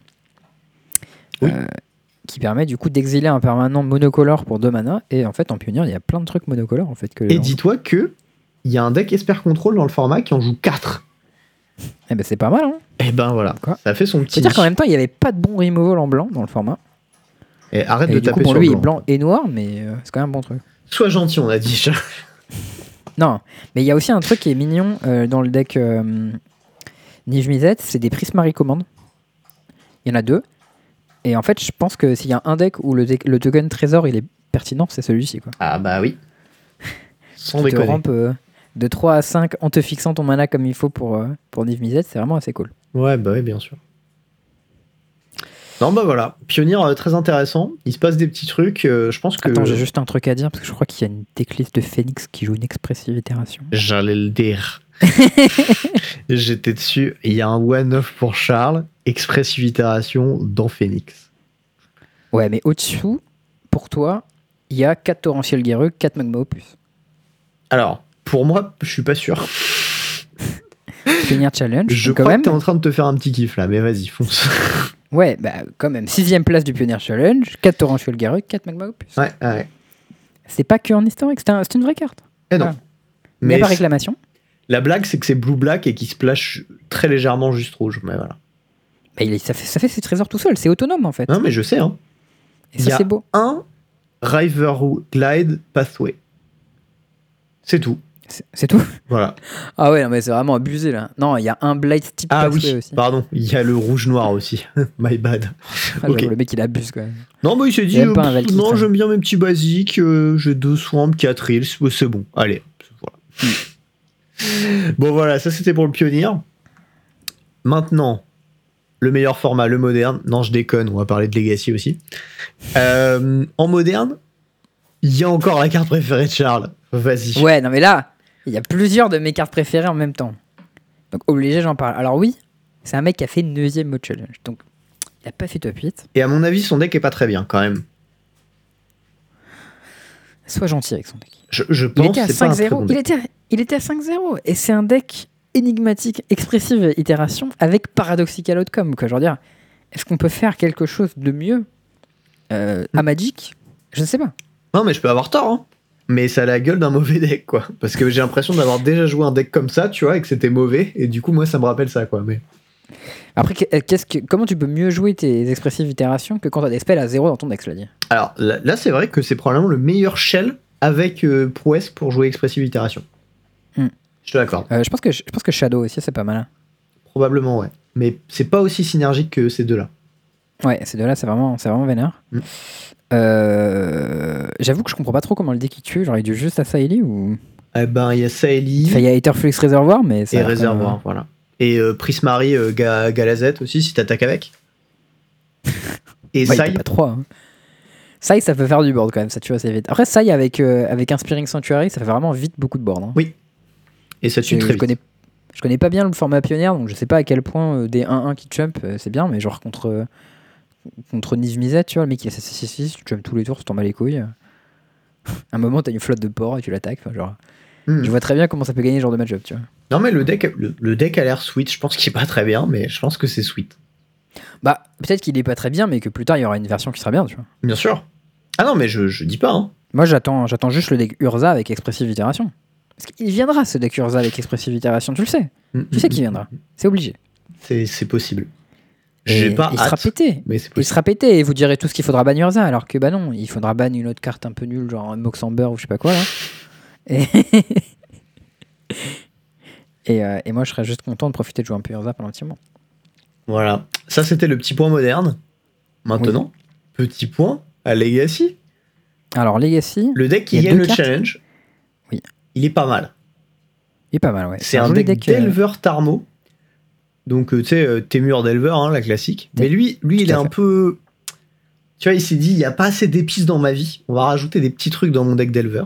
Oui.
Euh, qui permet du coup d'exiler un permanent monocolore pour deux mana. Et en fait, en pionnier, il y a plein de trucs monocolores en fait. Que
Et dis-toi que il y a un deck Esper Control dans le format qui en joue 4.
Eh ben, c'est pas mal, hein.
Et ben voilà.
Quoi
ça fait son petit.
C'est-à-dire qu'en même temps, il n'y avait pas de bon removal en blanc dans le format.
Et arrête
Et
de
du coup,
taper
pour
sur
lui,
le
il est blanc et noir, mais euh, c'est quand même un bon truc.
Sois gentil, on a dit. Charles.
Non, mais il y a aussi un truc qui est mignon euh, dans le deck euh, Niv Mizzet, c'est des Prismari Command. Il y en a deux. Et en fait, je pense que s'il y a un deck où le, deck- le token trésor il est pertinent, c'est celui-ci. quoi.
Ah bah oui. Sans
Qui te
déconner.
rampe euh, de 3 à 5 en te fixant ton mana comme il faut pour, euh, pour Niv Mizzet, c'est vraiment assez cool.
Ouais, bah oui, bien sûr. Non, bah voilà. Pionnier, euh, très intéressant. Il se passe des petits trucs. euh, je pense que.
Attends, j'ai juste un truc à dire parce que je crois qu'il y a une decklist de Phoenix qui joue une expressive itération.
J'allais le dire. J'étais dessus. Il y a un one-off pour Charles. Expressive itération dans Phoenix.
Ouais, mais au-dessous, pour toi, il y a 4 Torrentiel Guéreux, 4 Magma Opus.
Alors, pour moi, je suis pas sûr.
Pioneer Challenge,
Je
quand
crois
même.
que t'es en train de te faire un petit kiff là, mais vas-y, fonce.
Ouais, bah quand même. Sixième place du Pioneer Challenge, 4 Torrential Garreux, 4 Magma Opus.
ouais, ouais.
C'est pas que en historique, c'est un- c'est une vraie carte.
Et non.
Voilà. Il n'y a
Ah. Mais
pas réclamation.
la blague, c'est que c'est blue-black et qu'il splash très légèrement juste rouge. Mais voilà.
Bah, il est- ça, fait, ça fait ses trésors tout seul, c'est autonome en fait.
Non, mais je sais, hein.
Et
il y
ça
a-
c'est beau.
un River Glide Pathway. C'est tout.
C'est- C'est tout
Voilà.
Ah ouais, non, mais c'est vraiment abusé là. Non, il y a un Blade type
Ah
tatoué
oui,
aussi.
pardon, il y a le rouge-noir aussi. My bad.
Ah, j'avoue,
ok.
Le mec il abuse quoi.
Non, bah il s'est dit,
même
euh,
pas un
pff,
Valkyrie,
non,
hein.
j'aime bien mes petits basiques, euh, j'ai deux swamps, quatre îles, c'est c'est bon, allez.
Hmm.
Voilà. bon voilà, ça c'était pour le pionnier. Maintenant, le meilleur format, le moderne. Non, je déconne, on va parler de Legacy aussi. Euh, en moderne, il y a encore la carte préférée de Charles. Vas-y.
Ouais, non mais là, il y a plusieurs de mes cartes préférées en même temps. Donc obligé, j'en parle. Alors oui, c'est un mec qui a fait 9 au challenge. Donc il a pas fait top 8.
Et à mon avis, son deck est pas très bien quand même.
Sois gentil avec son deck.
Je, je
Il
pense
était à
que c'est pas un très bon
5-0. Il
deck.
était, il était à 5-0. Et c'est un deck énigmatique, expressive et itération avec paradoxical outcome. Quoi. Je veux dire, est-ce qu'on peut faire quelque chose de mieux euh, à Magic Je ne sais pas.
Non, mais je peux avoir tort, hein. Mais ça a la gueule d'un mauvais deck, quoi. Parce que j'ai l'impression d'avoir déjà joué un deck comme ça, tu vois, et que c'était mauvais. Et du coup, moi, ça me rappelle ça, quoi. Mais
Après, qu'est- qu'est-ce que, comment tu peux mieux jouer tes expressives itérations que quand t'as des spells à 0 dans ton deck, cela dit
alors là, là, c'est vrai que c'est probablement le meilleur shell avec euh, prouesse pour jouer expressive itération.
Hmm.
Je te l'accorde.
Euh, je, pense que, je pense que Shadow aussi, c'est pas mal. hein.
Probablement, ouais. Mais c'est pas aussi synergique que ces deux-là.
Ouais, ces deux-là, c'est vraiment, c'est vraiment vénère.
Mm.
Euh, J'avoue que je comprends pas trop comment le deck il tue. J'aurais dû juste à Saïli ou.
Eh ben, il y a Saeli
Enfin, il y a Haterflux Reservoir, mais ça.
et
a l'air quand même- hein.
Réservoir, voilà. Et euh, Prismari euh, Ga- Galazette aussi, si t'attaques avec. Et
Ouais, il
Sai,
peut pas 3. Hein. Sai, ça peut faire du board quand même, ça tue assez vite. Après, Sai avec, euh, avec Inspiring Sanctuary, ça fait vraiment vite beaucoup de board. hein.
Oui, et ça tue
Et
très
je
vite.
connais, je connais pas bien le format pionnière, donc je sais pas à quel point euh, des 1-1 qui jump, euh, c'est bien, mais genre contre, euh, contre Niv Mizzet, tu vois, le mec il a sa 6-6, tu jump tous les tours, tu t'en bats les couilles. À un moment, t'as une flotte de porc et tu l'attaques. Enfin, genre,
Hmm.
Je vois très bien comment ça peut gagner ce genre de match-up, tu vois.
Non, mais le deck, le, le deck a l'air sweet. Je pense qu'il est pas très bien, mais je pense que c'est sweet.
Bah, peut-être qu'il est pas très bien, mais que plus tard, il y aura une version qui sera bien, tu vois.
Bien sûr. Ah non, mais je, je dis pas. hein.
Moi, j'attends, j'attends juste le deck Urza avec Expressive Itération. Parce qu'il viendra ce deck Urza avec Expressive Itération, tu le sais. Tu sais qu'il viendra. C'est obligé.
Mm, C'est c'est possible.
Et
J'ai pas
il sera
hâte,
pété.
mais c'est
Il
possible.
sera pété et vous direz tout ce qu'il faudra ban Urza, alors que bah non, il faudra ban une autre carte un peu nulle, genre un Moxamber ou je sais pas quoi là. Et, et, euh, et moi, je serais juste content de profiter de jouer un peu Urza pendant un petit moment.
Voilà. Ça, c'était le petit point moderne. Maintenant, petit point à Legacy.
Alors, Legacy,
Le deck qui
Il y a
gagne
deux
le
cartes
challenge,
Oui.
il est pas mal.
il est pas mal, ouais.
C'est un
joli
deck,
euh,
d'Elver Tarmo. Donc, euh, tu sais, euh, Témur d'Elver, hein, la classique.
Tout
Mais lui, lui il
à
est
fait.
un peu. Tu vois, il s'est dit, il n'y a pas assez d'épices dans ma vie. On va rajouter des petits trucs dans mon deck d'Elver.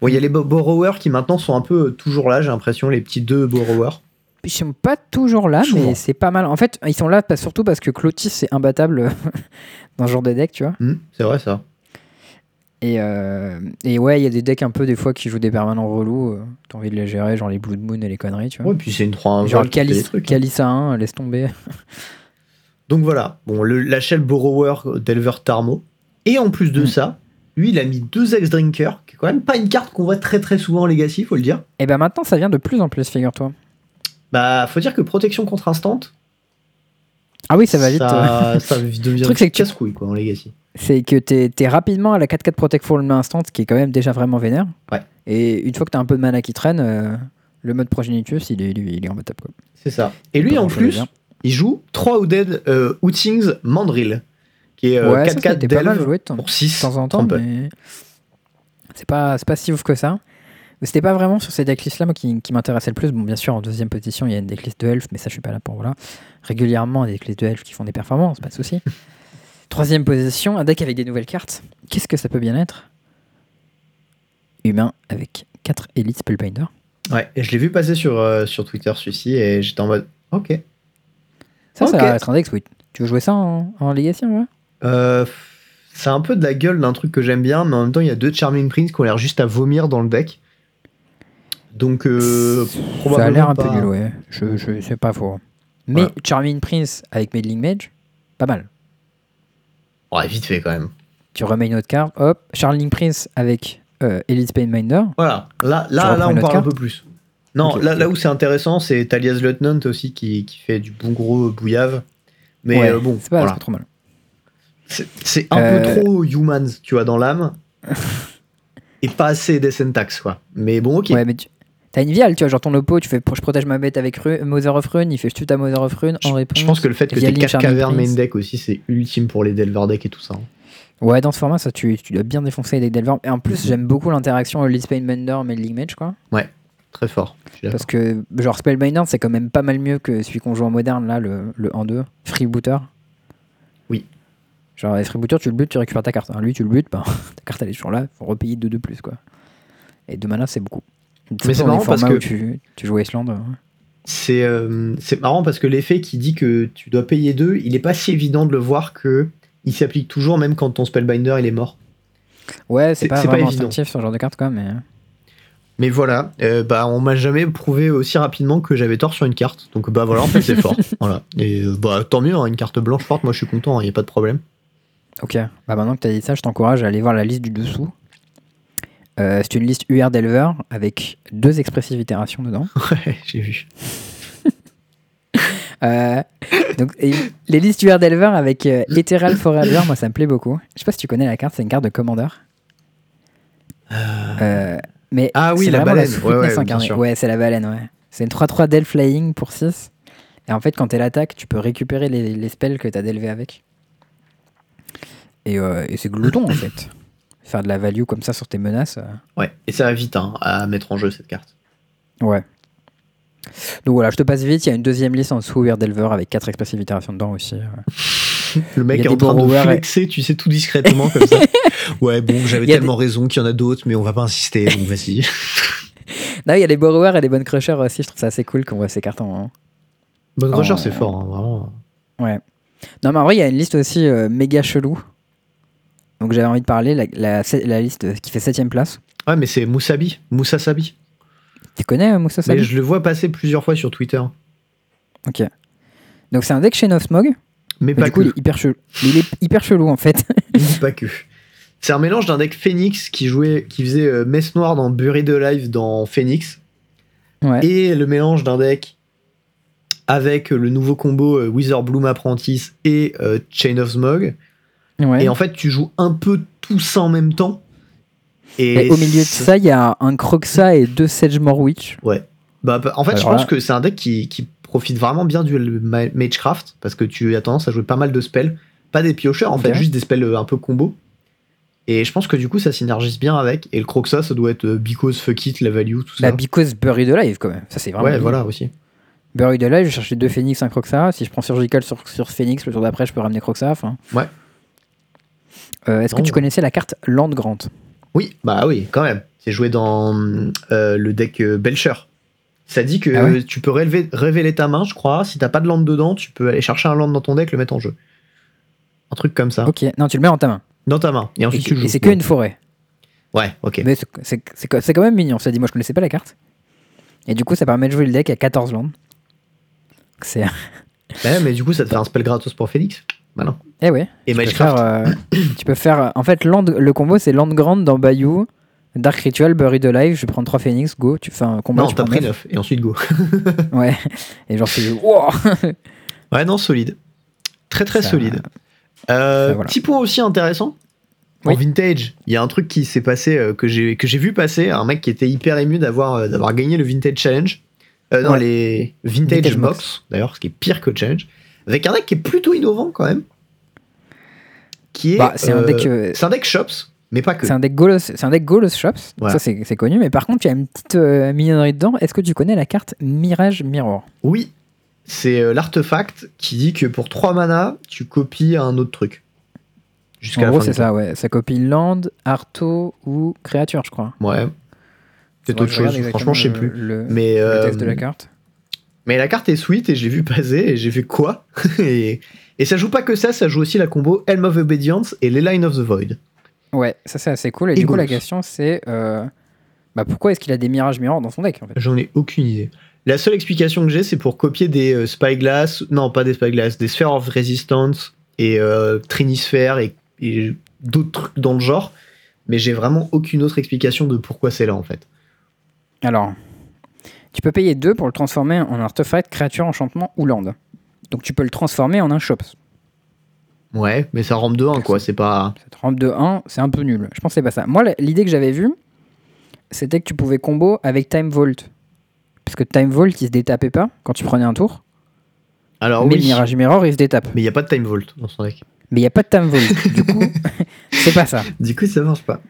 Bon, il y a les bo- Borrowers qui maintenant sont un peu euh, toujours là, j'ai l'impression, les petits deux Borrowers.
Ils sont pas toujours là,
Souvent.
mais c'est pas mal. En fait, ils sont là pas- surtout parce que Clotis c'est imbattable dans ce genre de deck, tu vois.
Hmm, c'est vrai, ça.
Et, euh, et ouais, il y a des decks un peu des fois qui jouent des permanents relous. euh, T'as envie de les gérer, genre les Blood Moon et les conneries, tu vois.
Ouais, puis c'est une 3
genre le Calice,
hein.
Calice à 1, laisse tomber.
Donc voilà, bon, le, la shell borrower d'Elver Tarmo. Et en plus de
Mm.
ça, lui, il a mis deux ex-drinkers, qui est quand même pas une carte qu'on voit très très souvent en Legacy, faut le dire.
Et ben maintenant, ça vient de plus en plus, figure-toi.
Bah, faut dire que protection contre instant,
Ah oui, ça va vite. euh.
Ça, ça
Le
devient
truc, c'est que tu-
casse-couille, quoi, en Legacy.
C'est que t'es t'es rapidement à la 4-4 Protect for le instant, ce qui est quand même déjà vraiment vénère.
Ouais.
Et une fois que t'as un peu de mana qui traîne, euh, le mode Progenitus, il est, il est, il est imbattable. Quoi.
C'est ça. Et
Pas
lui, en
grand-chose à
plus,
dire.
il joue 3 Ouded euh, Outings Mandrill, qui est euh,
ouais, ça, ça a
4-4
été pas mal
d'Elve
joué de temps-
pour
de
6.
temps en temps, mais c'est pas, c'est pas si ouf que ça. Mais c'était pas vraiment sur ces decklists là moi qui, qui m'intéressait le plus. Bon, bien sûr, en deuxième position, il y a une decklist de elfes, mais ça, je suis pas là pour voilà. Régulièrement, des decklists de elfes qui font des performances, pas de souci. Troisième position, un deck avec des nouvelles cartes. Qu'est-ce que ça peut bien être Humain avec 4 élites Spellbinder.
Ouais, et je l'ai vu passer sur, euh, sur Twitter, celui-ci, et j'étais en mode, ok.
Ça, ça
Ok.
va être un deck, oui. Tu veux jouer ça en, en Legacy, en vrai
Euh, c'est un peu de la gueule d'un truc que j'aime bien, mais en même temps, il y a deux Charming Prince qui ont l'air juste à vomir dans le deck. Donc, euh,
Ça a
probablement
l'air un
pas-
peu nul, ouais. Je, je, c'est pas faux. Mais
Voilà.
Charming Prince avec Meddling Mage, pas mal.
Ouais, vite fait quand même.
Tu remets une autre carte, hop. Charming Prince avec euh, Elite Painminder.
Voilà, là,
Tu
là,
reprends
là on
une autre
parle un
carte
peu plus. Non,
Ok,
là,
ok,
là
ok.
où c'est intéressant, c'est Thalias Lieutenant aussi qui, qui fait du bon gros bouillave. Mais
Ouais,
euh, bon,
c'est pas, c'est
voilà.
pas trop mal.
C'est- c'est un
Euh,
peu trop humans, tu vois, dans l'âme. et pas assez des syntaxes, quoi. Mais bon, ok.
Ouais, mais tu, T'as une viale, tu vois, genre ton lopo, tu fais je protège ma bête avec Ru- Mother of Rune, il fait je tue ta Mother of Rune en réponse.
Je pense que le fait que
Via
t'aies
Lynch
4
Army
cavernes main
Prince.
deck aussi, c'est ultime pour les Delver deck et tout ça. hein.
Ouais, dans ce format, ça, tu, tu dois bien défoncer les Delver. Et en plus, j'aime beaucoup l'interaction Lead Spellbinder mais League Mage, quoi.
Très fort. je suis d'accord.
Parce que, genre, Spellbinder, c'est quand même pas mal mieux que celui qu'on joue en moderne, là, le, le 1-2, Freebooter.
Oui.
Genre, et Freebooter, tu le butes, tu récupères ta carte. Alors, lui, tu le butes, ben, ta carte, elle est toujours là, faut repayer 2 de plus, quoi. Et deux mana, c'est beaucoup.
Mais c'est
dans les
marrant parce
formats
que-
où tu, tu joues hein. à Islande. ouais.
C'est euh, c'est marrant parce que l'effet qui dit que tu dois payer deux, il est pas si évident de le voir que il s'applique toujours même quand ton spellbinder il est mort.
Ouais, c'est
C'est-
pas
c'est pas
vraiment
évident.
instinctif, ce genre de carte, quoi, mais.
Mais voilà, euh, bah on m'a jamais prouvé aussi rapidement que j'avais tort sur une carte. Donc bah voilà, en fait c'est fort. Voilà. Et euh, bah tant mieux, hein, une carte blanche forte, moi je suis content, il n'y a pas de problème.
Ok, bah maintenant que tu as dit ça, je t'encourage à aller voir la liste du dessous. Euh, c'est une liste UR d'Elver avec deux expressives itérations dedans.
Ouais, j'ai vu.
Euh, donc, et les listes UR d'Elver avec euh, Ethereal Forever, moi ça me plaît beaucoup. Je sais pas si tu connais la carte, c'est une carte de commandeur. Euh, mais
Ah oui,
c'est
la
vraiment
baleine.
souplesse
Ouais, ouais, bien
incarnée.
sûr.
Ouais, c'est la baleine, ouais. C'est une 3-3 Del Flying pour 6. Et en fait, quand elle attaque, tu peux récupérer les, les spells que tu as d'élevé avec. Et, euh, et c'est glouton en fait. Faire de la value comme ça sur tes menaces. euh,
Ouais, et ça va vite hein, à mettre en jeu cette carte.
Ouais. Donc voilà, je te passe vite. Il y a une deuxième liste en dessous, Weird Delver, avec 4 expressives itérations dedans aussi. euh. ouais.
Le mec
Il y
est
a
en
des
train de
borrowers,
flexer, tu sais, tout discrètement comme ça. Ouais, bon, j'avais
Il y a
tellement raison qu'il y en a d'autres, mais on va pas insister, donc vas-y.
Non, il y a les borrowers et les bonnes crushers aussi. Je trouve ça assez cool qu'on voit ces hein. cartes en,
Bonne
Oh.
recherche, c'est fort, hein, vraiment.
Non, mais en vrai, il y a une liste aussi euh, méga chelou. Donc j'avais envie de parler, la, la, la liste euh, qui fait 7ème place.
Ouais, mais c'est Moussabi, Moussa Sabi.
Tu connais euh, Moussa
Mais
Sabi
je le vois passer plusieurs fois sur Twitter.
Ok. Donc c'est un deck Shane of Smog.
Mais
mais
pas
du coup,
que.
il est hyper chelou. Il est hyper chelou en fait.
pas que. C'est un mélange d'un deck Phoenix qui jouait, qui faisait euh, Messe Noire dans Buried Alive dans Phoenix
ouais.
et le mélange d'un deck avec le nouveau combo euh, Wither Bloom Apprentice et euh, Chain of Smog.
ouais.
Et en fait, tu joues un peu tout ça en même temps.
Mais
Et
Bah, au milieu de ça, il y a un Croxa et deux Sage Morwitch.
Bah, bah, en fait, je
Alors
pense
là-
que c'est un deck qui, qui profite vraiment bien du ma- Magecraft, parce que tu as tendance à jouer pas mal de spells. Pas des piocheurs, en
Ok.
fait, juste des spells euh, un peu combo. Et je pense que du coup, ça synergise bien avec. Et le Croxa, ça doit être euh, Because, Fuck It, la value, tout ça.
Bah, because Buried Alive quand même. Ça, c'est vraiment.
ouais,
cool.
voilà aussi.
Buried Alive, je cherchais deux Phoenix, un Croxa. Si je prends Surgical sur, sur Phoenix, le tour d'après, je peux ramener Croxa. enfin.
Ouais.
Euh, Est-ce que
Non.
tu connaissais la carte Land Grant
Oui, bah oui, quand même. C'est joué dans euh, le deck euh, Belcher. Ça dit que
Ah ouais
euh, tu peux rélever- révéler ta main, je crois. Si t'as pas de land dedans, tu peux aller chercher un land dans ton deck, le mettre en jeu. Un truc comme ça.
Ok, non, tu le mets en ta main.
Dans ta main. Et ensuite,
Et-
Hein tu le joues.
et c'est que une forêt.
Ouais, ok.
Mais c'est- c'est c'est quand c'est quand même mignon. Ça dit, moi je connaissais pas la carte. Et du coup, ça permet de jouer le deck à 14 landes. C'est.
Bah Ouais, mais du coup, ça te fait un spell gratos pour Félix. Bah Malin.
Eh ouais.
Et
tu peux
Magecraft.
faire, euh, tu peux faire. euh, En fait, land, le combo c'est Land Grand dans Bayou, Dark Ritual, Buried Alive. Je prends 3 Phoenix, go. Tu fais un combat.
non,
tu
t'as
prends
pris
neuf.
9. Et ensuite, go.
Ouais. Et genre, c'est. wow.
Ouais, non, solide. Très, très
Ça-
solide. Euh,
ça, voilà.
Petit point aussi intéressant. En
Oui.
vintage, il y a un truc qui s'est passé, euh, que j'ai que j'ai vu passer, un mec qui était hyper ému d'avoir euh, d'avoir gagné le Vintage Challenge. Euh, non,
Ouais.
les Vintage,
Vintage
Box,
Box.
d'ailleurs, ce qui est pire que le Challenge. Avec un deck qui est plutôt innovant quand même. Qui est.
Bah, c'est un
euh,
deck. euh,
C'est un deck Shops, mais pas que.
C'est un deck Golos, c'est un deck Golos Shops.
Voilà.
Ça c'est c'est connu, mais par contre, il y a une petite euh, mignonnerie dedans. Est-ce que tu connais la carte Mirage Mirror
Oui, c'est euh, l'artefact qui dit que pour 3 mana, tu copies un autre truc. Jusqu'à
En
la
gros,
fin
c'est
du tour.
ça, ouais. Ça copie Land, Arto ou Créature, je crois.
Ouais. Peut-être
Faudrait
autre
que regarde
chose, franchement, je sais
exactement
plus.
Le, le-
Mais,
le
euh,
texte de la carte.
mais la carte est sweet et j'ai vu passer et j'ai vu quoi et, et ça joue pas que ça, ça joue aussi la combo Helm of Obedience et les Line of the Void.
Ouais, ça c'est assez cool. Et,
et
du coup, la
Golos.
question c'est euh, bah, pourquoi est-ce qu'il a des mirages mirrors dans son deck en fait
J'en ai aucune idée. La seule explication que j'ai, c'est pour copier des euh, Spyglass, non pas des Spyglass, des Sphere of Resistance et euh, Trinisphere et, et d'autres trucs dans le genre. Mais j'ai vraiment aucune autre explication de pourquoi c'est là en fait.
Alors, tu peux payer 2 pour le transformer en artefact, créature, enchantement ou land. Donc tu peux le transformer en un shops.
Ouais, mais ça rampe de 1, quoi. C'est pas.
Cette rampe de 1, c'est un peu nul. Je pensais pas ça. Moi, la- l'idée que j'avais vue, c'était que tu pouvais combo avec Time Vault. Parce que Time Vault, il se détapait pas quand tu prenais un tour.
Alors
mais
Ah oui,
Mirage Mirror, il se détape.
mais il n'y a pas de time vault dans son deck.
Mais il n'y a pas de Time Vault. du coup, c'est pas ça.
Du coup, ça marche pas.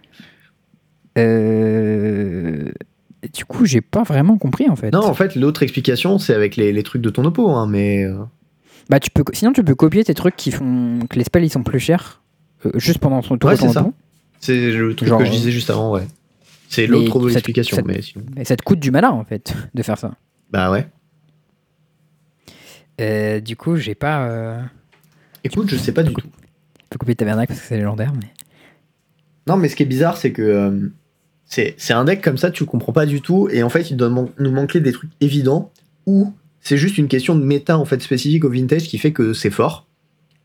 Euh, Du coup, j'ai pas vraiment compris en fait.
Non, en fait, l'autre explication, c'est avec les, les trucs de ton oppo, hein, mais euh,
Bah, tu peux, sinon, tu peux copier tes trucs qui font que les spells ils sont plus chers euh, juste pendant son tour.
Ouais,
pendant
c'est ça.
ton tour.
c'est le truc
Genre, euh,
que je disais juste avant, ouais. C'est
mais
l'autre
ça-
explication,
ça-
mais sinon-
Mais ça te coûte du malin en fait de faire ça.
Bah ouais.
Euh, du coup, j'ai pas. euh,
Écoute, je sais pas du tout.
Je peux copier Tabernacle parce que c'est légendaire, mais.
Non, mais ce qui est bizarre, c'est que euh, c'est c'est un deck comme ça, tu le comprends pas du tout, et en fait, il doit man- nous manquer des trucs évidents, ou c'est juste une question de méta en fait spécifique au vintage qui fait que c'est fort.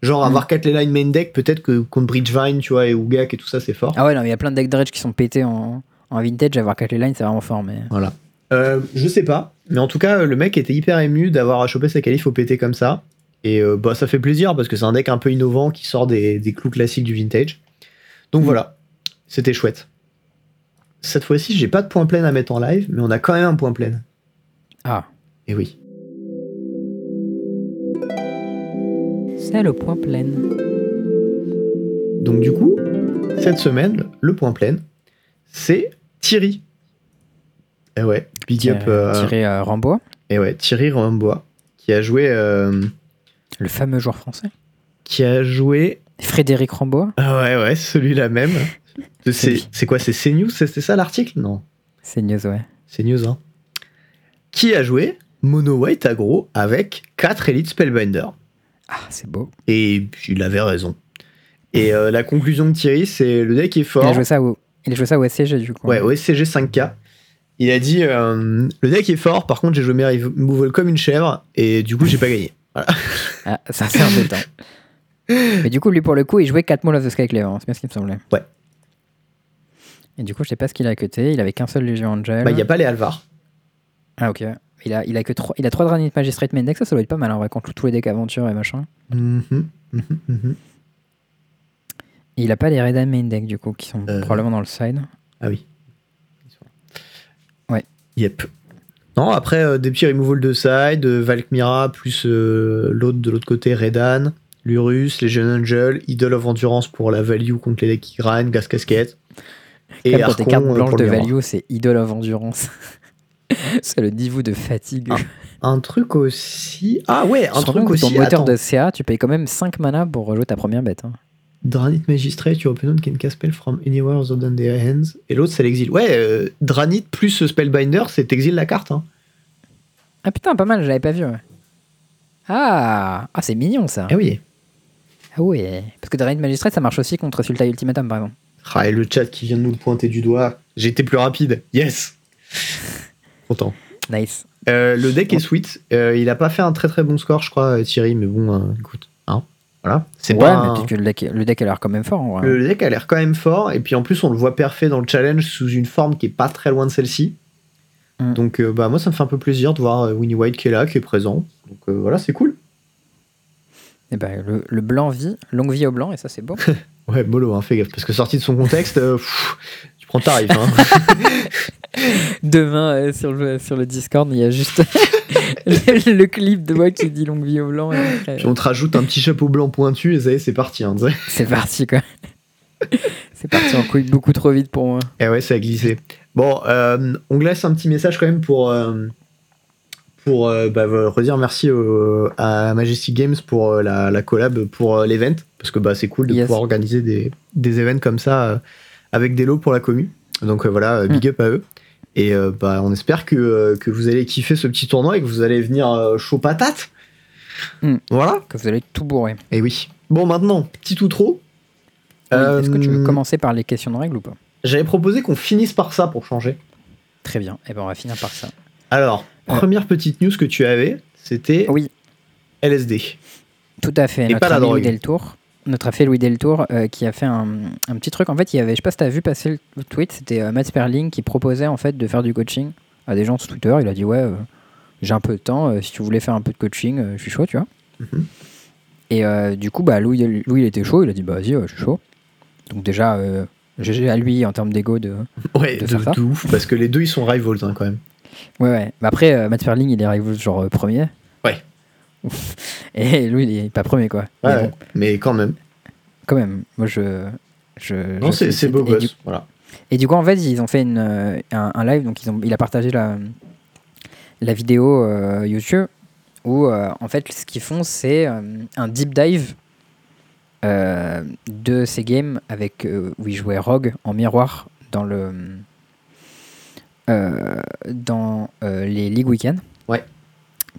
Genre
Mm.
avoir 4 lines main deck, peut-être que contre Bridgevine, tu vois, et Ugak et tout ça, c'est fort.
Ah ouais, non, mais il y a plein de deck dredge qui sont pétés en, en vintage. Avoir 4 lines, c'est vraiment fort, mais.
Voilà. Euh, je sais pas, mais en tout cas, le mec était hyper ému d'avoir chopé sa qualif au PT comme ça. Et euh, bah, ça fait plaisir parce que c'est un deck un peu innovant qui sort des, des clous classiques du vintage. Donc
Mm.
voilà, c'était chouette. Cette fois-ci, j'ai pas de point plein à mettre en live, mais on a quand même un point plein.
Ah,
Et oui.
c'est le point plein.
Donc du coup, cette semaine, le point plein, c'est Thierry. Et ouais, big up. euh,
Tiré euh, Rambo,
eh ouais, Thierry Rambois, qui a joué. euh,
le fameux joueur français.
qui a joué
Frédéric Rambo,
Ah ouais, ouais, celui-là même.
C'est
De ces-
lui.
C'est quoi, c'est CNews C'est c'est ça l'article Non,
c'est news, ouais.
CNews, hein. Qui a joué Mono White Agro avec 4 élites Spellbinder
Ah, c'est beau.
Et il avait raison. Et euh, la conclusion de Thierry, c'est le deck est fort.
Il a joué ça au, il a joué ça au SCG, du coup.
Ouais, au SCG 5K. Il a dit euh, le deck est fort, par contre j'ai joué mes removal comme une chèvre et du coup j'ai pas gagné.
Ah, ça c'est embêtant. Mais du coup, lui, pour le coup, il jouait 4 Maul of the Skyclave, hein, c'est bien ce qu'il me semblait.
Ouais.
Et du coup, je sais pas ce qu'il a cuté. Il avait qu'un seul Légion Angel.
Bah, il n'y a pas les Alvar.
Ah, ok. Il a, il a que 3, il a trois Dranit Magistrate Main Deck, ça, ça doit être pas mal en vrai, contre tous les decks aventure et machin.
Mhm, mhm, mhm.
Et il a pas les Redan Main Deck, du coup, qui sont
Euh.
probablement dans le side.
Ah oui.
Ouais.
Yep. Non, après, euh, des petits removals de side, euh, Valkmira, plus euh, l'autre de l'autre côté, Redan, Lurus, Legion Angel, Idol of Endurance pour la value contre les decks qui grind, Gas Casquette. Et
Comme pour tes cartes
Archon, euh,
blanches
pour
de
le miroir.
value, c'est Idol of Endurance. c'est le niveau de fatigue.
Ah, Un truc aussi. Ah ouais, un
Sans
truc
compte que
aussi.
Ton moteur
Attends.
de CA, tu payes quand même 5 mana pour rejouer ta première bête. hein.
Dranit Magistrate, you open can cast spell from anywhere other than their hands. Et l'autre, c'est l'exil. Ouais, euh, Dranit plus Spellbinder, c'est exil la carte. Hein.
Ah putain, pas mal, je l'avais pas vu. ouais. Ah, ah c'est mignon ça.
Eh oui.
Ah ouais. Parce que Drain Magistrate, ça marche aussi contre Sultai Ultimatum, par exemple.
Ah, et le chat qui vient de nous le pointer du doigt. J'étais plus rapide. Yes Content.
Nice.
Euh, le deck est sweet. Euh, il a pas fait un très très bon score, je crois, euh, Thierry, mais bon, euh, écoute. hein, voilà. C'est
ouais,
pas
mais Euh.
un-
puis que le deck, le deck a l'air quand même fort en vrai.
Le deck a l'air quand même fort, et puis en plus, on le voit parfait dans le challenge sous une forme qui est pas très loin de celle-ci.
Mm.
Donc, euh, bah, moi, ça me fait un peu plaisir de voir euh, Winnie White qui est là, qui est présent. Donc, euh, voilà, c'est cool.
Eh ben, le, le blanc vit, longue vie au blanc, et ça c'est beau.
Ouais, mollo, hein, fais gaffe, parce que sorti de son contexte, euh, pff, tu prends ta rive. Hein.
Demain, euh, sur, le, sur le Discord, il y a juste le, le clip de moi qui dit longue vie au blanc. et après,
puis on te rajoute un petit chapeau blanc pointu, et ça y est, c'est parti. Hein, tu sais.
C'est parti quoi. c'est parti en couille beaucoup trop vite pour moi.
Eh ouais, ça a glissé. Bon, euh, on glace un petit message quand même pour, euh, pour euh, bah, redire merci au- à Majestic Games pour euh, la, la collab pour euh, l'event, parce que bah, c'est cool de
Yes.
pouvoir organiser des, des events comme ça euh, avec des lots pour la commu. Donc euh, voilà, euh, big
Hmm.
up à eux. Et euh, bah, on espère que, euh, que vous allez kiffer ce petit tournoi et que vous allez venir euh, chaud patate.
Mm.
Voilà,
Que vous allez tout bourrer.
et oui. Bon, maintenant, petit outro.
Oui, Est-ce que tu veux
Euh,
commencer par les questions de règles ou pas
J'avais proposé qu'on finisse par ça pour changer.
Très bien. Eh ben, on va finir par ça.
Alors,
Euh.
première petite news que tu avais, c'était
Oui,
LSD.
tout à fait.
Et
notre
pas la
ami Louis
drogue.
Deltour. Notre affaire Louis Deltour euh, qui a fait un, un petit truc. En fait, il y avait, je sais pas si t'as vu passer le tweet, c'était euh, Matt Sperling qui proposait en fait de faire du coaching à des gens sur Twitter. Il a dit ouais, euh, j'ai un peu de temps. euh, si tu voulais faire un peu de coaching, euh, je suis chaud, tu vois.
Mhm.
Et euh, du coup, bah Louis, Louis, il était chaud. Il a dit bah vas-y, euh, je suis chaud. Donc déjà, euh, GG à lui en termes d'ego de.
Ouais,
De
de,
faire ça
de ouf, parce que les deux ils sont rivals hein, quand même.
Ouais, ouais. Mais après, euh, Matt Perling, il est arrivé genre euh, premier.
Ouais.
Et lui, il est pas premier, quoi. Mais
Ouais,
bon,
Mais quand même.
quand même, moi, je. je
Non,
je
c'est
félicite.
c'est beau
Et du-
gosse. Voilà.
Et du coup, en fait, ils ont fait une, euh, un, un live, donc ils ont, il a partagé la, la vidéo euh, YouTube où, euh, en fait, ce qu'ils font, c'est euh, un deep dive euh, de ces games avec, euh, où ils jouaient Rogue en miroir dans, le, euh, dans euh, les League Weekend.
Ouais.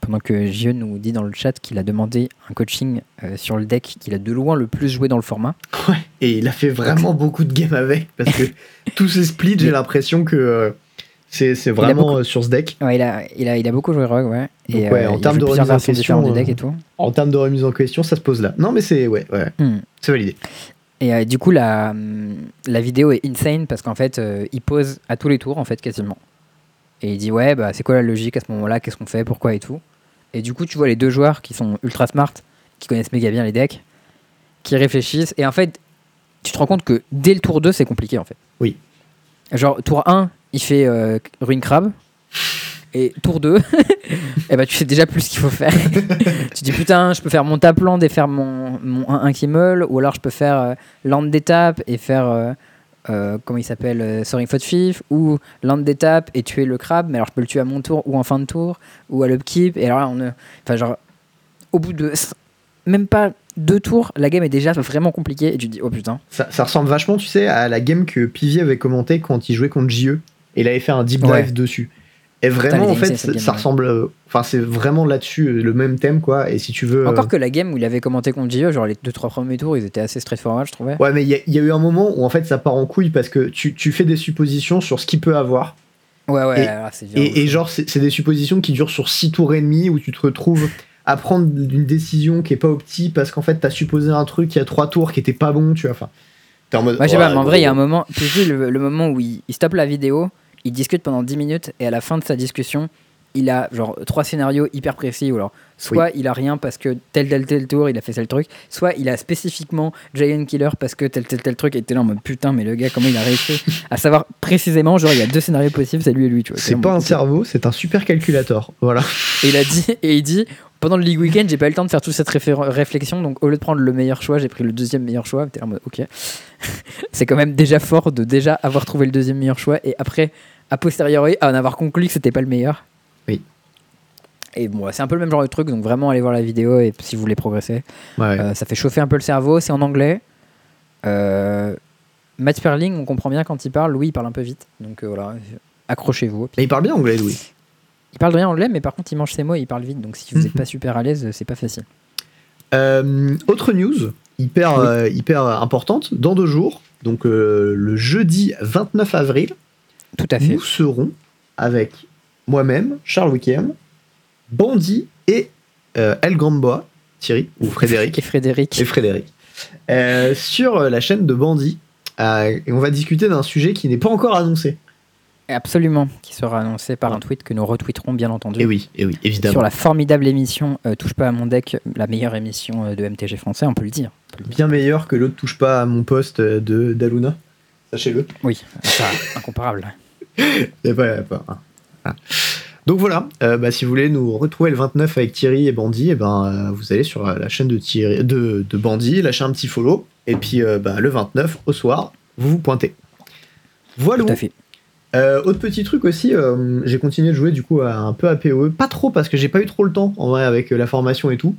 Pendant que Gio nous dit dans le chat qu'il a demandé un coaching euh, sur le deck qu'il a de loin le plus joué dans le format.
Ouais, et il a fait vraiment beaucoup de games avec parce que tous ces splits, j'ai l'impression que euh, c'est c'est
a
vraiment
beaucoup-
euh, sur ce deck.
Ouais, il, a, il, a, il a beaucoup joué Rogue, ouais.
Donc,
Et
ouais,
euh,
en
il a
termes
joué
de euh,
plusieurs
remise en
versions différentes
question,
des decks et tout.
En termes de remise en question, ça se pose là. Non, mais c'est ouais, ouais,
Hmm.
c'est validé.
Et euh, du coup, la, hum, la vidéo est insane parce qu'en fait, euh, il pose à tous les tours, en fait, quasiment. Et il dit, ouais, bah, c'est quoi la logique à ce moment-là Qu'est-ce qu'on fait Pourquoi et tout Et du coup, tu vois les deux joueurs qui sont ultra smart, qui connaissent méga bien les decks, qui réfléchissent. Et en fait, tu te rends compte que dès le tour 2, c'est compliqué, en fait.
Oui.
Genre, tour 1, il fait euh, Ruin Crab. Et tour 2, et bah, tu sais déjà plus ce qu'il faut faire. tu dis, putain, je peux faire mon tapland et faire mon, mon 1-1 qui meule, ou alors je peux faire. euh, land d'étape et faire euh, euh, comment il s'appelle euh, Soaring Foot Thief ou land d'étape et tuer le crabe mais alors je peux le tuer à mon tour ou en fin de tour ou à l'upkeep et alors là on euh, enfin genre au bout de même pas deux tours la game est déjà vraiment compliquée et tu te dis oh putain
Ça, ça ressemble vachement, tu sais, à la game que Pivi avait commenté quand il jouait contre JE. Et il avait fait un deep dive
Ouais.
dessus. Et vraiment,
elle est
en fait,
insane, cette
ça,
game,
ça
ouais.
ressemble. euh, Enfin, c'est vraiment là-dessus euh, le même thème, quoi. Et si tu veux. euh,
encore que la game où il avait commenté contre Gio genre les deux trois premiers tours ils étaient assez straightforward je trouvais
Ouais, mais il y, a- il y a eu un moment où en fait ça part en couille parce que tu, tu fais des suppositions sur ce qu'il peut avoir.
ouais ouais
Et-
alors, c'est bien
Et, et genre, c'est c'est des suppositions qui durent sur 6 tours et demi où tu te retrouves à prendre une décision qui est pas au petit parce qu'en fait t'as supposé un truc il y a 3 tours qui était pas bon, tu vois. Enfin, t'es en mode.
Moi, je sais
ouais,
pas, mais en
gros.
vrai, il y a un moment, tu sais, le, le moment où il, il stoppe la vidéo, il discute pendant 10 minutes, et à la fin de sa discussion, il a genre trois scénarios hyper précis. Ou alors, soit il a rien parce que tel, tel, tel tour, il a fait tel truc, soit il a spécifiquement Giant Killer parce que tel, tel, tel truc, et t'es là en mode putain, mais le gars, comment il a réussi à savoir précisément, genre, il y a deux scénarios possibles, c'est lui et lui, tu vois.
C'est pas un cerveau, c'est un super calculateur. Voilà.
Et il a dit, et il dit, pendant le League Weekend, j'ai pas eu le temps de faire toute cette réfé- réflexion, donc au lieu de prendre le meilleur choix, j'ai pris le deuxième meilleur choix. T'es en mode, ok. c'est quand même déjà fort de déjà avoir trouvé le deuxième meilleur choix et après, a posteriori, à en avoir conclu que c'était pas le meilleur.
Oui.
Et bon, c'est un peu le même genre de truc, donc vraiment allez voir la vidéo et si vous voulez progresser.
Ouais.
Euh, ça fait chauffer un peu le cerveau, c'est en anglais. Euh, Matt Perling, on comprend bien quand il parle, oui, il parle un peu vite, donc euh, voilà, accrochez-vous.
Mais il parle bien anglais, Louis.
Il parle rien anglais, mais par contre, il mange ses mots et il parle vite. Donc, si vous n'êtes pas super à l'aise, euh, c'est pas facile.
Euh, autre news hyper,
Oui.
euh, hyper importante dans deux jours, donc euh, le jeudi 29 avril,
Tout à fait.
nous serons avec moi-même, Charles Wickham, Bandy et euh, El Gamboa, Thierry ou Frédéric.
Et Frédéric.
et Frédéric. Euh, sur euh, la chaîne de Bandit, euh, et on va discuter d'un sujet qui n'est pas encore annoncé.
Absolument. Qui sera annoncé par un tweet que nous retweeterons, bien entendu.
Mmh. Et oui, et oui,
Sur
évidemment.
la formidable émission euh, Touche pas à mon deck, la meilleure émission euh, de MTG français, on peut le dire.
Bien meilleur que l'autre touche pas à mon poste euh, de d'Aluna. Sachez-le.
Oui, ça,
Ah
incomparable.
Et pas- pas- hein. Voilà. Donc voilà, euh, bah, si vous voulez nous retrouver le 29 avec Thierry et Bandit, et ben, euh, vous allez sur euh, la chaîne de, Thierry, de, de Bandit, lâchez un petit follow, et puis euh, bah, le 29 au soir, vous vous pointez. Voilà.
Tout à fait.
Euh, autre petit truc aussi, euh, j'ai continué de jouer du coup à un peu à PoE, E. pas trop parce que j'ai pas eu trop le temps en vrai avec euh, la formation et tout,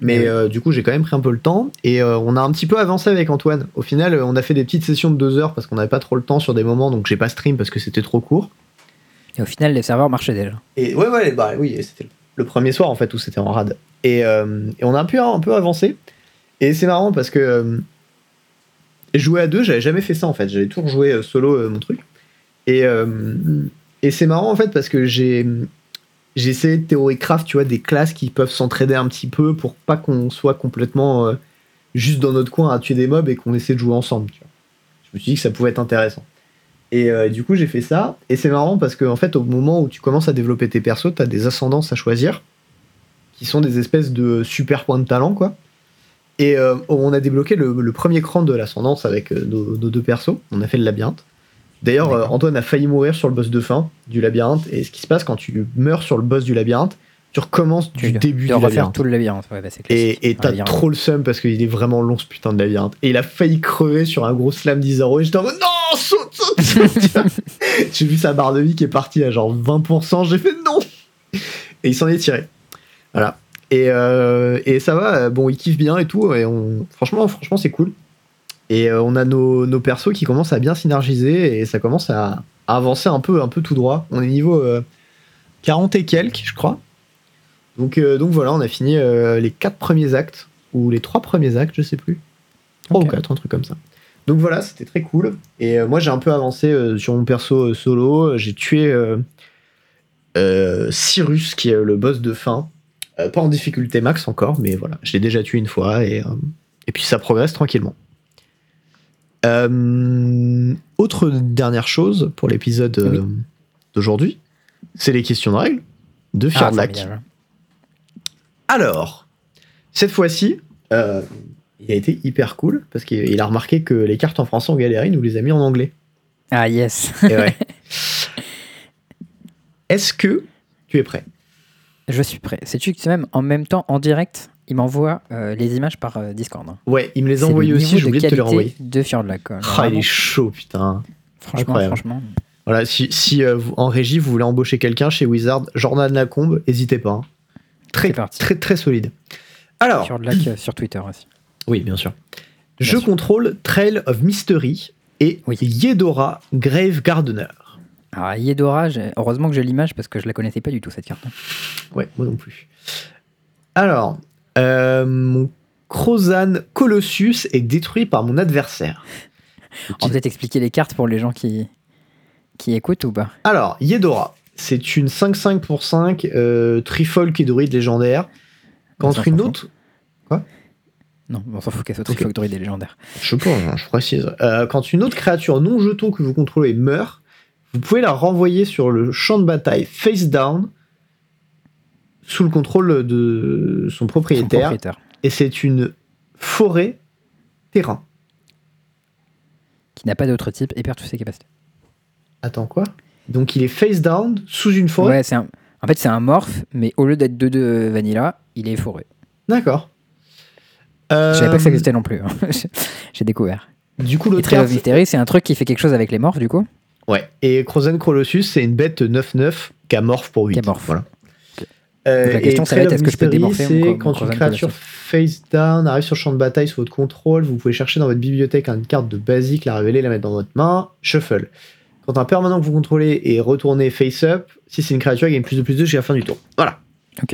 mais
Mais oui.
euh, du coup j'ai quand même pris un peu le temps et euh, on a un petit peu avancé avec Antoine. Au final, euh, on a fait des petites sessions de deux heures parce qu'on n'avait pas trop le temps sur des moments donc j'ai pas stream parce que c'était trop court.
Et au final, les serveurs marchaient déjà.
Et ouais, ouais, bah oui, c'était le premier soir en fait où c'était en rad. Et, euh, et on a un peu, un peu avancé. Et c'est marrant parce que euh, jouer à deux, j'avais jamais fait ça en fait. J'avais toujours joué euh, solo euh, mon truc. Et, euh, et c'est marrant en fait parce que j'ai j'ai essayé de théorie-craft, tu vois, des classes qui peuvent s'entraider un petit peu pour pas qu'on soit complètement euh, juste dans notre coin à tuer des mobs et qu'on essaie de jouer ensemble. tu vois. Je me suis dit que ça pouvait être intéressant. Et euh, du coup, j'ai fait ça. Et c'est marrant parce qu'en en fait, au moment où tu commences à développer tes persos, t'as des ascendances à choisir qui sont des espèces de super points de talent, quoi. Et euh, on a débloqué le, le premier cran de l'ascendance avec euh, nos, nos deux persos. On a fait le labyrinthe. D'ailleurs, euh, Antoine a failli mourir sur le boss de fin du labyrinthe. Et ce qui se passe quand tu meurs sur le boss du labyrinthe, tu recommences du
Tu-
début
tu
du
refaire
labyrinthe.
tout le labyrinthe. Ouais, bah, c'est classique.
Et et
Un
t'as
labyrinthe.
trop le seum parce qu'il est vraiment long ce putain de labyrinthe. Et il a failli crever sur un gros slam d'Izaro. Et j'étais en mode non, saute, saute, saute. j'ai vu sa barre de vie qui est partie à genre 20%. J'ai fait non. Et il s'en est tiré. Voilà. Et, euh, et ça va. euh, Bon, il kiffe bien et tout. Et on, franchement, franchement, c'est cool. Et euh, on a nos, nos persos qui commencent à bien synergiser et ça commence à, à avancer un peu, un peu tout droit. On est niveau euh, 40 et quelques, je crois. Donc, euh, donc voilà, on a fini euh, les quatre premiers actes, ou les trois premiers actes, je sais plus. Trois
Ok.
ou quatre, un truc comme ça. Donc voilà, c'était très cool. Et euh, moi, j'ai un peu avancé euh, sur mon perso euh, solo. J'ai tué euh, euh, Cyrus, qui est le boss de fin. Euh, pas en difficulté max encore, mais voilà, je l'ai déjà tué une fois. Et, euh, et puis ça progresse tranquillement. Euh, autre dernière chose pour l'épisode euh, d'aujourd'hui, c'est les questions de règles de
Ah,
Fiardlac.
formidable.
Alors, cette fois-ci, euh, il a été hyper cool parce qu'il il a remarqué que les cartes en français en galerie, il nous les a mis en anglais.
Ah, yes.
Et ouais. Est-ce que tu es prêt
Je suis prêt. Sais-tu que même en même temps, en direct, il m'envoie euh, les images par euh, Discord. hein.
Ouais, il me les
C'est
a
le
envoyés aussi,
niveau
j'ai oublié de te les
qualité
renvoyer.
De Fiordlac. quoi. Alors,
Ah, il
vraiment,
est chaud, putain.
franchement,
incroyable.
franchement.
Voilà, si, si, euh, vous- en régie, vous voulez embaucher quelqu'un chez Wizard, Jordan Lacombe, n'hésitez pas. hein. Très,
C'est parti.
très, très solide. Alors,
Fiordlac euh, sur Twitter aussi.
Oui, bien sûr.
Bien
Je
sûr.
contrôle Trail of Mystery et
Oui.
Yedora Grave Gardener.
Alors, Ah, Yedora, j'ai- heureusement que j'ai l'image parce que je la connaissais pas du tout cette carte.
Ouais, moi non plus. Alors, euh, mon Crozan Colossus est détruit par mon adversaire.
On va peut-être expliquer les cartes pour les gens qui, qui écoutent ou pas.
Alors, Yedora, c'est une 5-5 pour 5 euh, trifolk et druide légendaire. Contre
Dans un
une
enfant.
autre,
Non, on s'en fout qu'elle soit
Ok.
Trifolk Druid et légendaire.
je pense, hein, je précise. Euh, quand une autre créature non jeton que vous contrôlez meurt, vous pouvez la renvoyer sur le champ de bataille face down sous le contrôle de son
Son
propriétaire.
propriétaire.
Et c'est une forêt terrain.
Qui n'a pas d'autre type et perd toutes ses capacités.
Attends quoi Donc il est face down sous une forêt.
Ouais, c'est un- En fait, c'est un morph, mais au lieu d'être 2-2 Vanilla, il est forêt.
D'accord. Euh,
Je savais pas que ça existait non plus. hein. J'ai découvert.
Du coup,
Et
l'autre
Trail
carte.
of Mystery, c'est un truc qui fait quelque chose avec les morphes, du coup.
Ouais. Et Crozen Colossus, c'est une bête 9-9 qui a morph pour 8.
Qui a morph.
Voilà.
Ok.
Euh,
Donc la question,
et
ça va être,
Trail of
est-ce que je peux
Mystery,
démorpher mon-
C'est
mon
quand une
Crozen
créature face down arrive sur le champ de bataille sous votre contrôle, vous pouvez chercher dans votre bibliothèque une carte de basique, la révéler, la mettre dans votre main, shuffle. Quand un permanent que vous contrôlez est retourné face up, si c'est une créature, gagne plus de plus 2 jusqu'à la fin du tour. Voilà.
Ok.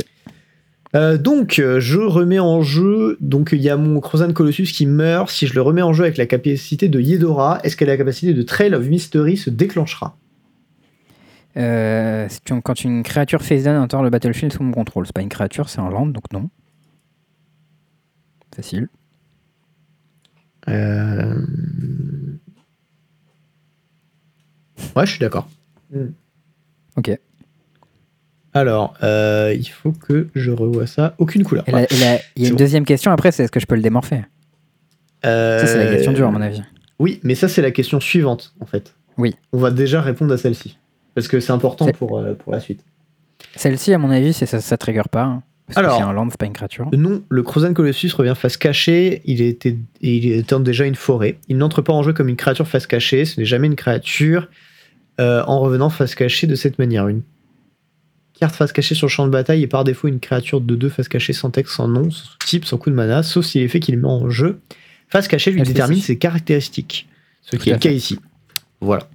Euh, donc, euh, je remets en jeu. Donc, il y a mon Crozan Colossus qui meurt. Si je le remets en jeu avec la capacité de Yedora, est-ce que la capacité de Trail of Mystery se déclenchera
Euh, si tu- quand une créature face down entend le battlefield sous mon contrôle, c'est pas une créature, c'est un land, donc non. Facile.
Euh, Ouais, je suis d'accord.
Mm. Ok. Et
Alors, euh, il faut que je revoie ça. Aucune couleur.
la- et la- il y a
C'est
une
bon.
deuxième question après, c'est est-ce que je peux le démorpher Ça, c'est la
Euh,
question dure, à mon avis.
Oui, mais ça, c'est la question suivante, en fait.
Oui.
On va déjà répondre à celle-ci. Parce que c'est important
C'est-
pour, euh, pour la suite.
Celle-ci, à mon avis, c'est ça, ça trigger pas. hein, parce
Alors.
que c'est un land, c'est pas une créature.
Non, le Crozan Colossus revient face cachée. Il était, il était déjà une forêt. Il n'entre pas en jeu comme une créature face cachée. Ce n'est jamais une créature euh, en revenant face cachée de cette manière. Une carte face cachée sur le champ de bataille est par défaut une créature de 2 face cachée sans texte, sans nom, sans type, sans coup de mana, sauf si l'effet qu'il met en jeu face cachée lui
Face
détermine
cachée.
ses caractéristiques. Ce
Tout
qui est
à
le cas ici. Voilà.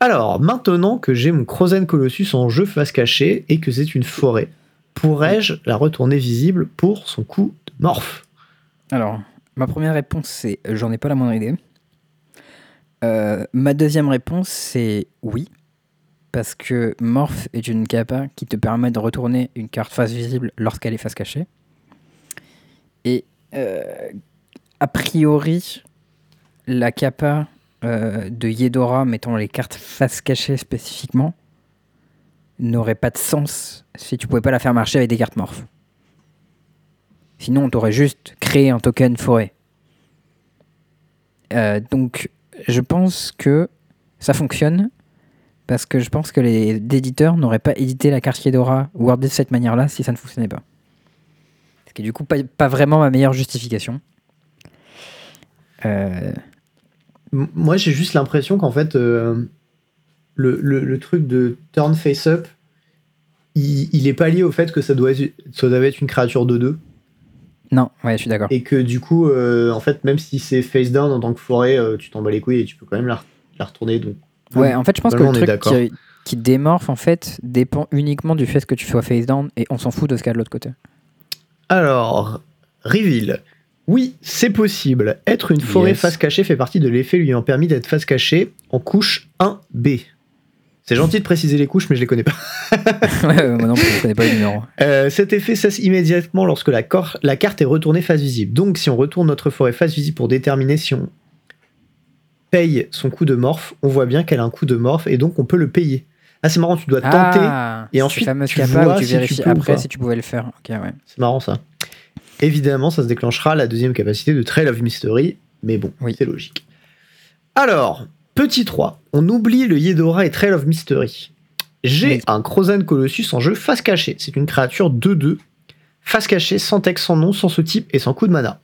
Alors, maintenant que j'ai mon Crozan Colossus en jeu face cachée et que c'est une forêt, pourrais-je la retourner visible pour son coup de morph
Alors, ma première réponse, c'est euh, j'en ai pas la moindre idée. Euh, ma deuxième réponse, c'est oui. Parce que Morph est une capa qui te permet de retourner une carte face visible lorsqu'elle est face cachée. Et euh, a priori, la capa euh, de Yedora mettant les cartes face cachée spécifiquement n'aurait pas de sens si tu pouvais pas la faire marcher avec des cartes morphes. Sinon, on t'aurait juste créé un token forêt. Euh, donc, je pense que ça fonctionne parce que je pense que les éditeurs n'auraient pas édité la carte Dora Word de cette manière-là si ça ne fonctionnait pas. Ce qui est du coup pas, pas vraiment ma meilleure justification. Euh,
M- Moi, j'ai juste l'impression qu'en fait, euh, le, le- le truc de turn face up, il, il est pas lié au fait que ça doit être, ça doit être une créature de 2.
non, ouais, je suis d'accord.
Et que du coup, euh, en fait, même si c'est face down en tant que forêt, euh, tu t'en bats les couilles et tu peux quand même la, re- la retourner. Donc,
Ouais, en fait, je pense que le
globalement, on est
truc qui, qui démorphe en fait dépend uniquement du fait que tu sois face down et on s'en fout de ce qu'il y a de l'autre côté.
Alors, reveal. Oui, c'est possible. Être une forêt
Yes.
face cachée fait partie de l'effet lui ayant permis d'être face cachée en couche 1B. C'est gentil de préciser les couches, mais je les connais pas.
ouais, ouais, moi non plus, je connais pas le numéro.
Euh, cet effet cesse immédiatement lorsque la, cor- la carte est retournée face visible. Donc, si on retourne notre forêt face visible pour déterminer si on paye son coup de morphe, on voit bien qu'elle a un coup de morphe et donc on peut le payer. Ah, c'est marrant, tu dois tenter.
Ah,
et ensuite,
ce fameux
tu
kappa
vois
où tu
si tu
vérifies
peux ou
après
pas.
si tu pouvais le faire. Ok, ouais.
C'est marrant ça. Évidemment, ça se déclenchera la deuxième capacité de Trail of Mystery, mais bon,
Oui.
c'est logique. Alors, petit 3, on oublie le Yedora et Trail of Mystery. J'ai
Oui.
un Crozan Colossus en jeu face cachée. C'est une créature 2-2, face cachée, sans texte, sans nom, sans ce type et sans coup de mana.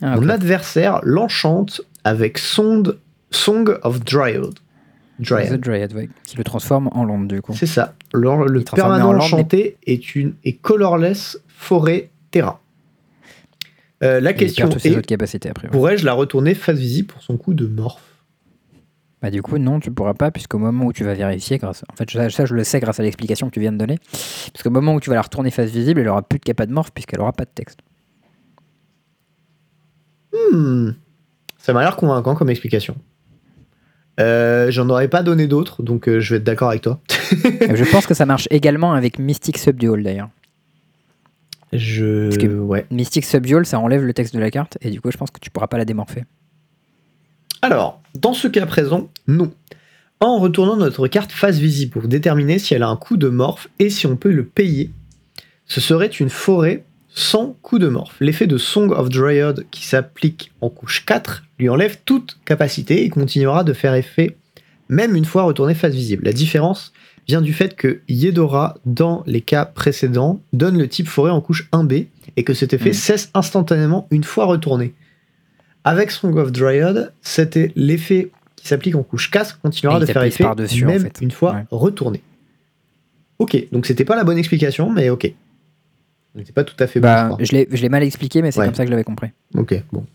Ah, ok.
Mon adversaire l'enchante avec Sonde- Song of Dryad. Dryad.
The Dryad, ouais, qui le transforme en lampe du coup.
C'est ça. Le, le
Il transforme en
permanent
lampe,
enchanté est une est colorless forêt terrain. Euh, la
Il
question
perd toutes ses
est
autres capacités après. ouais.
pourrais-je la retourner face visible pour son coup de morph
Bah du coup non, tu pourras pas puisqu'au moment où tu vas vérifier grâce en fait ça, ça, je le sais grâce à l'explication que tu viens de donner parce qu'au moment où tu vas la retourner face visible, elle aura plus de capa de morph puisqu'elle aura pas de texte.
Hmm. Ça m'a l'air convaincant comme explication. Euh, J'en aurais pas donné d'autres, donc euh, je vais être d'accord avec toi.
Et je pense que ça marche également avec Mystic Subdual d'ailleurs.
Je
Parce que-
ouais.
Mystic Subdual, ça enlève le texte de la carte et du coup je pense que tu pourras pas la démorpher.
Alors, dans ce cas présent, non. En retournant notre carte face visible pour déterminer si elle a un coup de morph et si on peut le payer, ce serait une forêt sans coup de morph. L'effet de Song of Dryad qui s'applique en couche 4 lui enlève toute capacité et continuera de faire effet même une fois retournée face visible. La différence vient du fait que Yedora, dans les cas précédents, donne le type forêt en couche 1B et que cet effet
Mhm.
cesse instantanément une fois retourné. Avec Song of Dryad, c'était l'effet qui s'applique en couche 4
Et
continuera
il
de faire
t'applique
effet
par-dessus, en
même
fait.
une fois
Ouais.
retourné. Ok, donc c'était pas la bonne explication, mais ok. C'était pas tout à fait bon, je
Bah
crois.
je l'ai je l'ai mal expliqué mais c'est
Ouais.
comme ça que je l'avais compris.
Ok, bon.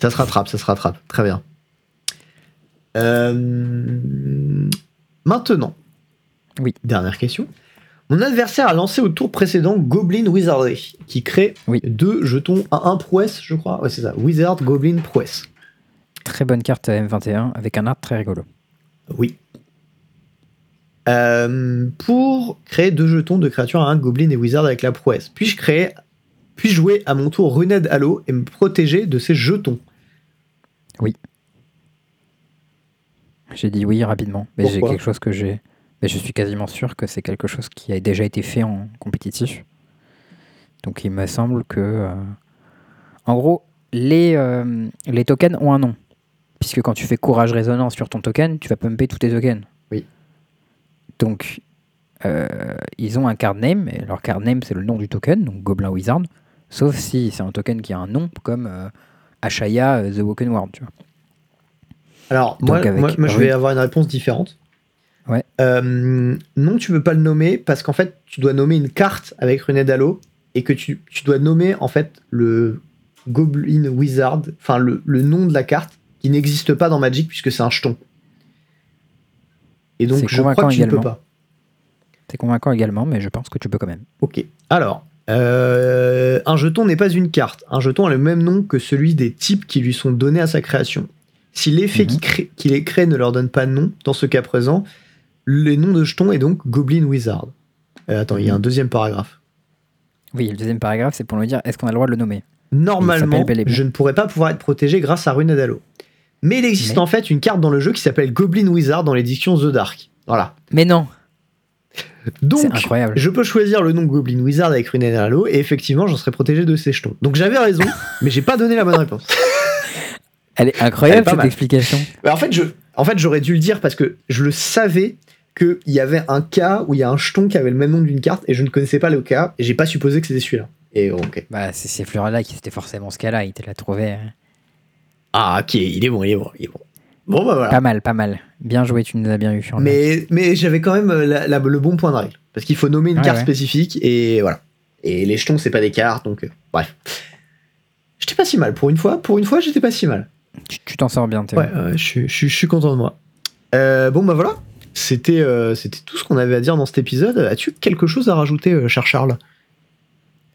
Ça se rattrape, ça se rattrape. Très bien. Euh, Maintenant.
Oui.
Dernière question. Mon adversaire a lancé au tour précédent Goblin Wizardry, qui crée
Oui.
deux jetons à un prouesse, je crois. Ouais, c'est ça. Wizard, Goblin, prouesse.
Très bonne carte euh, à M21 avec un art très rigolo.
Oui. Euh, pour créer deux jetons de créatures à un Goblin et Wizard avec la prouesse, puis-je créer, puis jouer à mon tour Runed Halo et me protéger de ces jetons
J'ai dit oui rapidement, mais j'ai
Pourquoi
quelque chose que j'ai. Mais je suis quasiment sûr que c'est quelque chose qui a déjà été fait en compétitif. Donc il me semble que. euh, En gros, les, euh, les tokens ont un nom. Puisque quand tu fais courage résonance sur ton token, tu vas pumper tous tes tokens.
Oui.
Donc, euh, ils ont un card name, et leur card name c'est le nom du token, donc Goblin Wizard. Sauf si c'est un token qui a un nom, comme euh, Ashaya euh, The Woken World. Tu vois.
Alors,
Donc
moi,
avec
moi- moi, je
Rune.
vais avoir une réponse différente.
Ouais.
Euh, non, tu peux pas le nommer parce qu'en fait, tu dois nommer une carte avec Runed Halo et que tu, tu dois nommer en fait le Goblin Wizard, enfin le, le nom de la carte qui n'existe pas dans Magic puisque c'est un jeton. Et donc,
C'est
je crois
convaincant
que tu ne peux
également.
pas.
C'est convaincant également, mais je pense que tu peux quand même.
Ok. Alors, euh, un jeton n'est pas une carte. Un jeton a le même nom que celui des types qui lui sont donnés à sa création. Si l'effet
Mhm.
qui, crée- qui les crée ne leur donne pas de nom, dans ce cas présent, le nom de jeton est donc Goblin Wizard. Euh, attends, il y a un deuxième paragraphe.
Oui, le deuxième paragraphe, c'est pour nous dire est-ce qu'on a le droit de le nommer
Normalement,
bel et bien.
je ne pourrais pas pouvoir être protégé grâce à Runadalo. Mais il existe
Mais-
en fait une carte dans le jeu qui s'appelle Goblin Wizard dans l'édition The Dark. Voilà.
Mais non C'est
Donc,
incroyable.
Je peux choisir le nom Goblin Wizard avec Rune Halo et effectivement, j'en serais protégé de ces jetons. Donc j'avais raison, mais j'ai pas donné la bonne réponse.
Elle est
Elle est
incroyable
pas
cette
mal.
explication.
Mais Bah, en fait, je, En fait, j'aurais dû le dire parce que je le savais qu'il y avait un cas où il y a un jeton qui avait le même nom d'une carte et je ne connaissais pas le cas et j'ai pas supposé que c'était celui-là. Et ok.
Bah, c'est ces fleurs-là qui c'était forcément ce cas-là, il te l'a trouvé. euh,
Ah, ok, il est bon, il est bon, il est bon. Bon, bah voilà.
Pas mal, pas mal. Bien joué, tu nous as bien eu sur le.
Mais, mais j'avais quand même euh, la- la- le bon point de règle. Parce qu'il faut nommer une
Ouais,
carte
ouais.
spécifique et voilà. Et les jetons, c'est pas des cartes, donc euh, bref. J'étais pas si mal pour une fois. Pour une fois, j'étais pas si mal.
Tu tu t'en sors bien, Théo.
Ouais, ouais, je, suis- je suis- je suis content de moi. Euh, bon, bah voilà. C'était euh, c'était tout ce qu'on avait à dire dans cet épisode. As-tu quelque chose à rajouter, euh, cher Charles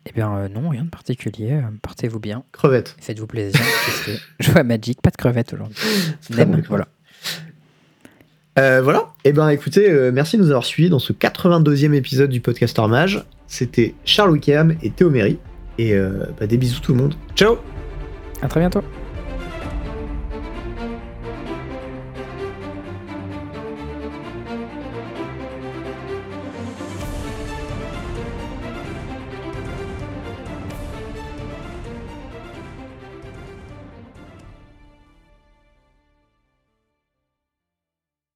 Eh bien, euh, non, rien de particulier. euh, Portez-vous bien.
Crevette.
Faites-vous plaisir. parce que je vois Magic, pas de crevettes aujourd'hui.
C'est très
Nem,
bon, les crevettes.
voilà.
Euh, voilà. Eh ben, écoutez, euh, merci de nous avoir suivis dans ce 82e épisode du Podcaster Mage. C'était Charles Wickham et Théo Méry. Et euh, bah, des bisous tout le monde. Ciao
À très bientôt.